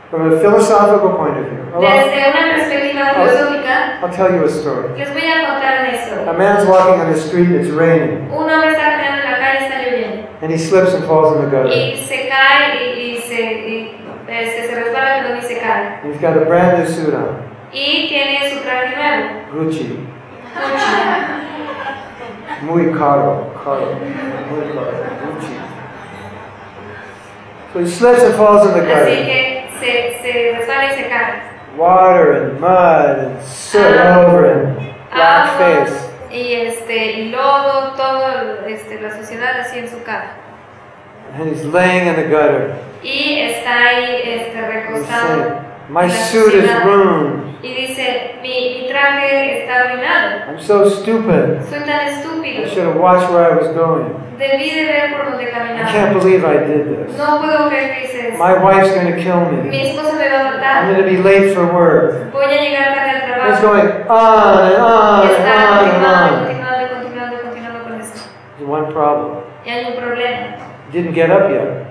[SPEAKER 1] From a philosophical point of view, I'll,
[SPEAKER 2] Desde una perspectiva filosófica,
[SPEAKER 1] I'll tell you a story.
[SPEAKER 2] les voy a contar una historia.
[SPEAKER 1] A man's walking on the street, it's raining,
[SPEAKER 2] Un hombre está caminando en la calle, está lloviendo.
[SPEAKER 1] and he slips and falls in the gutter.
[SPEAKER 2] y se cae y, y se, y, este, se resbala perdón, y se cae.
[SPEAKER 1] He's got a brand new suit on,
[SPEAKER 2] Y tiene su traje nuevo.
[SPEAKER 1] Gucci,
[SPEAKER 2] Gucci.
[SPEAKER 1] muy caro, caro, muy caro, Gucci. So he slips and falls in the
[SPEAKER 2] Así
[SPEAKER 1] gutter.
[SPEAKER 2] que se, se resbala y se cae.
[SPEAKER 1] Water and mud and soot all over him, black
[SPEAKER 2] Agua
[SPEAKER 1] face.
[SPEAKER 2] y este y lodo, todo este, la sociedad así en su cara.
[SPEAKER 1] And he's laying in the gutter.
[SPEAKER 2] Y está ahí este,
[SPEAKER 1] He's
[SPEAKER 2] recostado.
[SPEAKER 1] saying, My suit is ruined.
[SPEAKER 2] Y dice, mi, mi traje está arruinado.
[SPEAKER 1] I'm so stupid.
[SPEAKER 2] Soy tan
[SPEAKER 1] I
[SPEAKER 2] estúpido.
[SPEAKER 1] should have watched where I was going.
[SPEAKER 2] Debí de ver por dónde
[SPEAKER 1] I
[SPEAKER 2] caminaba.
[SPEAKER 1] can't believe I did this.
[SPEAKER 2] No puedo creer que hice eso.
[SPEAKER 1] My wife's going to kill me.
[SPEAKER 2] Mi esposa me va a matar.
[SPEAKER 1] I'm going to be late for work.
[SPEAKER 2] Voy a llegar tarde al
[SPEAKER 1] And It's
[SPEAKER 2] trabajo.
[SPEAKER 1] going on and
[SPEAKER 2] Y
[SPEAKER 1] on and
[SPEAKER 2] está
[SPEAKER 1] on and
[SPEAKER 2] continuando,
[SPEAKER 1] on.
[SPEAKER 2] continuando, continuando, continuando con esto.
[SPEAKER 1] There's one problem.
[SPEAKER 2] Y hay un problema.
[SPEAKER 1] He didn't get up yet.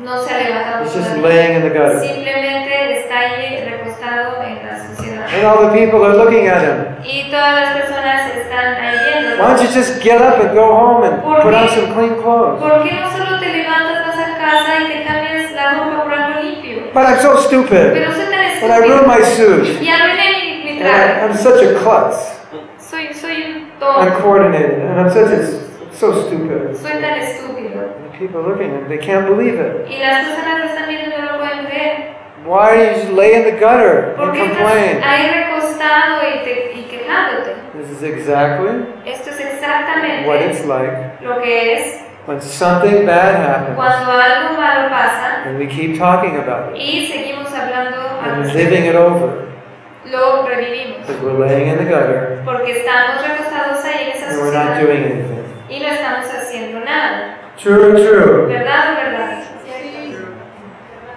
[SPEAKER 2] No se ha levantado
[SPEAKER 1] He's just
[SPEAKER 2] todavía.
[SPEAKER 1] laying in the gutter.
[SPEAKER 2] Simplemente está ahí recostado en la sociedad.
[SPEAKER 1] And all the people are looking at him.
[SPEAKER 2] Y todas las personas están ahí
[SPEAKER 1] Why don't
[SPEAKER 2] viendo.
[SPEAKER 1] you just get up and go home and put on some clean clothes?
[SPEAKER 2] ¿Por qué no solo te levantas, vas a casa y te cambias la ropa por algo limpio?
[SPEAKER 1] But I'm so stupid.
[SPEAKER 2] Pero soy tan
[SPEAKER 1] And I
[SPEAKER 2] estúpido.
[SPEAKER 1] ruined my suit.
[SPEAKER 2] Y arruiné mi, mi
[SPEAKER 1] And I-
[SPEAKER 2] traje.
[SPEAKER 1] I'm such a klutz.
[SPEAKER 2] Soy, soy un
[SPEAKER 1] I'm
[SPEAKER 2] tonto.
[SPEAKER 1] coordinated, and I'm such a, so stupid.
[SPEAKER 2] Soy tan estúpido.
[SPEAKER 1] And the people are looking at me, they can't believe it.
[SPEAKER 2] Y las personas lo están viendo y no lo pueden creer.
[SPEAKER 1] Why do you just lay in the gutter
[SPEAKER 2] ¿Por
[SPEAKER 1] and
[SPEAKER 2] qué estás
[SPEAKER 1] complain?
[SPEAKER 2] ahí recostado y, te, y quejándote?
[SPEAKER 1] This is exactly
[SPEAKER 2] Esto es
[SPEAKER 1] what
[SPEAKER 2] exactamente
[SPEAKER 1] it's like
[SPEAKER 2] lo que es
[SPEAKER 1] when something bad happens
[SPEAKER 2] cuando algo malo pasa
[SPEAKER 1] and we keep talking about it
[SPEAKER 2] y seguimos hablando al
[SPEAKER 1] and
[SPEAKER 2] respecto.
[SPEAKER 1] living it over
[SPEAKER 2] Lo revivimos.
[SPEAKER 1] because we're laying in the gutter
[SPEAKER 2] Porque estamos recostados ahí en esa
[SPEAKER 1] and we're not
[SPEAKER 2] sociedad
[SPEAKER 1] doing anything.
[SPEAKER 2] y no estamos haciendo nada.
[SPEAKER 1] True, true.
[SPEAKER 2] ¿Verdad o verdad?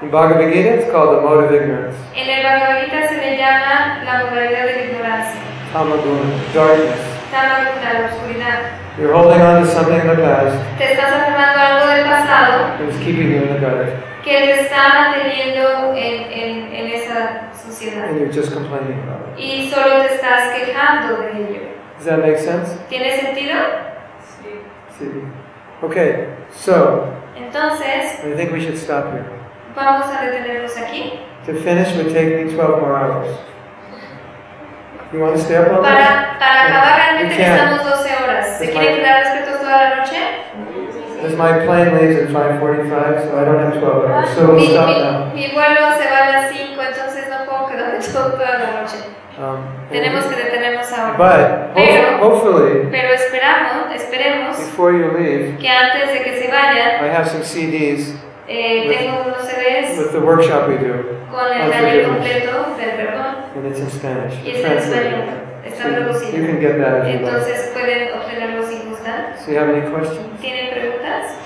[SPEAKER 1] In Bhagavad Gita, it's called the mode of ignorance,
[SPEAKER 2] En el Bhagavad Gita se le llama la modalidad de la ignorancia,
[SPEAKER 1] tamaguna, darkness.
[SPEAKER 2] la, la oscuridad.
[SPEAKER 1] You're holding on to something in the past
[SPEAKER 2] Te estás aferrando a algo del pasado
[SPEAKER 1] and it's keeping you in the gutter
[SPEAKER 2] que te está manteniendo en, en, en esa sociedad.
[SPEAKER 1] and you're just complaining about it.
[SPEAKER 2] y solo te estás quejando de ello.
[SPEAKER 1] Does that make sense?
[SPEAKER 2] ¿Tiene sentido?
[SPEAKER 1] See. Okay, so
[SPEAKER 2] Entonces,
[SPEAKER 1] I think we should stop here.
[SPEAKER 2] vamos a detenernos aquí.
[SPEAKER 1] To finish would take me 12 more hours. You want to stay up all night?
[SPEAKER 2] Para, para acabar realmente
[SPEAKER 1] We can.
[SPEAKER 2] necesitamos 12 horas. ¿Se
[SPEAKER 1] It's
[SPEAKER 2] quieren
[SPEAKER 1] fine.
[SPEAKER 2] quedar despiertos toda la noche?
[SPEAKER 1] Because my plane leaves at 5.45, so I don't have 12 hours. So we'll
[SPEAKER 2] Mi,
[SPEAKER 1] stop
[SPEAKER 2] mi,
[SPEAKER 1] now.
[SPEAKER 2] mi vuelo se va a las 5, entonces no puedo quedarme todo- toda la noche.
[SPEAKER 1] Um,
[SPEAKER 2] Tenemos que detenernos ahora.
[SPEAKER 1] but ho-
[SPEAKER 2] Pero-
[SPEAKER 1] hopefully,
[SPEAKER 2] Pero esperamos, esperemos
[SPEAKER 1] before you leave,
[SPEAKER 2] que antes de que se vayan,
[SPEAKER 1] I have some CDs
[SPEAKER 2] eh, tengo unos CDs
[SPEAKER 1] with the workshop we do,
[SPEAKER 2] con el taller completo del perdón
[SPEAKER 1] and it's in Spanish.
[SPEAKER 2] y
[SPEAKER 1] It's
[SPEAKER 2] está en
[SPEAKER 1] translated.
[SPEAKER 2] español,
[SPEAKER 1] So
[SPEAKER 2] está
[SPEAKER 1] you you
[SPEAKER 2] traducido.
[SPEAKER 1] can get that if you like.
[SPEAKER 2] Entonces pueden obtenerlo si gustan.
[SPEAKER 1] So you have any questions?
[SPEAKER 2] ¿Tienen preguntas?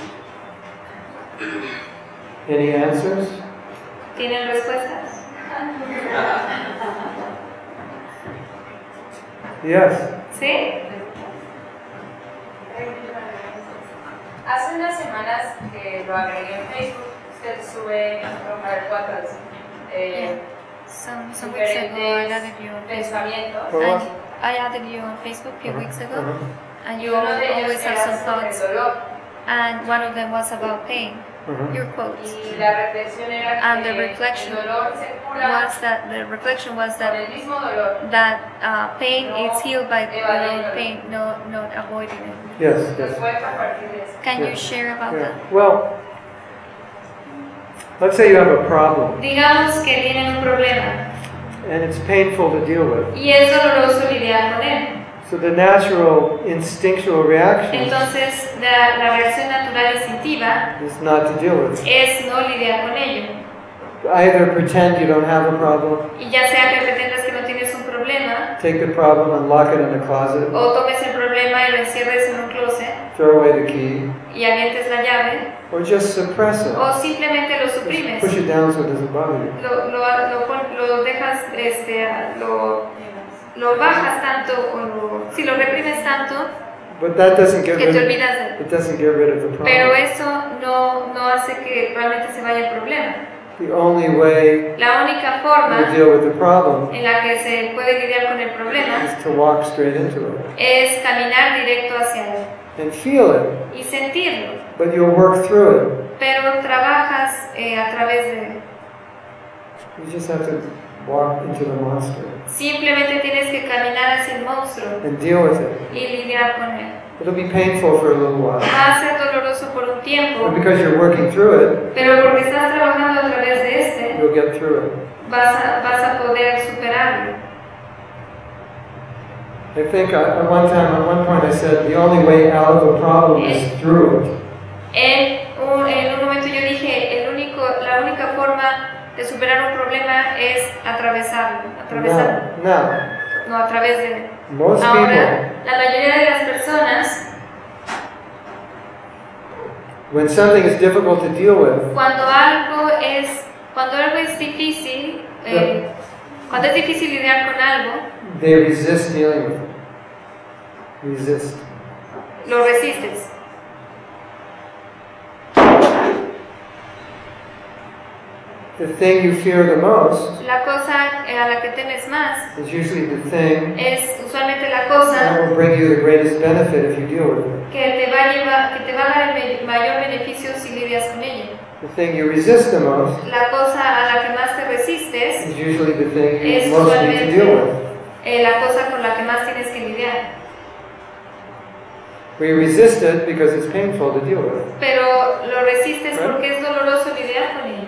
[SPEAKER 1] Any answers?
[SPEAKER 2] ¿Tienen respuestas?
[SPEAKER 1] Yes.
[SPEAKER 2] ¿Sí?
[SPEAKER 4] Hace unas semanas que lo agregué en Facebook, usted sube como cuatro eh,
[SPEAKER 3] Some some weeks ago, I added you on Facebook.
[SPEAKER 4] pensamientos.
[SPEAKER 1] Oh, wow.
[SPEAKER 3] And I added you on Facebook a few weeks ago,
[SPEAKER 1] Uh-huh.
[SPEAKER 3] and
[SPEAKER 4] Y
[SPEAKER 3] you
[SPEAKER 4] uno de
[SPEAKER 3] always
[SPEAKER 4] ellos
[SPEAKER 3] have
[SPEAKER 4] era
[SPEAKER 3] some
[SPEAKER 4] sobre el
[SPEAKER 3] thoughts.
[SPEAKER 4] dolor.
[SPEAKER 3] And one of them was about pain.
[SPEAKER 1] Ujú.
[SPEAKER 3] your quotes.
[SPEAKER 4] Y la reflexión era
[SPEAKER 3] And
[SPEAKER 4] que
[SPEAKER 3] the reflection
[SPEAKER 4] el dolor se cura
[SPEAKER 3] Was that the reflection was
[SPEAKER 4] con
[SPEAKER 3] that
[SPEAKER 4] el mismo dolor.
[SPEAKER 3] that uh, pain is healed by your own pain, no, not avoiding it.
[SPEAKER 1] Yes,
[SPEAKER 4] Nos
[SPEAKER 1] yes.
[SPEAKER 4] puede compartir de eso.
[SPEAKER 3] Can
[SPEAKER 1] Yeah.
[SPEAKER 3] you share about that?
[SPEAKER 1] Yeah. Well, let's say you have a problem
[SPEAKER 2] Digamos que tienen un problema
[SPEAKER 1] and it's painful to deal with.
[SPEAKER 2] y es doloroso lidiar con él.
[SPEAKER 1] So the natural instinctual reaction
[SPEAKER 2] Entonces, la, la reacción natural instintiva
[SPEAKER 1] is not to deal with it.
[SPEAKER 2] es no lidiar con ello.
[SPEAKER 1] Either pretend you don't have a problem,
[SPEAKER 2] Y ya sea que pretendas que no tienes un problema,
[SPEAKER 1] take the problem and lock it in the closet,
[SPEAKER 2] o tomes el problema y lo encierres en un closet
[SPEAKER 1] throw away the key,
[SPEAKER 2] y avientes la llave,
[SPEAKER 1] or just suppress it.
[SPEAKER 2] o simplemente lo
[SPEAKER 1] Just
[SPEAKER 2] suprimes,
[SPEAKER 1] push it down so it doesn't bother you.
[SPEAKER 2] lo, lo, lo, pon- lo dejas, este, a- lo, lo bajas tanto, o lo- si lo reprimes tanto,
[SPEAKER 1] But that doesn't get
[SPEAKER 2] que
[SPEAKER 1] rid
[SPEAKER 2] te
[SPEAKER 1] of,
[SPEAKER 2] olvidas de él.
[SPEAKER 1] it doesn't get rid of the
[SPEAKER 2] Pero
[SPEAKER 1] problem.
[SPEAKER 2] eso no, no hace que realmente se vaya el problema.
[SPEAKER 1] The only way
[SPEAKER 2] La única
[SPEAKER 1] you
[SPEAKER 2] forma
[SPEAKER 1] deal with the problem
[SPEAKER 2] en la que se puede lidiar con el problema
[SPEAKER 1] is to walk straight into it
[SPEAKER 2] es caminar directo hacia él
[SPEAKER 1] and feel it,
[SPEAKER 2] y sentirlo,
[SPEAKER 1] but you'll work through it.
[SPEAKER 2] pero trabajas eh, a través de él.
[SPEAKER 1] You just have to walk into the monster
[SPEAKER 2] Simplemente tienes que caminar hacia el monstruo
[SPEAKER 1] and deal with it.
[SPEAKER 2] y lidiar con él.
[SPEAKER 1] It'll be painful for a little while.
[SPEAKER 2] Va a ser doloroso por un
[SPEAKER 1] But
[SPEAKER 2] tiempo,
[SPEAKER 1] because you're working through
[SPEAKER 2] pero porque estás trabajando a través de
[SPEAKER 1] it,
[SPEAKER 2] este,
[SPEAKER 1] you'll get through it.
[SPEAKER 2] vas a, vas a poder superarlo.
[SPEAKER 1] I think I, at one time, at one point, I said the only way out of a problem is through it.
[SPEAKER 2] En un, en un momento yo dije, el único, la única forma de superar un problema es atravesarlo, atravesarlo,
[SPEAKER 1] Now, now
[SPEAKER 2] no a través de él.
[SPEAKER 1] most people,
[SPEAKER 2] Ahora, la mayoría de las personas,
[SPEAKER 1] when something is difficult to deal with,
[SPEAKER 2] cuando algo es, cuando algo es difícil, eh, cuando es difícil lidiar con algo,
[SPEAKER 1] they resist dealing with it. Resist.
[SPEAKER 2] lo resistes.
[SPEAKER 1] The thing you fear the most
[SPEAKER 2] La cosa eh, a la que temes más
[SPEAKER 1] is usually the thing
[SPEAKER 2] es usualmente la cosa
[SPEAKER 1] that will bring you the greatest benefit if you deal with it.
[SPEAKER 2] que te va a llevar, que te va a dar el me- mayor beneficio si lidias con ella.
[SPEAKER 1] The thing you resist the most
[SPEAKER 2] La cosa a la que más te resistes
[SPEAKER 1] is usually the thing
[SPEAKER 2] es
[SPEAKER 1] you most need to deal
[SPEAKER 2] usualmente
[SPEAKER 1] with.
[SPEAKER 2] eh, la cosa con la que más tienes que lidiar.
[SPEAKER 1] We resist it because it's painful to deal with.
[SPEAKER 2] Pero lo resistes
[SPEAKER 1] Claro.
[SPEAKER 2] porque es doloroso lidiar con ella.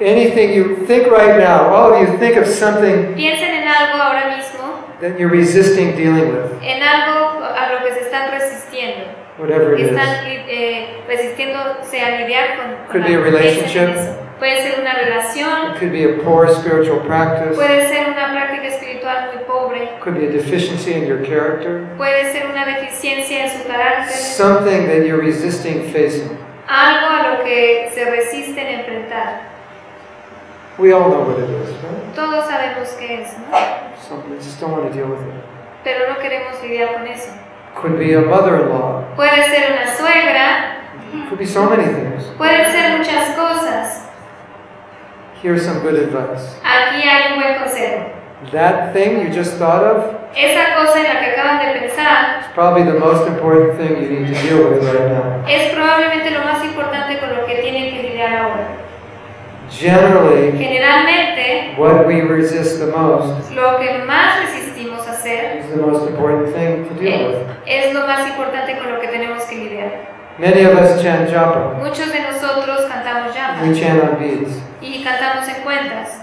[SPEAKER 1] Anything you think right now, all of you think of something
[SPEAKER 2] Piensen en algo ahora mismo,
[SPEAKER 1] that you're resisting dealing with,
[SPEAKER 2] en algo a lo que se están resistiendo,
[SPEAKER 1] whatever
[SPEAKER 2] que
[SPEAKER 1] it is.
[SPEAKER 2] están eh, resistiéndose a lidiar con, con
[SPEAKER 1] Could be a
[SPEAKER 2] algo. Piensen en
[SPEAKER 1] relationship.
[SPEAKER 2] eso. Puede ser una relación,
[SPEAKER 1] It could be a poor spiritual practice,
[SPEAKER 2] Puede ser una práctica espiritual muy pobre,
[SPEAKER 1] could be a deficiency in your character,
[SPEAKER 2] puede ser una deficiencia en su carácter,
[SPEAKER 1] something that you're resisting facing.
[SPEAKER 2] algo a lo que se resisten a enfrentar.
[SPEAKER 1] We all know what it is, right?
[SPEAKER 2] Todos sabemos qué es, ¿no?
[SPEAKER 1] Something we just don't want to deal with it.
[SPEAKER 2] Pero no queremos lidiar con eso.
[SPEAKER 1] Could be a mother-in-law,
[SPEAKER 2] Puede ser una suegra,
[SPEAKER 1] could be so many things.
[SPEAKER 2] pueden ser muchas cosas.
[SPEAKER 1] Here's some good advice.
[SPEAKER 2] Aquí hay un buen consejo.
[SPEAKER 1] That thing you just thought of
[SPEAKER 2] Esa cosa en la que acaban de pensar
[SPEAKER 1] is probably the most important thing you need to deal with right now.
[SPEAKER 2] es probablemente lo más importante con lo que tienen que lidiar ahora.
[SPEAKER 1] Generally,
[SPEAKER 2] Generalmente,
[SPEAKER 1] what we resist the most
[SPEAKER 2] lo que más resistimos a hacer
[SPEAKER 1] is the most important thing to deal with.
[SPEAKER 2] es lo más importante con lo que tenemos que lidiar.
[SPEAKER 1] Many of us chant japa.
[SPEAKER 2] Muchos de nosotros cantamos
[SPEAKER 1] We
[SPEAKER 2] llamas
[SPEAKER 1] chant on beads.
[SPEAKER 2] y cantamos en cuentas.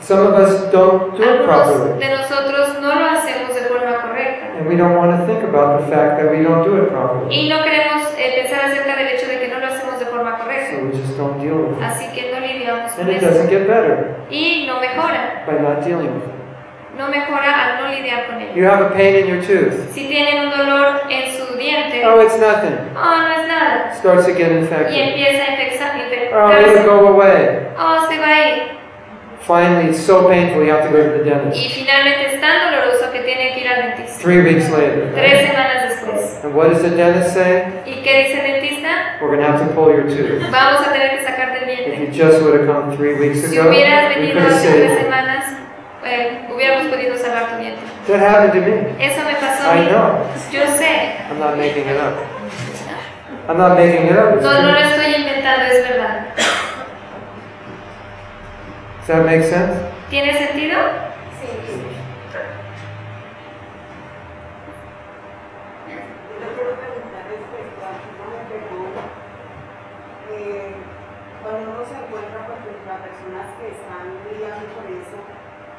[SPEAKER 1] Some of us don't do it
[SPEAKER 2] Algunos
[SPEAKER 1] properly,
[SPEAKER 2] de nosotros no lo hacemos de forma correcta
[SPEAKER 1] and we don't want to think about the fact that we don't do it properly.
[SPEAKER 2] y no queremos eh, pensar acerca del hecho de que no lo hacemos de forma correcta.
[SPEAKER 1] So we just don't deal with it.
[SPEAKER 2] Así que no lidiamos con
[SPEAKER 1] And it
[SPEAKER 2] eso
[SPEAKER 1] doesn't get better
[SPEAKER 2] y no mejora,
[SPEAKER 1] by not dealing with it.
[SPEAKER 2] no mejora al no lidiar con ello.
[SPEAKER 1] You have a pain in your tooth.
[SPEAKER 2] Si tienen un dolor en su diente, oh,
[SPEAKER 1] Oh, it's nothing.
[SPEAKER 2] no es nada
[SPEAKER 1] Starts to get
[SPEAKER 2] y
[SPEAKER 1] infected.
[SPEAKER 2] empieza a infectar-
[SPEAKER 1] Oh, it'll
[SPEAKER 2] infectarse,
[SPEAKER 1] go away.
[SPEAKER 2] oh, se va a ir.
[SPEAKER 1] Finally, it's so painful you have to go to the dentist.
[SPEAKER 2] Y finalmente es tan doloroso que tiene que ir al dentista.
[SPEAKER 1] Three weeks later.
[SPEAKER 2] Tres semanas después.
[SPEAKER 1] And what does the dentist say?
[SPEAKER 2] ¿Y qué dice el dentista?
[SPEAKER 1] We're going to have to pull your tooth.
[SPEAKER 2] Vamos a tener que sacar del
[SPEAKER 1] If
[SPEAKER 2] diente.
[SPEAKER 1] you just would have come three weeks
[SPEAKER 2] Si
[SPEAKER 1] ago,
[SPEAKER 2] hubieras
[SPEAKER 1] we could
[SPEAKER 2] venido
[SPEAKER 1] have
[SPEAKER 2] hace tres
[SPEAKER 1] saved. it.
[SPEAKER 2] semanas, eh, hubiéramos podido salvar tu diente.
[SPEAKER 1] That happened to me.
[SPEAKER 2] Eso me pasó a
[SPEAKER 1] I
[SPEAKER 2] mí.
[SPEAKER 1] know.
[SPEAKER 2] Yo sé.
[SPEAKER 1] I'm not making it up. I'm not making it up. It's
[SPEAKER 5] No, no lo
[SPEAKER 1] true.
[SPEAKER 5] estoy inventando, es verdad.
[SPEAKER 1] Does that make sense?
[SPEAKER 5] ¿Tiene sentido?
[SPEAKER 2] Sí.
[SPEAKER 6] Yo quiero preguntar respecto a cómo me pegó eh, cuando uno se encuentra con frente a personas que están lidiando con eso,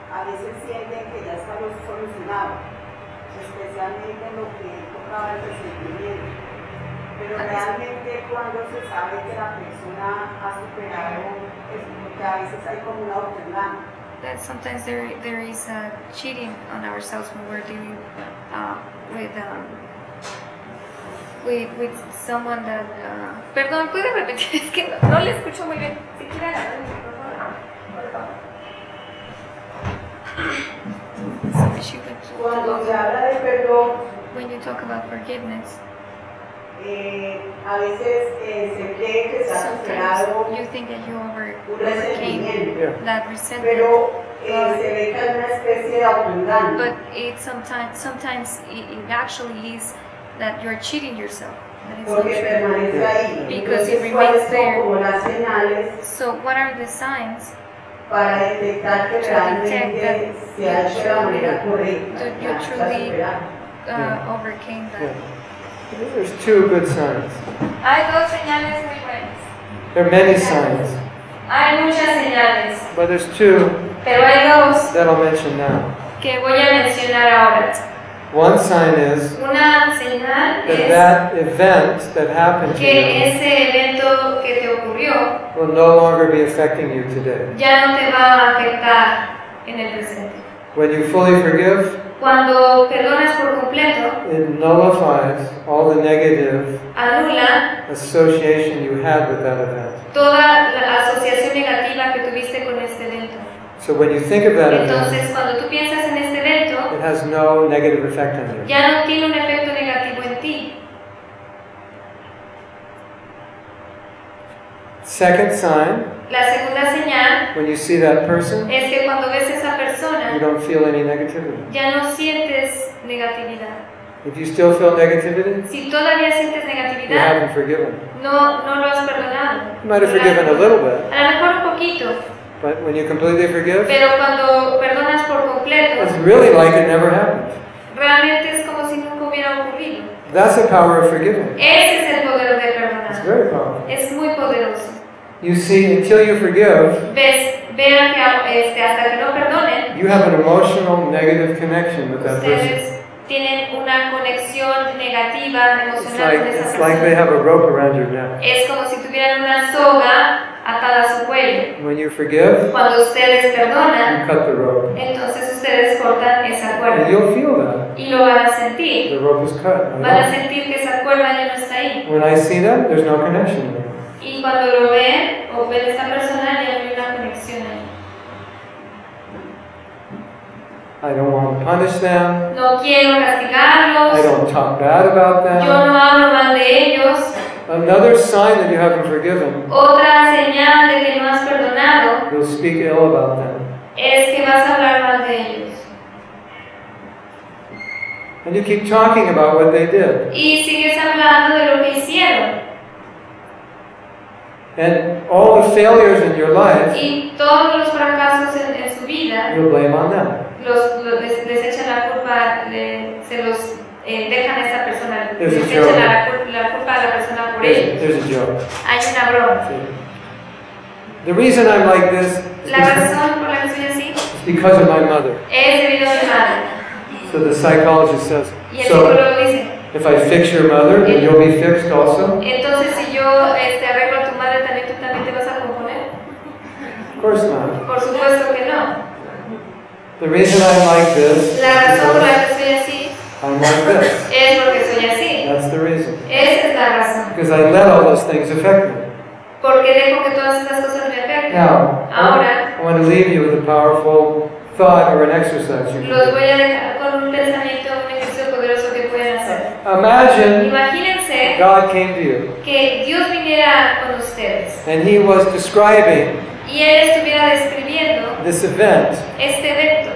[SPEAKER 6] a veces sienten que ya está lo solucionado, especialmente lo que tocaba el resentimiento. Pero realmente cuando se sabe que la persona ha superado eso, porque a veces hay como una alternancia.
[SPEAKER 3] that sometimes there there is uh, cheating on ourselves when we're dealing uh, with um, with with someone that. Uh,
[SPEAKER 5] Perdón, ¿puede repetir? Es que no, no le escucho muy bien. Si quiere agarrar el micrófono. por favor.
[SPEAKER 3] some issue with-
[SPEAKER 6] Cuando se habla de perdón,
[SPEAKER 3] when you talk about forgiveness,
[SPEAKER 6] eh, a veces eh, se cree que se ha superado
[SPEAKER 3] sometimes you think that you over,
[SPEAKER 6] un
[SPEAKER 3] overcame
[SPEAKER 6] resentimiento,
[SPEAKER 1] Yeah.
[SPEAKER 3] that resentment,
[SPEAKER 6] pero eh, se ve que hay una especie de autoengaño.
[SPEAKER 3] but it sometimes sometimes it, it actually is that you're cheating yourself. That it's not
[SPEAKER 6] porque
[SPEAKER 3] true.
[SPEAKER 6] permanece ahí.
[SPEAKER 3] Because
[SPEAKER 6] Entonces,
[SPEAKER 3] it remains
[SPEAKER 6] ¿cuáles
[SPEAKER 3] there.
[SPEAKER 6] son como las señales
[SPEAKER 3] So what are the signs
[SPEAKER 6] para detectar que
[SPEAKER 3] To
[SPEAKER 6] realmente
[SPEAKER 3] detect
[SPEAKER 6] se ha hecho de la manera
[SPEAKER 3] that
[SPEAKER 6] correcta?
[SPEAKER 3] you
[SPEAKER 6] ya se ha
[SPEAKER 3] truly-
[SPEAKER 6] superado?
[SPEAKER 3] uh,
[SPEAKER 1] Yeah.
[SPEAKER 3] overcame that?
[SPEAKER 1] Yeah. There's two good signs.
[SPEAKER 2] Hay dos señales muy buenas.
[SPEAKER 1] There are many signs,
[SPEAKER 2] Hay muchas señales,
[SPEAKER 1] but there's two
[SPEAKER 2] pero hay dos
[SPEAKER 1] that I'll mention now.
[SPEAKER 2] que voy a mencionar ahora.
[SPEAKER 1] One sign is
[SPEAKER 2] Una señal
[SPEAKER 1] that
[SPEAKER 2] es
[SPEAKER 1] that event that happened to
[SPEAKER 2] que
[SPEAKER 1] you
[SPEAKER 2] ese evento que te ocurrió
[SPEAKER 1] will no longer be affecting you today.
[SPEAKER 2] ya no te va a afectar en el presente.
[SPEAKER 1] When you fully forgive,
[SPEAKER 2] Cuando perdonas por completo,
[SPEAKER 1] it nullifies all the negative
[SPEAKER 2] anula
[SPEAKER 1] association you had with that event.
[SPEAKER 2] toda la asociación negativa que tuviste con este evento.
[SPEAKER 1] So when you think of that event,
[SPEAKER 2] Entonces, cuando tú piensas en este evento,
[SPEAKER 1] it has no negative effect on you.
[SPEAKER 2] ya no tiene un efecto negativo en ti.
[SPEAKER 1] Second sign,
[SPEAKER 2] La segunda señal
[SPEAKER 1] when you see that person,
[SPEAKER 2] es que cuando ves a esa
[SPEAKER 1] you
[SPEAKER 2] persona,
[SPEAKER 1] don't feel any negativity.
[SPEAKER 2] ya no sientes negatividad.
[SPEAKER 1] If you still feel negativity,
[SPEAKER 2] Si todavía sientes
[SPEAKER 1] you
[SPEAKER 2] negatividad,
[SPEAKER 1] haven't forgiven.
[SPEAKER 2] no, no lo has perdonado.
[SPEAKER 1] You might have forgiven a little bit,
[SPEAKER 2] A lo mejor un poquito,
[SPEAKER 1] but when you completely forgive,
[SPEAKER 2] pero cuando perdonas por completo,
[SPEAKER 1] it's really like it never happened.
[SPEAKER 2] realmente es como si nunca hubiera ocurrido.
[SPEAKER 1] That's the power of forgiving.
[SPEAKER 2] Ese es el poder de
[SPEAKER 1] It's
[SPEAKER 2] perdonar.
[SPEAKER 1] very powerful.
[SPEAKER 2] Es muy poderoso.
[SPEAKER 1] You see, until you forgive,
[SPEAKER 2] Ves, vean que a- este, hasta que no perdonen,
[SPEAKER 1] you have an emotional negative connection with that person.
[SPEAKER 2] ustedes tienen una conexión negativa,
[SPEAKER 1] It's
[SPEAKER 2] emocional
[SPEAKER 1] like
[SPEAKER 2] con esa
[SPEAKER 1] it's like they
[SPEAKER 2] persona.
[SPEAKER 1] have a rope around your neck.
[SPEAKER 2] Es como si tuvieran una soga atada a su cuello.
[SPEAKER 1] When you forgive,
[SPEAKER 2] Cuando ustedes
[SPEAKER 1] you
[SPEAKER 2] perdonan,
[SPEAKER 1] cut the rope,
[SPEAKER 2] entonces ustedes cortan esa
[SPEAKER 1] and
[SPEAKER 2] cuerda
[SPEAKER 1] you'll feel that
[SPEAKER 2] y lo van a sentir.
[SPEAKER 1] the rope is cut. I
[SPEAKER 2] Van a
[SPEAKER 1] know.
[SPEAKER 2] sentir que esa cuerda ya no está ahí.
[SPEAKER 1] When I see them, there's no connection. there.
[SPEAKER 2] Y cuando lo ven o ven a esa persona, ya no hay una conexión ahí.
[SPEAKER 1] I don't want to punish them.
[SPEAKER 2] No quiero
[SPEAKER 1] I
[SPEAKER 2] castigarlos,
[SPEAKER 1] don't talk bad about
[SPEAKER 2] yo
[SPEAKER 1] them.
[SPEAKER 2] no hablo mal de ellos.
[SPEAKER 1] Another sign that you haven't forgiven
[SPEAKER 2] Otra señal de que no has perdonado
[SPEAKER 1] You'll speak ill about them.
[SPEAKER 2] es que vas a hablar mal de ellos.
[SPEAKER 1] And you keep talking about what they did.
[SPEAKER 2] Y sigues hablando de lo que hicieron.
[SPEAKER 1] And all the failures in your life,
[SPEAKER 2] Y todos los fracasos en, en su vida
[SPEAKER 1] you'll blame on them.
[SPEAKER 2] los, los- les, les echan la culpa, le- se los eh, dejan a esa persona,
[SPEAKER 1] Es
[SPEAKER 2] les
[SPEAKER 1] un
[SPEAKER 2] echan
[SPEAKER 1] show.
[SPEAKER 2] la, cul- la culpa a la persona por ellos.
[SPEAKER 1] There's, there's a joke.
[SPEAKER 2] Hay una broma.
[SPEAKER 1] The reason I'm like this is
[SPEAKER 2] La
[SPEAKER 1] because,
[SPEAKER 2] razón por la que soy así
[SPEAKER 1] is because of my mother.
[SPEAKER 2] es debido a mi madre.
[SPEAKER 1] So the psychologist says,
[SPEAKER 2] Y el
[SPEAKER 1] so
[SPEAKER 2] psicólogo dice,
[SPEAKER 1] if I fix your mother, then you'll be fixed also?
[SPEAKER 2] entonces si yo este, arreglo a tu madre, también tú también te vas a componer.
[SPEAKER 1] Of course not.
[SPEAKER 2] Por supuesto que no.
[SPEAKER 1] The reason I'm like this is
[SPEAKER 2] La razón por
[SPEAKER 1] because
[SPEAKER 2] la que soy así
[SPEAKER 1] I'm like this.
[SPEAKER 2] Es porque soy así.
[SPEAKER 1] That's the reason.
[SPEAKER 2] Esa es la razón.
[SPEAKER 1] Because I let all those things affect me.
[SPEAKER 2] Porque dejo que todas estas cosas me afecten.
[SPEAKER 1] Now,
[SPEAKER 2] Ahora
[SPEAKER 1] I want to leave you with a powerful thought or an exercise. You
[SPEAKER 2] los
[SPEAKER 1] can do.
[SPEAKER 2] voy a dejar con un pensamiento, un ejercicio poderoso que pueden hacer.
[SPEAKER 1] Imagine
[SPEAKER 2] Imagínense
[SPEAKER 1] God came to you
[SPEAKER 2] que Dios viniera con ustedes
[SPEAKER 1] and He was describing
[SPEAKER 2] y Él estuviera describiendo
[SPEAKER 1] this event
[SPEAKER 2] este evento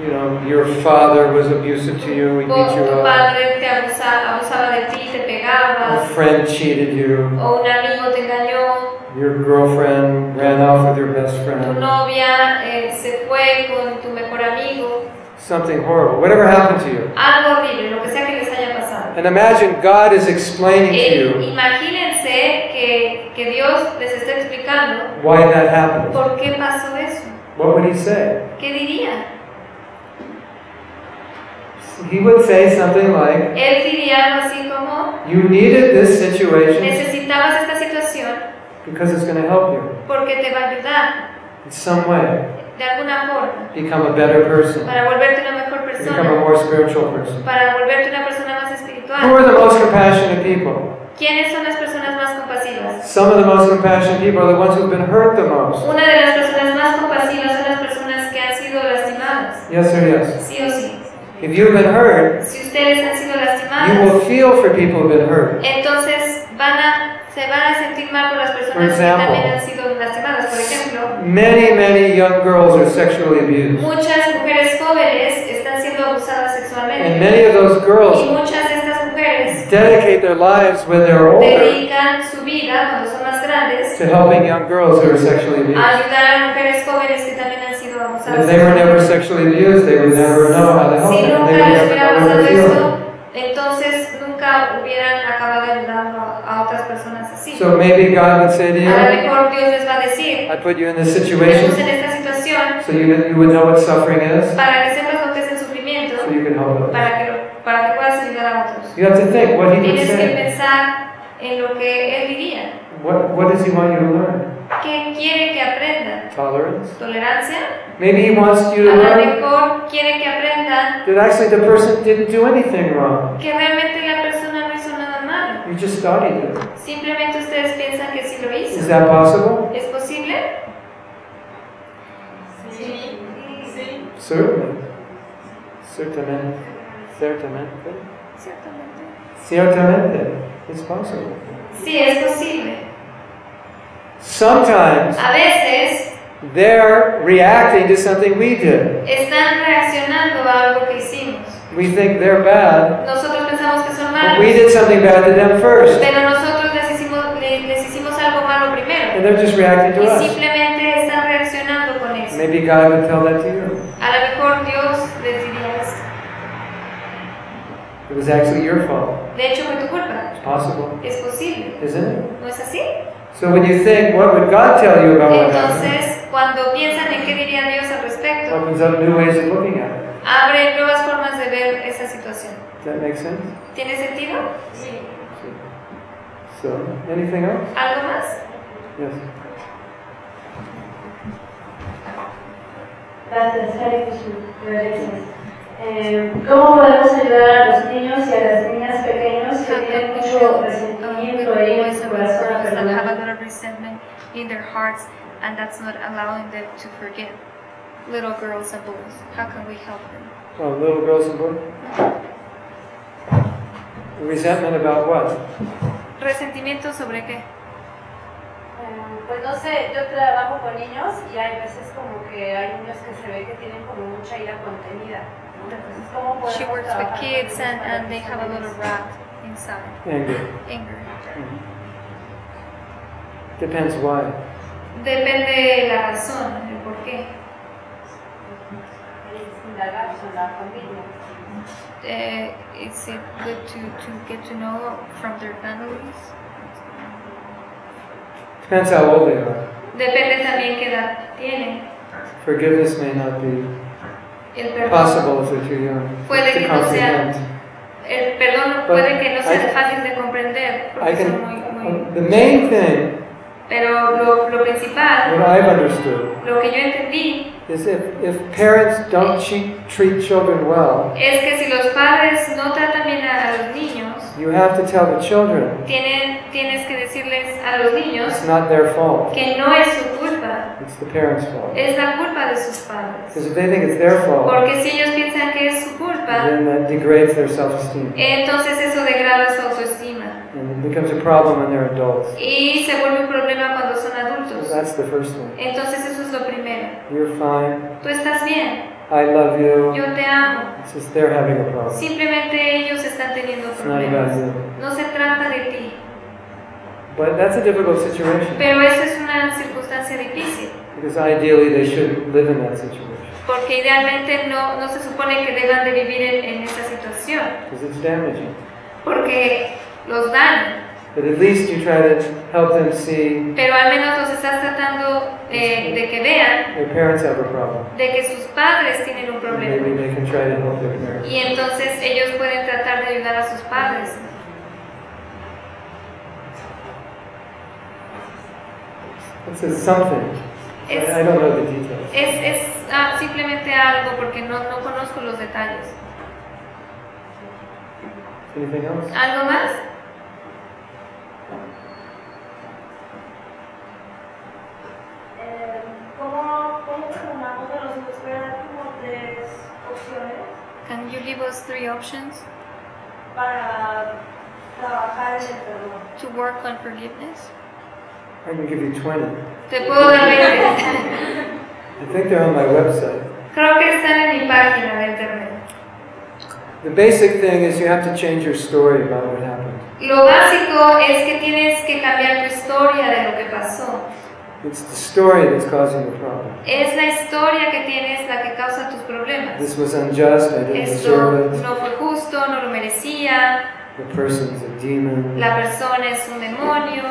[SPEAKER 1] you know, your father was abusive to you, he beat
[SPEAKER 2] Vos,
[SPEAKER 1] you
[SPEAKER 2] tu
[SPEAKER 1] up,
[SPEAKER 2] padre te abusa- abusaba de ti, te
[SPEAKER 1] a
[SPEAKER 2] pegaba,
[SPEAKER 1] friend cheated you,
[SPEAKER 2] o un amigo te engañó,
[SPEAKER 1] your girlfriend ran off with your best
[SPEAKER 2] tu
[SPEAKER 1] friend,
[SPEAKER 2] novia eh, se fue con tu mejor amigo,
[SPEAKER 1] something horrible, whatever happened to you.
[SPEAKER 2] algo horrible, lo que sea que les haya pasado.
[SPEAKER 1] And imagine God is explaining
[SPEAKER 2] Eh,
[SPEAKER 1] to you
[SPEAKER 2] imagínense que, que Dios les está explicando
[SPEAKER 1] why that happened.
[SPEAKER 2] por qué pasó eso.
[SPEAKER 1] What would he say?
[SPEAKER 2] ¿Qué diría?
[SPEAKER 1] He would say something like,
[SPEAKER 2] Él diría algo así como,
[SPEAKER 1] You needed this situation
[SPEAKER 2] necesitabas esta situación
[SPEAKER 1] because it's going to help you
[SPEAKER 2] porque te va a ayudar
[SPEAKER 1] in some way
[SPEAKER 2] de alguna forma
[SPEAKER 1] become a better person,
[SPEAKER 2] para volverte una mejor
[SPEAKER 1] become a
[SPEAKER 2] persona,
[SPEAKER 1] more spiritual person.
[SPEAKER 2] para volverte una persona más
[SPEAKER 1] Who
[SPEAKER 2] espiritual.
[SPEAKER 1] are the most compassionate people?
[SPEAKER 2] ¿Quiénes son las personas más compasivas?
[SPEAKER 1] Some of the most compassionate people are the ones who've been hurt the most.
[SPEAKER 2] Una de las personas más compasivas son las personas que han sido lastimadas.
[SPEAKER 1] Yes or yes?
[SPEAKER 2] Sí o sí.
[SPEAKER 1] If you've been hurt,
[SPEAKER 2] Si ustedes han sido
[SPEAKER 1] you
[SPEAKER 2] lastimadas,
[SPEAKER 1] will feel for people who've been hurt.
[SPEAKER 2] entonces van a, se van a sentir mal por las personas que
[SPEAKER 1] example.
[SPEAKER 2] también han sido lastimadas. Por ejemplo,
[SPEAKER 1] Many, many young girls are sexually abused.
[SPEAKER 2] Muchas mujeres jóvenes están siendo abusadas
[SPEAKER 1] And
[SPEAKER 2] sexualmente
[SPEAKER 1] many of those
[SPEAKER 2] y
[SPEAKER 1] girls
[SPEAKER 2] muchas de estas mujeres
[SPEAKER 1] dedicate their lives when they're older
[SPEAKER 2] dedican su vida cuando son más grandes
[SPEAKER 1] to helping young girls who are sexually
[SPEAKER 2] a
[SPEAKER 1] abused.
[SPEAKER 2] ayudar a mujeres jóvenes que también han sido abusadas.
[SPEAKER 1] If they were never
[SPEAKER 2] sexualmente.
[SPEAKER 1] sexually abused, they would never know how to help
[SPEAKER 2] Si
[SPEAKER 1] them.
[SPEAKER 2] nunca
[SPEAKER 1] They
[SPEAKER 2] les
[SPEAKER 1] would never
[SPEAKER 2] hubiera
[SPEAKER 1] know what
[SPEAKER 2] pasado
[SPEAKER 1] to do.
[SPEAKER 2] esto, entonces nunca hubieran acabado ayudando a, a otras personas así.
[SPEAKER 1] So maybe God would say to
[SPEAKER 2] A lo
[SPEAKER 1] you,
[SPEAKER 2] mejor Dios les va a decir,
[SPEAKER 1] I put you in this
[SPEAKER 2] te puse
[SPEAKER 1] situation
[SPEAKER 2] en esta situación
[SPEAKER 1] so you, you would know what suffering is,
[SPEAKER 2] para que sepas lo que es el sufrimiento,
[SPEAKER 1] so you can help them.
[SPEAKER 2] para que, lo- para que puedas ayudar a otros.
[SPEAKER 1] You have to think what he would
[SPEAKER 2] Tienes que
[SPEAKER 1] say.
[SPEAKER 2] pensar en lo que él diría.
[SPEAKER 1] What, what does he want you to learn?
[SPEAKER 2] ¿Qué quiere que aprendan?
[SPEAKER 1] Tolerance.
[SPEAKER 2] ¿Tolerancia?
[SPEAKER 1] Maybe he wants
[SPEAKER 2] A
[SPEAKER 1] you to
[SPEAKER 2] lo
[SPEAKER 1] learn
[SPEAKER 2] mejor quiere que aprendan
[SPEAKER 1] that actually the person didn't do anything wrong.
[SPEAKER 2] que realmente la persona no hizo nada malo.
[SPEAKER 1] You just studied it.
[SPEAKER 2] Simplemente ustedes piensan que sí lo
[SPEAKER 1] Is
[SPEAKER 2] hizo.
[SPEAKER 1] that possible?
[SPEAKER 2] ¿Es posible?
[SPEAKER 4] Sí, sí.
[SPEAKER 1] Certainly. Certamente. Certamente.
[SPEAKER 3] Ciertamente.
[SPEAKER 1] Certamente. It's possible.
[SPEAKER 2] Sí, es posible.
[SPEAKER 1] Sometimes
[SPEAKER 2] A veces
[SPEAKER 1] they're reacting to something we did.
[SPEAKER 2] están reaccionando a algo que hicimos.
[SPEAKER 1] We think they're bad,
[SPEAKER 2] Nosotros pensamos que son
[SPEAKER 1] but we
[SPEAKER 2] malos,
[SPEAKER 1] did something bad to them first,
[SPEAKER 2] pero nosotros les hicimos, le- les hicimos algo malo primero.
[SPEAKER 1] and they're just reacting
[SPEAKER 2] Y
[SPEAKER 1] to us.
[SPEAKER 2] simplemente están reaccionando con eso.
[SPEAKER 1] Maybe God would tell that to you.
[SPEAKER 2] A lo mejor Dios les diría esto.
[SPEAKER 1] It was actually your fault.
[SPEAKER 2] De hecho, fue tu culpa.
[SPEAKER 1] It's possible.
[SPEAKER 2] Es posible.
[SPEAKER 1] Isn't it?
[SPEAKER 2] ¿No es así?
[SPEAKER 1] So when you think, what would God tell you about what happened?
[SPEAKER 2] Entonces, cuando piensan en qué diría Dios al respecto,
[SPEAKER 1] Opens up new ways of looking at it.
[SPEAKER 2] abren nuevas formas de ver esa situación.
[SPEAKER 1] Does that make sense?
[SPEAKER 2] ¿Tiene sentido?
[SPEAKER 4] sí.
[SPEAKER 1] So, anything else?
[SPEAKER 2] ¿Algo más?
[SPEAKER 1] Yes.
[SPEAKER 7] Gracias, Hare Krishna. Gracias. Eh, ¿Cómo podemos ayudar a los niños y a las niñas pequeños que tienen
[SPEAKER 3] um,
[SPEAKER 7] mucho resentimiento ahí en su corazón a
[SPEAKER 3] that have
[SPEAKER 7] perdonar?
[SPEAKER 3] a lot of resentment in their hearts and that's not allowing them to forgive. Little girls and boys, how can we help them?
[SPEAKER 1] Oh, little girls and boys. Resentment about what?
[SPEAKER 3] ¿Resentimiento sobre qué?
[SPEAKER 8] Eh, Pues no sé, yo trabajo con niños y hay veces como que hay niños que se ve que tienen como mucha ira contenida. Entonces, ¿cómo podemos
[SPEAKER 3] She works
[SPEAKER 8] trabajar con
[SPEAKER 3] with kids
[SPEAKER 8] ellos
[SPEAKER 3] and,
[SPEAKER 8] para
[SPEAKER 3] and
[SPEAKER 8] que
[SPEAKER 3] they
[SPEAKER 8] se
[SPEAKER 3] have a lot of
[SPEAKER 8] les-
[SPEAKER 3] wrath inside,
[SPEAKER 1] Anger.
[SPEAKER 3] anger.
[SPEAKER 1] Depends why.
[SPEAKER 2] Depende de la razón, el por qué.
[SPEAKER 8] les indagar sobre la familia?
[SPEAKER 3] Uh, is it good to, to get to know from their families?
[SPEAKER 1] Depends how old they are.
[SPEAKER 2] Depende también qué edad tienen.
[SPEAKER 1] Forgiveness may not be
[SPEAKER 2] El perdón,
[SPEAKER 1] possible if they're too young
[SPEAKER 2] Puede
[SPEAKER 1] to
[SPEAKER 2] que no sea-
[SPEAKER 1] comprehend.
[SPEAKER 2] el perdón puede que no sea fácil de comprender,
[SPEAKER 1] I
[SPEAKER 2] porque son muy, muy...
[SPEAKER 1] can. um, The main thing
[SPEAKER 2] Pero lo, lo principal,
[SPEAKER 1] that I've understood
[SPEAKER 2] lo que yo entendí,
[SPEAKER 1] is if, if parents don't cheat, treat children well,
[SPEAKER 2] es que si los padres no tratan bien a, a los niños,
[SPEAKER 1] you have to tell the children
[SPEAKER 2] tienen, tienes que decirles a los niños
[SPEAKER 1] it's not their fault.
[SPEAKER 2] que no es su culpa,
[SPEAKER 1] It's the parents' fault.
[SPEAKER 2] es la culpa de sus padres.
[SPEAKER 1] Because if they think it's their fault,
[SPEAKER 2] Porque si ellos piensan que es su culpa,
[SPEAKER 1] then that degrades their self-esteem.
[SPEAKER 2] entonces eso degrada su autoestima
[SPEAKER 1] And it becomes a problem when they're adults.
[SPEAKER 2] y se vuelve un problema cuando son
[SPEAKER 1] So
[SPEAKER 2] adultos.
[SPEAKER 1] that's the first thing.
[SPEAKER 2] Entonces eso es lo primero.
[SPEAKER 1] You're fine.
[SPEAKER 2] Tú estás bien,
[SPEAKER 1] I love you.
[SPEAKER 2] yo te amo.
[SPEAKER 1] It's just they're having a problem.
[SPEAKER 2] Simplemente ellos están teniendo
[SPEAKER 1] It's not about
[SPEAKER 2] problemas.
[SPEAKER 1] you.
[SPEAKER 2] No se trata de ti.
[SPEAKER 1] But that's a difficult situation
[SPEAKER 2] Pero esa es una circunstancia difícil,
[SPEAKER 1] because ideally they shouldn't live in that situation
[SPEAKER 2] porque idealmente no, no se supone que deban de vivir en, en esa situación,
[SPEAKER 1] because it's damaging.
[SPEAKER 2] porque los dan,
[SPEAKER 1] But at least you try to help them see
[SPEAKER 2] pero al menos los estás tratando eh, de que vean
[SPEAKER 1] their parents have a problem.
[SPEAKER 2] de que sus padres tienen un
[SPEAKER 1] Maybe
[SPEAKER 2] problema
[SPEAKER 1] they can try to help their parents.
[SPEAKER 2] y entonces ellos pueden tratar de ayudar a sus padres.
[SPEAKER 1] This is something.
[SPEAKER 2] Es,
[SPEAKER 1] I I don't know the details.
[SPEAKER 2] es, es, ah, simplemente algo porque no, no conozco los detalles.
[SPEAKER 1] Anything else?
[SPEAKER 2] ¿Algo más?
[SPEAKER 7] Eh, ¿Cómo, cómo formamos a los niños? Voy a dar como tres opciones
[SPEAKER 3] Can you give us three options
[SPEAKER 7] para trabajar en el perdón.
[SPEAKER 3] to work on forgiveness?
[SPEAKER 1] I can give you 20.
[SPEAKER 2] Te puedo dar 20.
[SPEAKER 1] I think they're on my website.
[SPEAKER 2] Creo que están en mi página de internet.
[SPEAKER 1] The basic thing is you have to change your story about what happened.
[SPEAKER 2] Lo básico es que tienes que cambiar tu historia de lo que pasó.
[SPEAKER 1] It's the story that's causing the problem.
[SPEAKER 2] Es la historia que tienes la que causa tus problemas.
[SPEAKER 1] This was unjust, I didn't
[SPEAKER 2] Esto
[SPEAKER 1] deserve it.
[SPEAKER 2] no fue justo, no lo merecía,
[SPEAKER 1] The person's a demon.
[SPEAKER 2] la persona es un demonio.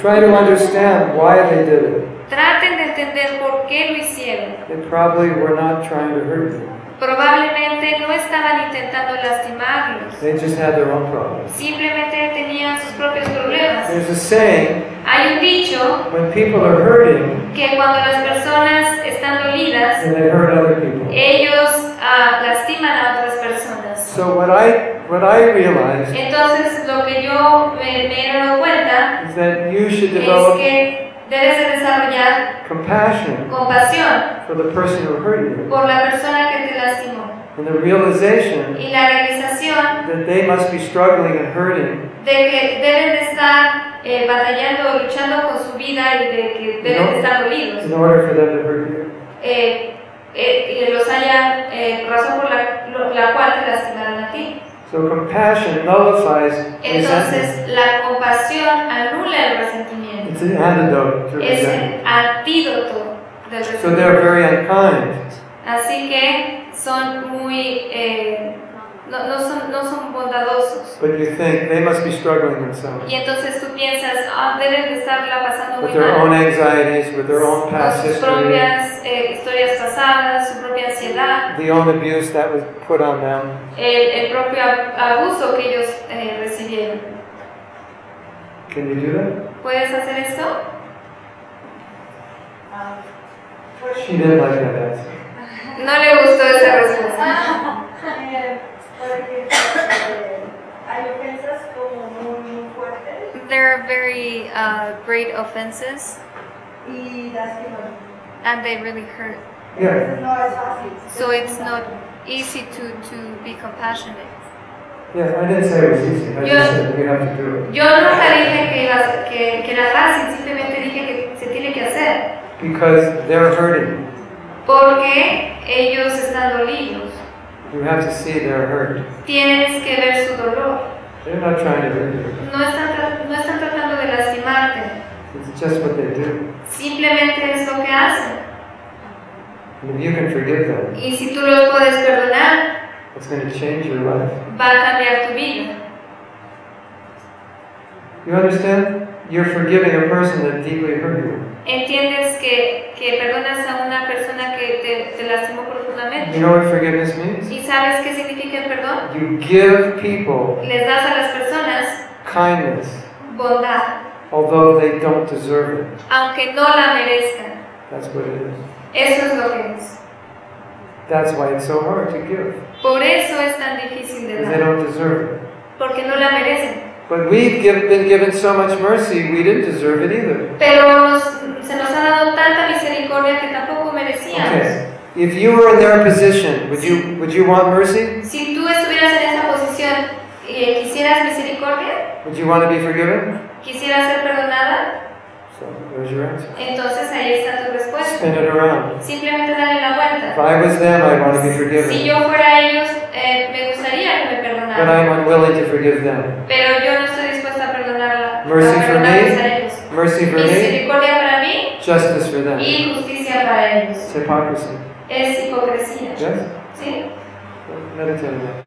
[SPEAKER 1] Try to understand why they did it.
[SPEAKER 2] Traten de entender por qué lo hicieron.
[SPEAKER 1] They probably were not trying to hurt you.
[SPEAKER 2] Probablemente no estaban intentando lastimarlos,
[SPEAKER 1] They just had their own problems.
[SPEAKER 2] simplemente tenían sus propios problemas.
[SPEAKER 1] There's a saying,
[SPEAKER 2] Hay un dicho
[SPEAKER 1] when people are hurting,
[SPEAKER 2] que cuando las personas están dolidas,
[SPEAKER 1] then they hurt other people.
[SPEAKER 2] ellos ah, lastiman a otras personas.
[SPEAKER 1] So what I what I realized
[SPEAKER 2] Entonces lo que yo me, me he dado cuenta
[SPEAKER 1] is that you
[SPEAKER 2] es
[SPEAKER 1] should develop
[SPEAKER 2] que debes de desarrollar
[SPEAKER 1] compassion
[SPEAKER 2] compasión
[SPEAKER 1] for the person who hurt you.
[SPEAKER 2] por la persona que te lastimó
[SPEAKER 1] And the realization
[SPEAKER 2] y la realización
[SPEAKER 1] that they must be struggling and hurting
[SPEAKER 2] de que deben de estar eh, batallando, luchando con su vida y de que deben
[SPEAKER 1] No.
[SPEAKER 2] de estar dolidos.
[SPEAKER 1] in order for them to hurt you.
[SPEAKER 2] Eh, eh, que los haya eh, razón por la, lo- la cual te lastimaron a ti.
[SPEAKER 1] So compassion nullifies resentment.
[SPEAKER 2] Entonces la compasión anula el resentimiento.
[SPEAKER 1] It's an antidote to
[SPEAKER 2] es
[SPEAKER 1] resentment.
[SPEAKER 2] el antídoto del
[SPEAKER 1] So they're
[SPEAKER 2] resentimiento.
[SPEAKER 1] very unkind.
[SPEAKER 2] Así que son muy, eh, no, no son, no son bondadosos.
[SPEAKER 1] But you think they must be struggling themselves
[SPEAKER 2] Y entonces tú piensas, ah, deben de estarla pasando muy
[SPEAKER 1] with their own
[SPEAKER 2] mal.
[SPEAKER 1] anxieties, with their own past
[SPEAKER 2] Con sus
[SPEAKER 1] history,
[SPEAKER 2] propias eh, historias pasadas, su propia ansiedad,
[SPEAKER 1] the own abuse that was put on them.
[SPEAKER 2] el, el propio ab- abuso que ellos eh, recibieron.
[SPEAKER 1] Can you do that?
[SPEAKER 2] ¿Puedes hacer esto?
[SPEAKER 1] She didn't like that answer.
[SPEAKER 2] No le gustó esa respuesta.
[SPEAKER 7] Eh, porque eh, hay ofensas como muy, muy fuertes
[SPEAKER 3] There are very uh, great offenses
[SPEAKER 7] y lastiman.
[SPEAKER 3] and they really hurt.
[SPEAKER 1] Yeah.
[SPEAKER 7] Entonces no es fácil.
[SPEAKER 3] So it's not easy to, to be compassionate.
[SPEAKER 1] Yeah, I didn't say it was easy. I just
[SPEAKER 2] Yeah.
[SPEAKER 1] said you have to do it.
[SPEAKER 2] Yo nunca dije que, iba- que, que era fácil, simplemente dije que se tiene que hacer.
[SPEAKER 1] Because they're hurting.
[SPEAKER 2] Porque ellos están dolidos.
[SPEAKER 1] You have to see they're hurt.
[SPEAKER 2] Tienes que ver su dolor.
[SPEAKER 1] They're not trying to hurt you.
[SPEAKER 2] No están, tra- no están tratando de lastimarte.
[SPEAKER 1] It's just what they do.
[SPEAKER 2] Simplemente es lo que hacen.
[SPEAKER 1] And if you can forgive them,
[SPEAKER 2] Y si tú los puedes perdonar,
[SPEAKER 1] it's going to change your life.
[SPEAKER 2] va a cambiar tu vida.
[SPEAKER 1] You understand? You're forgiving a person that deeply hurt you.
[SPEAKER 2] Entiendes que, que perdonas a una persona que te, te lastimó
[SPEAKER 1] You
[SPEAKER 2] profundamente.
[SPEAKER 1] know what forgiveness means?
[SPEAKER 2] ¿Y sabes qué significa el perdón?
[SPEAKER 1] You give people
[SPEAKER 2] Les das a las personas
[SPEAKER 1] kindness,
[SPEAKER 2] bondad,
[SPEAKER 1] although they don't deserve it.
[SPEAKER 2] aunque no la merezcan.
[SPEAKER 1] That's what it is.
[SPEAKER 2] Eso es lo que es.
[SPEAKER 1] That's why it's so hard to give,
[SPEAKER 2] Por eso es tan difícil de
[SPEAKER 1] because they
[SPEAKER 2] dar.
[SPEAKER 1] don't deserve it.
[SPEAKER 2] Porque no la merecen.
[SPEAKER 1] But we've give, been given so much mercy, we didn't deserve it either.
[SPEAKER 2] Pero nos- se nos ha dado tanta misericordia que tampoco merecíamos.
[SPEAKER 1] Okay. If you were in their position, would you would you want mercy?
[SPEAKER 2] Si tú estuvieras en esa posición y quisieras misericordia,
[SPEAKER 1] Would you want to be forgiven?
[SPEAKER 2] quisieras ser perdonada,
[SPEAKER 1] So, There's your answer.
[SPEAKER 2] Entonces ahí está tu respuesta.
[SPEAKER 1] Spin it around.
[SPEAKER 2] Simplemente dale la vuelta.
[SPEAKER 1] If I was them, I want to be
[SPEAKER 2] Si
[SPEAKER 1] forgiven,
[SPEAKER 2] yo fuera ellos, eh, me gustaría que me
[SPEAKER 1] but
[SPEAKER 2] perdonaran.
[SPEAKER 1] I'm unwilling to forgive them.
[SPEAKER 2] Pero yo no estoy dispuesta a perdonar a,
[SPEAKER 1] Mercy for
[SPEAKER 2] perdonarles
[SPEAKER 1] me.
[SPEAKER 2] a ellos.
[SPEAKER 1] Mercy for me,
[SPEAKER 2] Misericordia para mí
[SPEAKER 1] justice for them.
[SPEAKER 2] y justicia para ellos.
[SPEAKER 1] It's hypocrisy.
[SPEAKER 2] Es hipocresía.
[SPEAKER 1] Yes?
[SPEAKER 2] ¿Sí?
[SPEAKER 1] Meditate on that.